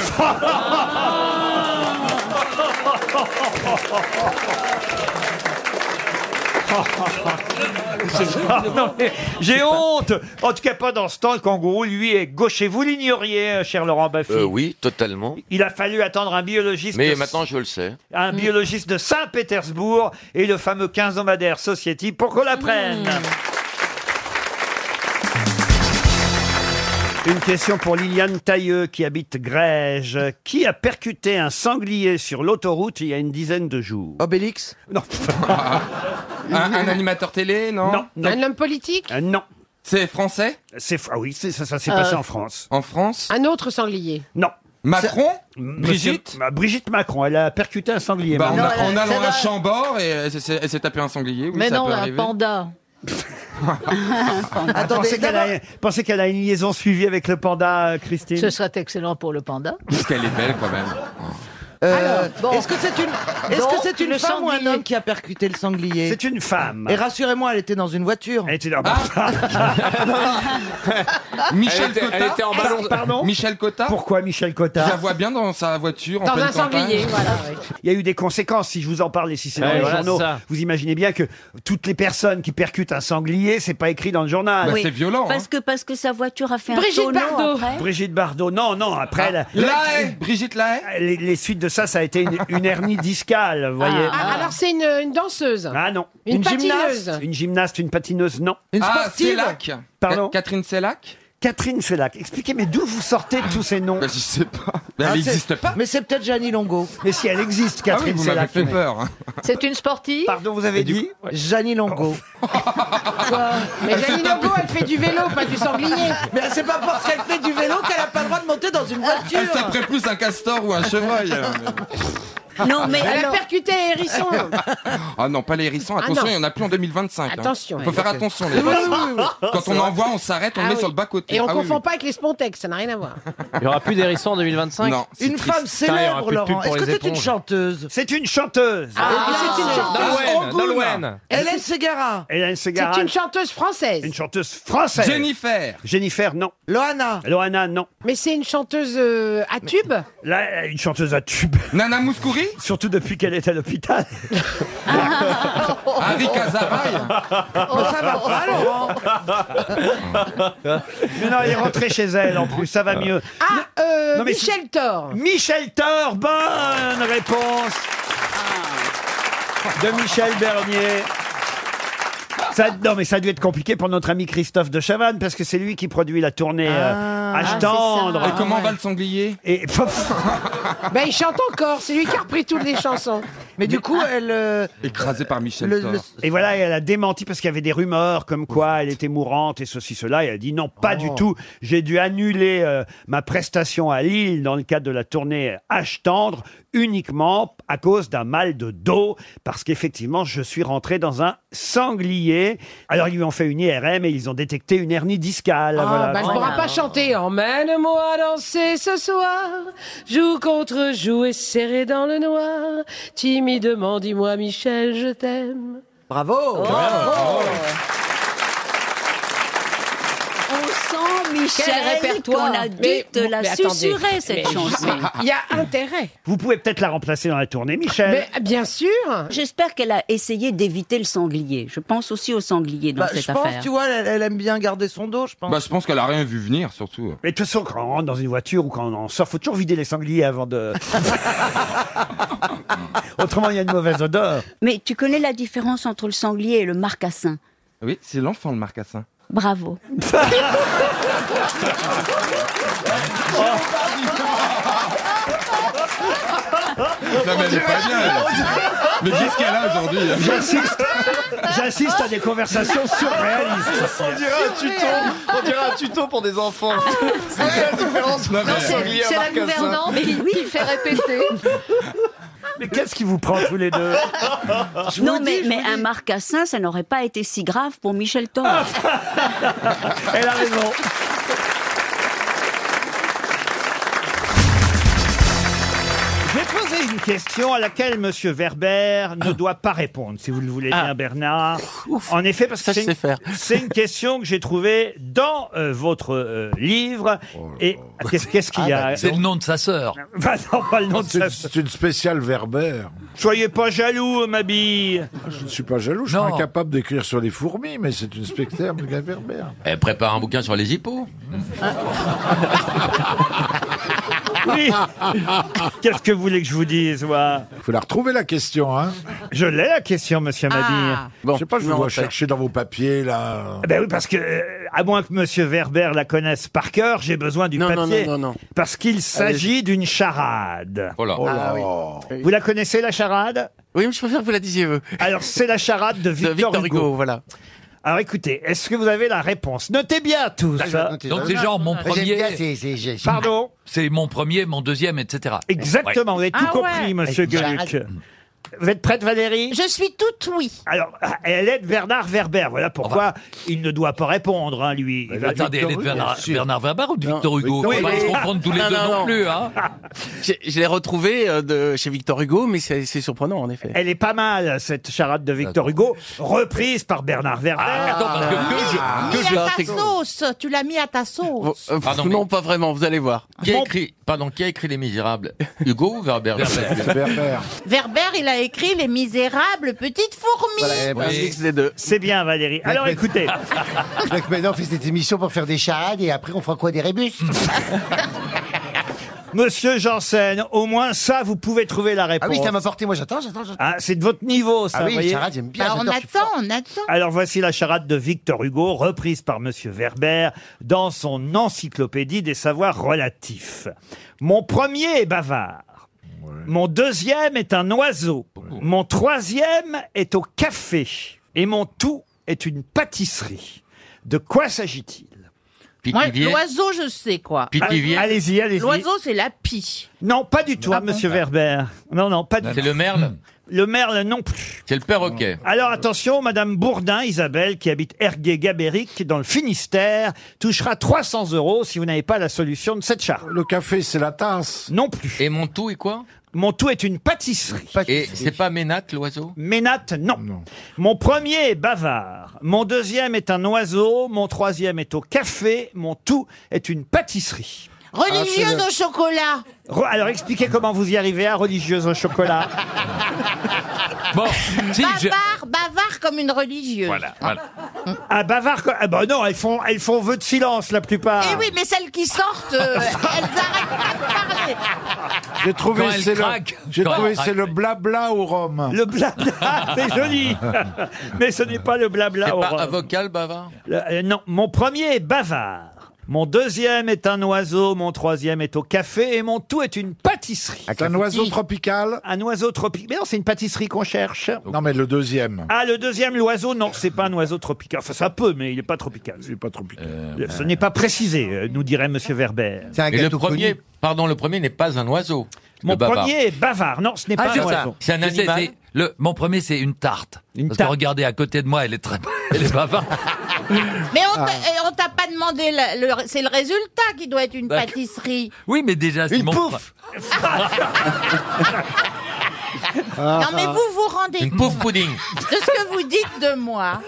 Ah, non, mais J'ai honte En tout cas, pas dans ce temps, le kangourou, lui, est gaucher. Vous l'ignoriez, euh, cher Laurent Baffy Euh, oui, totalement. Il a fallu attendre un biologiste. Mais de- maintenant, je le sais. Mm. un biologiste de Saint-Pétersbourg et le fameux quinzomadaire Society pour qu'on l'apprenne. Mm. Une question pour Liliane Tailleux qui habite Grège. Qui a percuté un sanglier sur l'autoroute il y a une dizaine de jours Obélix Non. un, un animateur télé, non Non, non. Un homme politique Euh, non. C'est français C'est ah oui, c'est- ça, ça s'est passé en France. En France Un autre sanglier Non. Macron Brigitte Brigitte Macron, elle a percuté un sanglier. Bah, on, madame. a- on allant à Chambord et elle s'est- elle s'est tapée un sanglier. Oui, ça peut arriver. panda. Attendez, pensez qu'elle a, pensez qu'elle a une liaison suivie avec le panda, euh, Christine Ce serait excellent pour le panda. Parce qu'elle est belle quand même. Euh, Euh, Est-ce que c'est une, est-ce Donc, que c'est une le femme ou sanglier. un homme qui a percuté le sanglier C'est une femme. Et rassurez-moi, elle était dans une voiture. Ah, Elle était Michel Cotta. Pardon Michel Cotta. Pourquoi Michel Cotta Je la vois bien dans sa voiture. en Dans pleine un sanglier, campagne. voilà. Il y a eu des conséquences, si je vous en parle et si c'est dans Ouais, les voilà, journaux. c'est ça. Vous imaginez bien que toutes les personnes qui percutent un sanglier, c'est pas écrit dans le journal. Bah, Oui. hein. Parce que parce que sa voiture a fait Brigitte un tonneau Bardot. après. Brigitte Bardot, non, non, après... la- Ah, Brigitte Ah, Lahaye les, les suites de ça, ça a été une, une hernie discale, vous voyez. Ah, alors c'est une, une danseuse. Ah non. Une, patineuse. gymnaste Une gymnaste, une patineuse, non. Une Ah, sportive Sellac. Pardon Ca- Catherine Sellac Catherine Sellac. Expliquez, mais d'où vous sortez tous ces noms Bah, Je sais pas. Ah, elle c'est- n'existe pas. Mais c'est peut-être Jeannie Longo. Mais si elle existe, Ah oui, Catherine vous m'avez Sellac. fait mais- peur. C'est une sportive Pardon, vous avez dit Oh. Jeannie Longo. Mais Janine Longo, elle fait du vélo, pas du sanglier. Mais c'est pas parce qu'elle fait du vélo qu'elle a pas le droit de monter dans une Elle voiture. s'appelait Ah, plus un castor ou un chevreuil. hein. Non, mais elle alors- a percuté les hérissons. Ah non, pas les hérissons. Ah Attention, non. il n'y en a plus en 2025. hein. Attention. Faut faire attention. Les Oui, oui, poissons. oui, oui. Quand C'est on vrai. en voit, on s'arrête, on Ah met oui. sur le bas-côté. Et on Ah oui, confond oui. pas avec les spontex, ça n'a rien à voir. Il n'y aura plus d'hérisson en 2025 Non. Une femme célèbre, Laurent. Est-ce que c'est une chanteuse C'est une chanteuse. Ah, c'est une chanteuse. Nolwenn, Angoune. Nolwenn. Hélène Segara. Hélène Ségara. C'est une chanteuse française. Une chanteuse française. Jennifer. Jennifer, non. Loana. Loana, non. Mais c'est une chanteuse euh, à tube Là, euh, une chanteuse à tube. Nana Mouskouri Surtout depuis qu'elle est à l'hôpital. Harry Casaray ça va pas, Laurent Mais non, elle est rentrée chez elle en plus, ça va mieux. Ah, euh, Non, mais Michel Thor. Michel Thor, bonne réponse de Michel Bernier. Ça, non, mais ça a dû être compliqué pour notre ami Christophe de Chavannes, parce que c'est lui qui produit la tournée euh, Ah, Âge c'est tendre. ça. Et comment va le sanglier Et Ben, il chante encore, c'est lui qui a repris toutes les chansons. Mais du coup, elle. euh, Écrasé par Michel Le- Thor. le- Et voilà, elle a démenti parce qu'il y avait des rumeurs comme quoi elle était mourante et ceci, cela. Et elle a dit non, pas Oh. du tout. J'ai dû annuler euh, ma prestation à Lille dans le cadre de la tournée H tendre uniquement à cause d'un mal de dos parce qu'effectivement, je suis rentré dans un sanglier. Alors, ils lui ont fait une IRM et ils ont détecté une hernie discale. Ah, ben voilà. bah, je Oh pourra pas chanter. Emmène-moi danser ce soir. Joue contre joue et serré dans le noir. Timidement, dis-moi, Michel, je t'aime. Bravo Oh. On sent Michel qu'on a dû Mais- te la mais attendez, susurrer cette mais- chanson. mais Il y a intérêt. Vous pouvez peut-être la remplacer dans la tournée, Michel. bien sûr. J'espère qu'elle a essayé d'éviter le sanglier. Je pense aussi au sanglier dans Bah, cette je pense, affaire. tu vois, elle, elle aime bien garder son dos, je pense. Bah, je pense qu'elle a rien vu venir, surtout. Mais de toute façon, quand on rentre dans une voiture ou quand on en sort, faut toujours vider les sangliers avant de. Autrement, il y a une mauvaise odeur. Mais tu connais la différence entre le sanglier et le marcassin Oui, c'est l'enfant le marcassin. Bravo. Non, mais elle est pas bien, elle. Mais qu'est-ce qu'elle a aujourd'hui hein J'insiste. J'assiste à des conversations surréalistes. Oh, On ici. dirait un tuto, on dirait un tuto pour des enfants. C'est quoi la différence entre Non, un sanglier C'est et un c'est la marcassin gouvernante qui, qui fait répéter. Mais qu'est-ce qui vous prend tous les deux non, mais, mais un marcassin, ça n'aurait pas été si grave pour Michel Thor. Elle a raison. Je vais poser une question à laquelle Monsieur Werber ne doit pas répondre, si vous le voulez bien, Bernard. En effet, parce que c'est une, c'est une question que j'ai trouvée dans euh, votre euh, livre. Oh Et qu'est-ce qu'est-ce qu'il y Ah, Ah, bah, bah, a C'est le nom de sa sœur. Bah non, pas le nom de sa C'est c'est une spéciale verbère. Soyez pas jaloux, euh, ma bille. Ah, Je ne suis pas jaloux, je suis Non. incapable d'écrire sur les fourmis, mais c'est une spectacle verbère. Elle Eh, prépare un bouquin sur les hippos. Oui. Qu'est-ce que vous voulez que je vous dise, moi Il faut la retrouver, la question. Hein Je l'ai, la question, monsieur Ah. Mabille. je sais pas, je vous vois chercher dans vos papiers, là. Eh Ben oui, parce que, euh, à moins que Monsieur Werber la connaisse par cœur, j'ai besoin du Non, non, papier. non, non, non. Parce qu'il s'agit d'une charade. Oh là. Oh Ah là. oui. Vous la connaissez, la charade Oui, mais je préfère que vous la disiez, vous. Alors, c'est la charade de Victor, Victor Hugo, voilà. Alors écoutez, est-ce que vous avez la réponse Notez bien tous. Donc c'est genre mon premier. Pardon C'est mon premier, mon deuxième, etc. Exactement, vous Ouais. avez tout compris, monsieur Gueluc. Vous êtes prête, Valérie Je suis toute oui. Alors, elle est de Bernard Werber. Voilà pourquoi il ne doit pas répondre, hein, lui. Il va- Attendez, elle est de Bernard, Bernard Werber ou de Non, Victor Hugo Victor Faut pas Hugo. se confondre tous les Non, deux non, non, non. plus. Hein. Je, je l'ai retrouvé euh, de, chez Victor Hugo, mais c'est c'est surprenant, en effet. Elle est pas mal, cette charade de Victor Hugo, reprise par Bernard Werber. Ah, attends, parce que que je- Mis que je- à ta Ah, c'est- sauce. Tu l'as mis à ta Bon, sauce. euh, Ah, non, non, pas vraiment, vous allez voir. Qui a écrit, pardon, qui a écrit Les Misérables Hugo ou Werber Werber, il a écrit Les Misérables petites fourmis. C'est bien, Valérie. Alors écoutez. Donc maintenant, on fait cette émission pour faire des charades et après, on fera quoi Des rébus Monsieur Janssen, au moins ça, vous pouvez trouver la réponse. Ah oui, ça m'a porté. Moi, j'attends, j'attends, j'attends. Ah, c'est de votre niveau, ça. Ah oui, vous voyez charade, j'aime bien, Bah, on attend, on attend. Alors voici la charade de Victor Hugo, reprise par Monsieur Werber dans son encyclopédie des savoirs relatifs. Mon premier est bavard. Mon deuxième est un oiseau. Mon troisième est au café. Et mon tout est une pâtisserie. De quoi s'agit-il Moi, l'oiseau, je sais quoi. Pitivier. Ah, allez-y, allez-y. L'oiseau, Ah, c'est la pie. Non, pas du tout, hein, Monsieur Werber. Non, non, pas du tout. C'est le merle Le merle non plus. C'est le perroquet. Alors attention, Madame Bourdin, Isabelle, qui habite Ergué-Gabéric, dans le Finistère, touchera 300 euros si vous n'avez pas la solution de cette charge. Le café, c'est la tasse. Non plus. Et mon tout est quoi Mon tout est une pâtisserie. Et c'est pas Ménat, l'oiseau Ménate, non. Mon premier est bavard. Mon deuxième est un oiseau. Mon troisième est au café. Mon tout est une pâtisserie. Ah, Ah, Religieuse au chocolat. Re- Alors expliquez comment vous y arrivez à religieuse au chocolat. Bon, Bavard, bavard comme une religieuse. Ah, bavard. quoi. Ah, bah non, elles font, elles font vœu de silence la plupart. Eh oui, mais celles qui sortent, euh, elles arrêtent pas de parler. J'ai trouvé, Quand elle c'est le, craque. j'ai Quand trouvé, elle c'est le blabla au rhum. Le blabla, Ah, c'est joli. Mais ce n'est pas le blabla. C'est au pas rhum. avocat, le bavard Le- euh, non, mon premier est bavard. Mon deuxième est un oiseau, mon troisième est au café et mon tout est une pâtisserie. C'est un oiseau tropical. Un oiseau tropical. Mais non, c'est une pâtisserie qu'on cherche. Non, mais le deuxième. Ah, le deuxième, l'oiseau, non, c'est pas un oiseau tropical. Enfin, ça peut, mais il n'est pas tropical. Euh, Il n'est pas tropical. Ce n'est pas précisé, euh, nous dirait Monsieur Werber. Et le premier, pardon, le premier n'est pas un oiseau. Mon le bavard. premier est bavard. Non, ce n'est pas c'est un ça. oiseau. C'est un Je sais, animal. c'est- Le, mon premier, c'est une tarte. Parce que regardez, à côté de moi, elle est très, elle est bavarde. Mais on Ah. t'a- eh, on t'a pas demandé, la- le- c'est le résultat qui doit être une D'accord. pâtisserie. Oui, mais déjà, c'est mon. Ah. Non mais vous vous rendez Une compte pauvre pudding. de ce que vous dites de moi.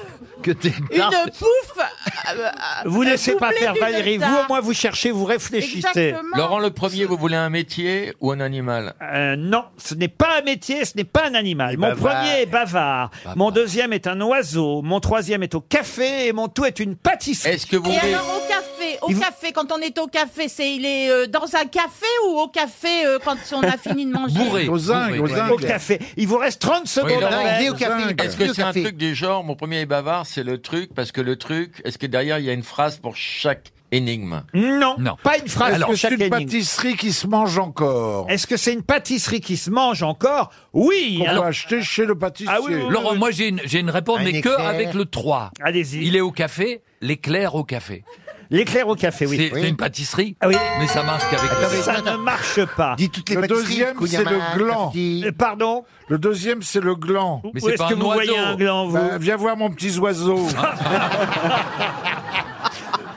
Que t'es Une tarte. pouffe. euh, Vous euh, laissez pas doublée faire d'une Valérie. Vous, tarte. au moins, vous cherchez, vous réfléchissez. Exactement. Laurent, le premier, vous voulez un métier ou un animal Euh, non, ce n'est pas un métier, ce n'est pas un animal. Mon bavard. premier est bavard. Mon deuxième est un oiseau. Mon troisième est au café et mon tout est une pâtisserie. Est-ce que vous Et voulez alors au café, au café, quand on est au café, c'est il est euh, dans un café ou au café euh, quand on a fini de manger Au zinc, au zinc. Au café. Il vous reste 30 secondes. Laurent. Est-ce que c'est un truc du genre, mon premier est bavard, c'est le truc, parce que le truc, est-ce que derrière il y a une phrase pour chaque énigme Non, pas une phrase Alors, pour c'est chaque une pâtisserie qui se mange encore. Est-ce que c'est une pâtisserie qui se mange encore Oui. Ah Qu'on peut acheter chez le pâtissier. Laurent, moi j'ai une, j'ai une réponse, Un mais que éclair. avec le 3. Allez-y. Il est au café, l'éclair au café. L'éclair au café, oui. C'est Oui. c'est une pâtisserie, Ah oui. mais ça marche qu'avec le ça ne marche pas. Dis toutes les Le pâtisseries, deuxième, c'est Kouign-Amann, le gland. Euh, Pardon Le deuxième, c'est le gland. Mais Où c'est est-ce pas que un vous oiseau. Ah. voyez un gland, vous Bah, Viens voir mon petit oiseau.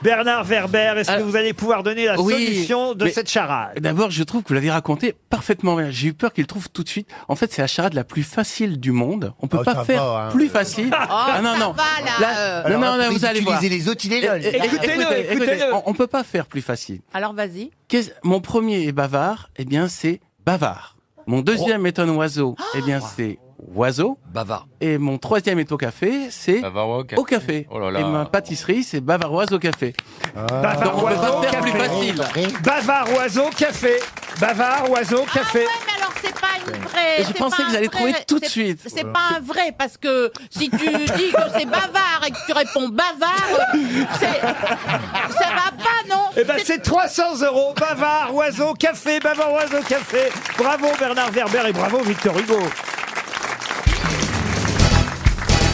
Bernard Werber, est-ce que Alors- vous allez pouvoir donner la Ah, Oui, solution de mais cette charade D'abord, je trouve que vous l'avez raconté parfaitement bien. J'ai eu peur qu'il le trouve tout de suite. En fait, c'est la charade la plus facile du monde. On peut Oh, ça pas faire va, hein. plus facile. ah non Oh, ça non. va, là, euh. non Alors, non, non, après, vous allez voir. utilisez les autres, il est lol. Eh, eh, Écoutez-le, écoutez, écoutez-le. écoutez, On, on peut pas faire plus facile. Alors vas-y. Qu'est-ce- Mon premier est bavard. Eh bien, c'est bavard. Mon deuxième est un oiseau. Eh bien, c'est oiseau. Bavard. Et mon troisième est au café. C'est Bavarois au café. Oh là là. Et ma pâtisserie, c'est bavaroise au café. Donc, on peut Bavaroiseau, pas faire plus café. facile. Bavard, oiseau, café. Bavard, oiseau, café. Mais alors c'est pas une vraie. Et je c'est pas pensais que un vous allez vrai- trouver tout de c'est- suite. C'est Voilà. pas un vrai parce que si tu dis que c'est bavard et que tu réponds bavard, euh, Ah c'est ça va pas non Eh ben c'est 300 euros. Bavard, oiseau, café, bavard, oiseau, café. Bravo Bernard Werber et bravo Victor Hugo.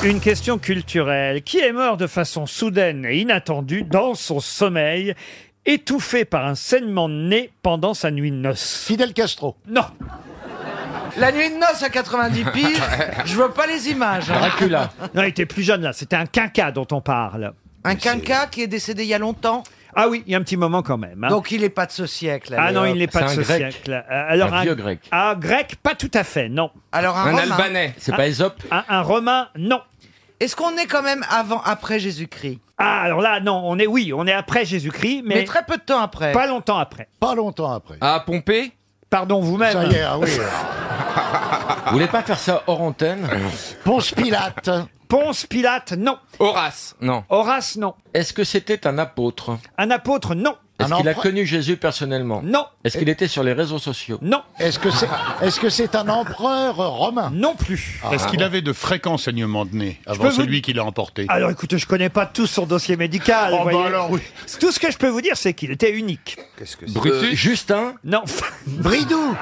Une question culturelle. Qui est mort de façon soudaine et inattendue dans son sommeil, étouffé par un saignement de nez pendant sa nuit de noces Fidel Castro. Non. La nuit de noces à 90 piges, je vois pas les images. hein. Non, il était plus jeune là. C'était un quinca dont on parle. Un quinca qui est décédé il y a longtemps. Ah oui, il y a un petit moment quand même. hein. Donc il n'est pas de ce siècle. ah allez, non, hop. il n'est pas de ce siècle. Euh, Alors Un vieux grec. Un Ah, grec, pas tout à fait, non. Alors un Un Romain. Albanais. C'est pas Aesop un, un romain, non. Est-ce qu'on est quand même avant, après Jésus-Christ Ah, alors là, non, on est, oui, on est après Jésus-Christ, mais, Mais très peu de temps après. pas longtemps après. Pas longtemps après. À Ah, Pompée Pardon, vous-même. Ça y est, ah oui. Vous voulez pas faire ça hors antenne Ponce Pilate. Ponce Pilate, non. Horace, non. Horace, non. Est-ce que c'était un apôtre Un apôtre, non. Est-ce Un qu'il a empereur- connu Jésus personnellement Non. Est-ce qu'il était sur les réseaux sociaux Non. Est-ce que c'est Est-ce que c'est un empereur romain Non plus. Ah, Est-ce qu'il bon. avait de fréquents saignements de nez peux avant vous- celui qui l'a emporté Alors écoutez, je connais pas tout son dossier médical. Oh, bah voyez. alors, oui. Tout ce que je peux vous dire, c'est qu'il était unique. Qu'est-ce que Brutus Justin Non. Euh, Bridou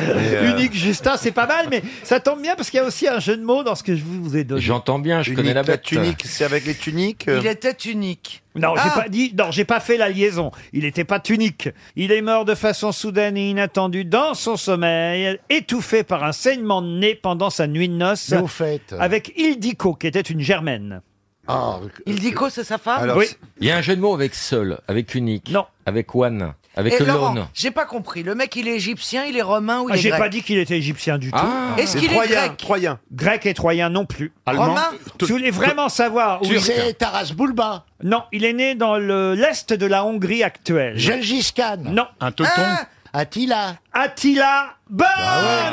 euh, Unique Justin, c'est pas mal, mais ça tombe bien parce qu'il y a aussi un jeu de mots dans ce que je vous ai donné. J'entends bien, je connais la bête. c'est avec les tuniques euh. Il était unique. Non, j'ai Ah. pas dit, non, j'ai pas fait la liaison. Il n'était pas tunique. Il est mort de façon soudaine et inattendue dans son sommeil, étouffé par un saignement de nez pendant sa nuit de noces. Mais au fait- Avec Ildiko, qui était une germaine. Ah, euh, Il dit quoi, c'est sa femme Oui. Ah, Il y a un jeu de mots avec seul, avec unique. Non. Avec one, avec Et lone. Laurent, j'ai pas compris. Le mec, il est égyptien, il est romain ou il Ah, est j'ai grec pas dit qu'il était égyptien du tout. Ah. Est-ce qu'il est Troyen, grec Troyen. Grec et troyen non plus. Allemand Romain Si vous voulez vraiment savoir où Turc. il C'est Taras Bulba. Non, il est né dans le- l'est de la Hongrie actuelle. Gengis Khan. Non. Un teuton. Ah, Attila. Ah Attila. Bonne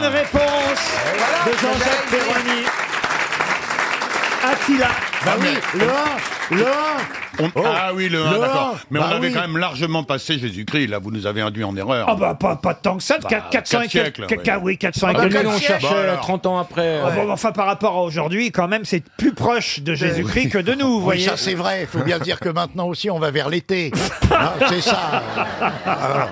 réponse voilà, de Jean-Jacques j'avais dit. Perroni. Attila. Bah oui, le 1, le 1. On- Oh. Ah oui, le 1, Le d'accord. un, Mais bah on avait oui. quand même largement passé Jésus-Christ. Là, vous nous avez induit en erreur. Ah bah pas, pas tant que ça, de Bah, quatre- 400 quatre et quelques- siècles, quelques- ouais. oui, 400 et Ah, quelques comme on Bah, cherche, siècles. euh, Bon, alors. 30 ans après. Ah bon, enfin, par rapport à aujourd'hui, quand même, c'est plus proche de Jésus-Christ que de nous, vous Oui, voyez. ça c'est vrai. Il faut bien dire que maintenant aussi, on va vers l'été. Hein, c'est ça. Ah.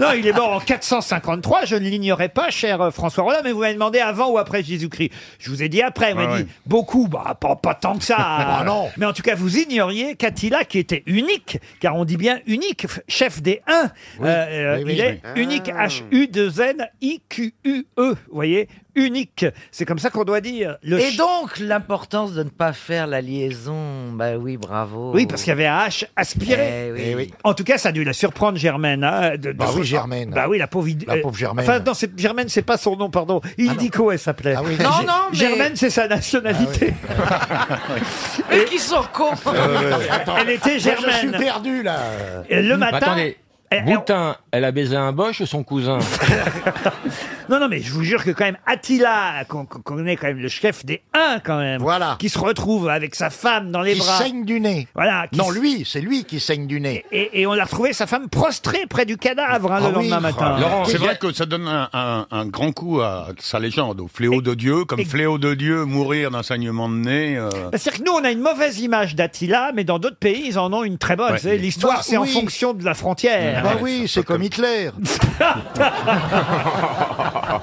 Non, il est mort en 453, je ne l'ignorais pas, cher euh, François Rollin, mais vous m'avez demandé avant ou après Jésus-Christ. Je vous ai dit après, on m'a Ouais, dit ouais. beaucoup, bah pas, pas tant que ça. Ah, non. Mais en tout cas, vous ignoriez qu'Attila, qui était unique, car on dit bien unique, f- chef des Huns, euh, Oui, oui, euh, Ah. il est oui. unique, H-U-2-N-I-Q-U-E, E, vous voyez Unique, c'est comme ça qu'on doit dire. Le Et donc, l'importance de ne pas faire la liaison. Bah oui, bravo. Oui, parce qu'il y avait un H aspiré. Eh oui. Eh oui. En tout cas, ça a dû la surprendre, Germaine. hein, de- de- Bah oui, Germaine. Bah oui, la pauvre, id- La euh, pauvre Germaine. Enfin, non, c'est- Germaine, c'est pas son nom, Ah pardon. Ildico, elle s'appelait. Non, G- non, mais- Germaine, c'est sa nationalité. Ah Mais qui sont cons Euh, Elle était Moi, je Germaine. suis perdu là. Bah, Et le matin. Attendez. Boutin, elle a baisé un boche ou son cousin Non, non, mais je vous jure que quand même, Attila, qu'on qu'on connaît quand même le chef des Huns, quand même. Voilà. Qui se retrouve avec sa femme dans les Qui bras. saigne du nez. Voilà. Non, lui, c'est lui qui saigne du nez. Et, et on l'a retrouvé, sa femme, prostrée près du cadavre hein, le Ah oui, lendemain matin. c'est vrai que ça donne un, un- un grand coup à sa légende, au fléau de Dieu, comme fléau de Dieu, mourir d'un saignement de nez. euh. Bah, C'est-à-dire que nous, on a une mauvaise image d'Attila, mais dans d'autres pays, ils en ont une très bonne. Ouais. Vous savez, L'histoire, Bah, c'est en oui. fonction de la frontière. Bah oui, c'est comme Hitler.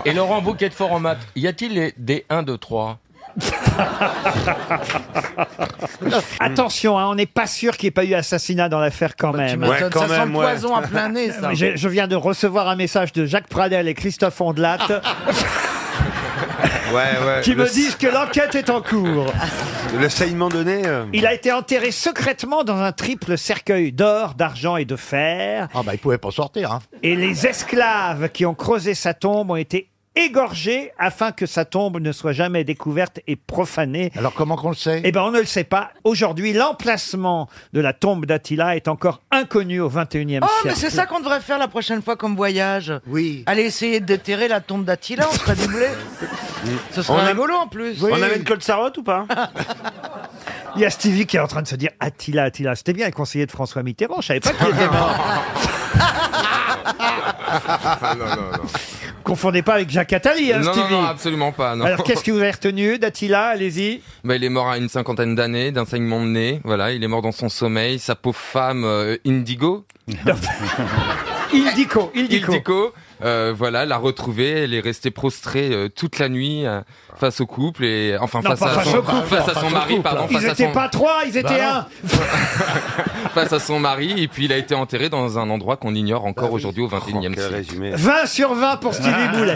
Et Laurent Bouquet de Fort en maths, y a-t-il les- des 1, 2, 3 Attention, hein, on n'est pas sûr qu'il n'y ait pas eu assassinat dans l'affaire quand même. Bah, m'étonnes, Ouais, quand ça sent même, le ouais. poison à plein nez, ça. Mais Je, je viens de recevoir un message de Jacques Pradel et Christophe Ondelat ouais. qui le me s- disent que l'enquête est en cours. Le saignement de nez. euh, Il a été enterré secrètement dans un triple cercueil d'or, d'argent et de fer. Ah bah il pouvait pas sortir. Hein. Et les esclaves qui ont creusé sa tombe ont été égorgés afin que sa tombe ne soit jamais découverte et profanée. Alors comment qu'on le sait Eh ben on ne le sait pas. Aujourd'hui, l'emplacement de la tombe d'Attila est encore inconnu au 21e Oh, siècle. mais c'est ça qu'on devrait faire la prochaine fois comme voyage. Oui. Aller essayer de déterrer la tombe d'Attila, on serait doublé. Ce serait On a- rigolo en plus. Oui. On amène Col Sarotte ou pas Il y a Stevie qui est en train de se dire Attila, Attila. C'était bien le conseiller de François Mitterrand. Je savais pas qu'il était mort. Ah, Confondez pas avec Jacques Attali, hein, non, non, Stevie. ah, non, absolument pas. bah, Non. Alors qu'est-ce que vous avez retenu d'Attila Allez-y. Bah, il est mort à une cinquantaine d'années d'un saignement de nez. Voilà, il est mort dans son sommeil. Sa pauvre femme euh, Indigo. Ildico, Ildico. euh, voilà, l'a retrouvée. Elle est restée prostrée euh, toute la nuit euh, face au couple et enfin Non, face, pas à face son, au couple, face pas à face son au mari, couple. hein. pardon. Ils face à étaient son- pas trois, ils étaient Bah non. un. face à son mari et puis il a été enterré dans un endroit qu'on ignore encore aujourd'hui au 21e siècle. 20 sur 20 pour Stevie Boulet.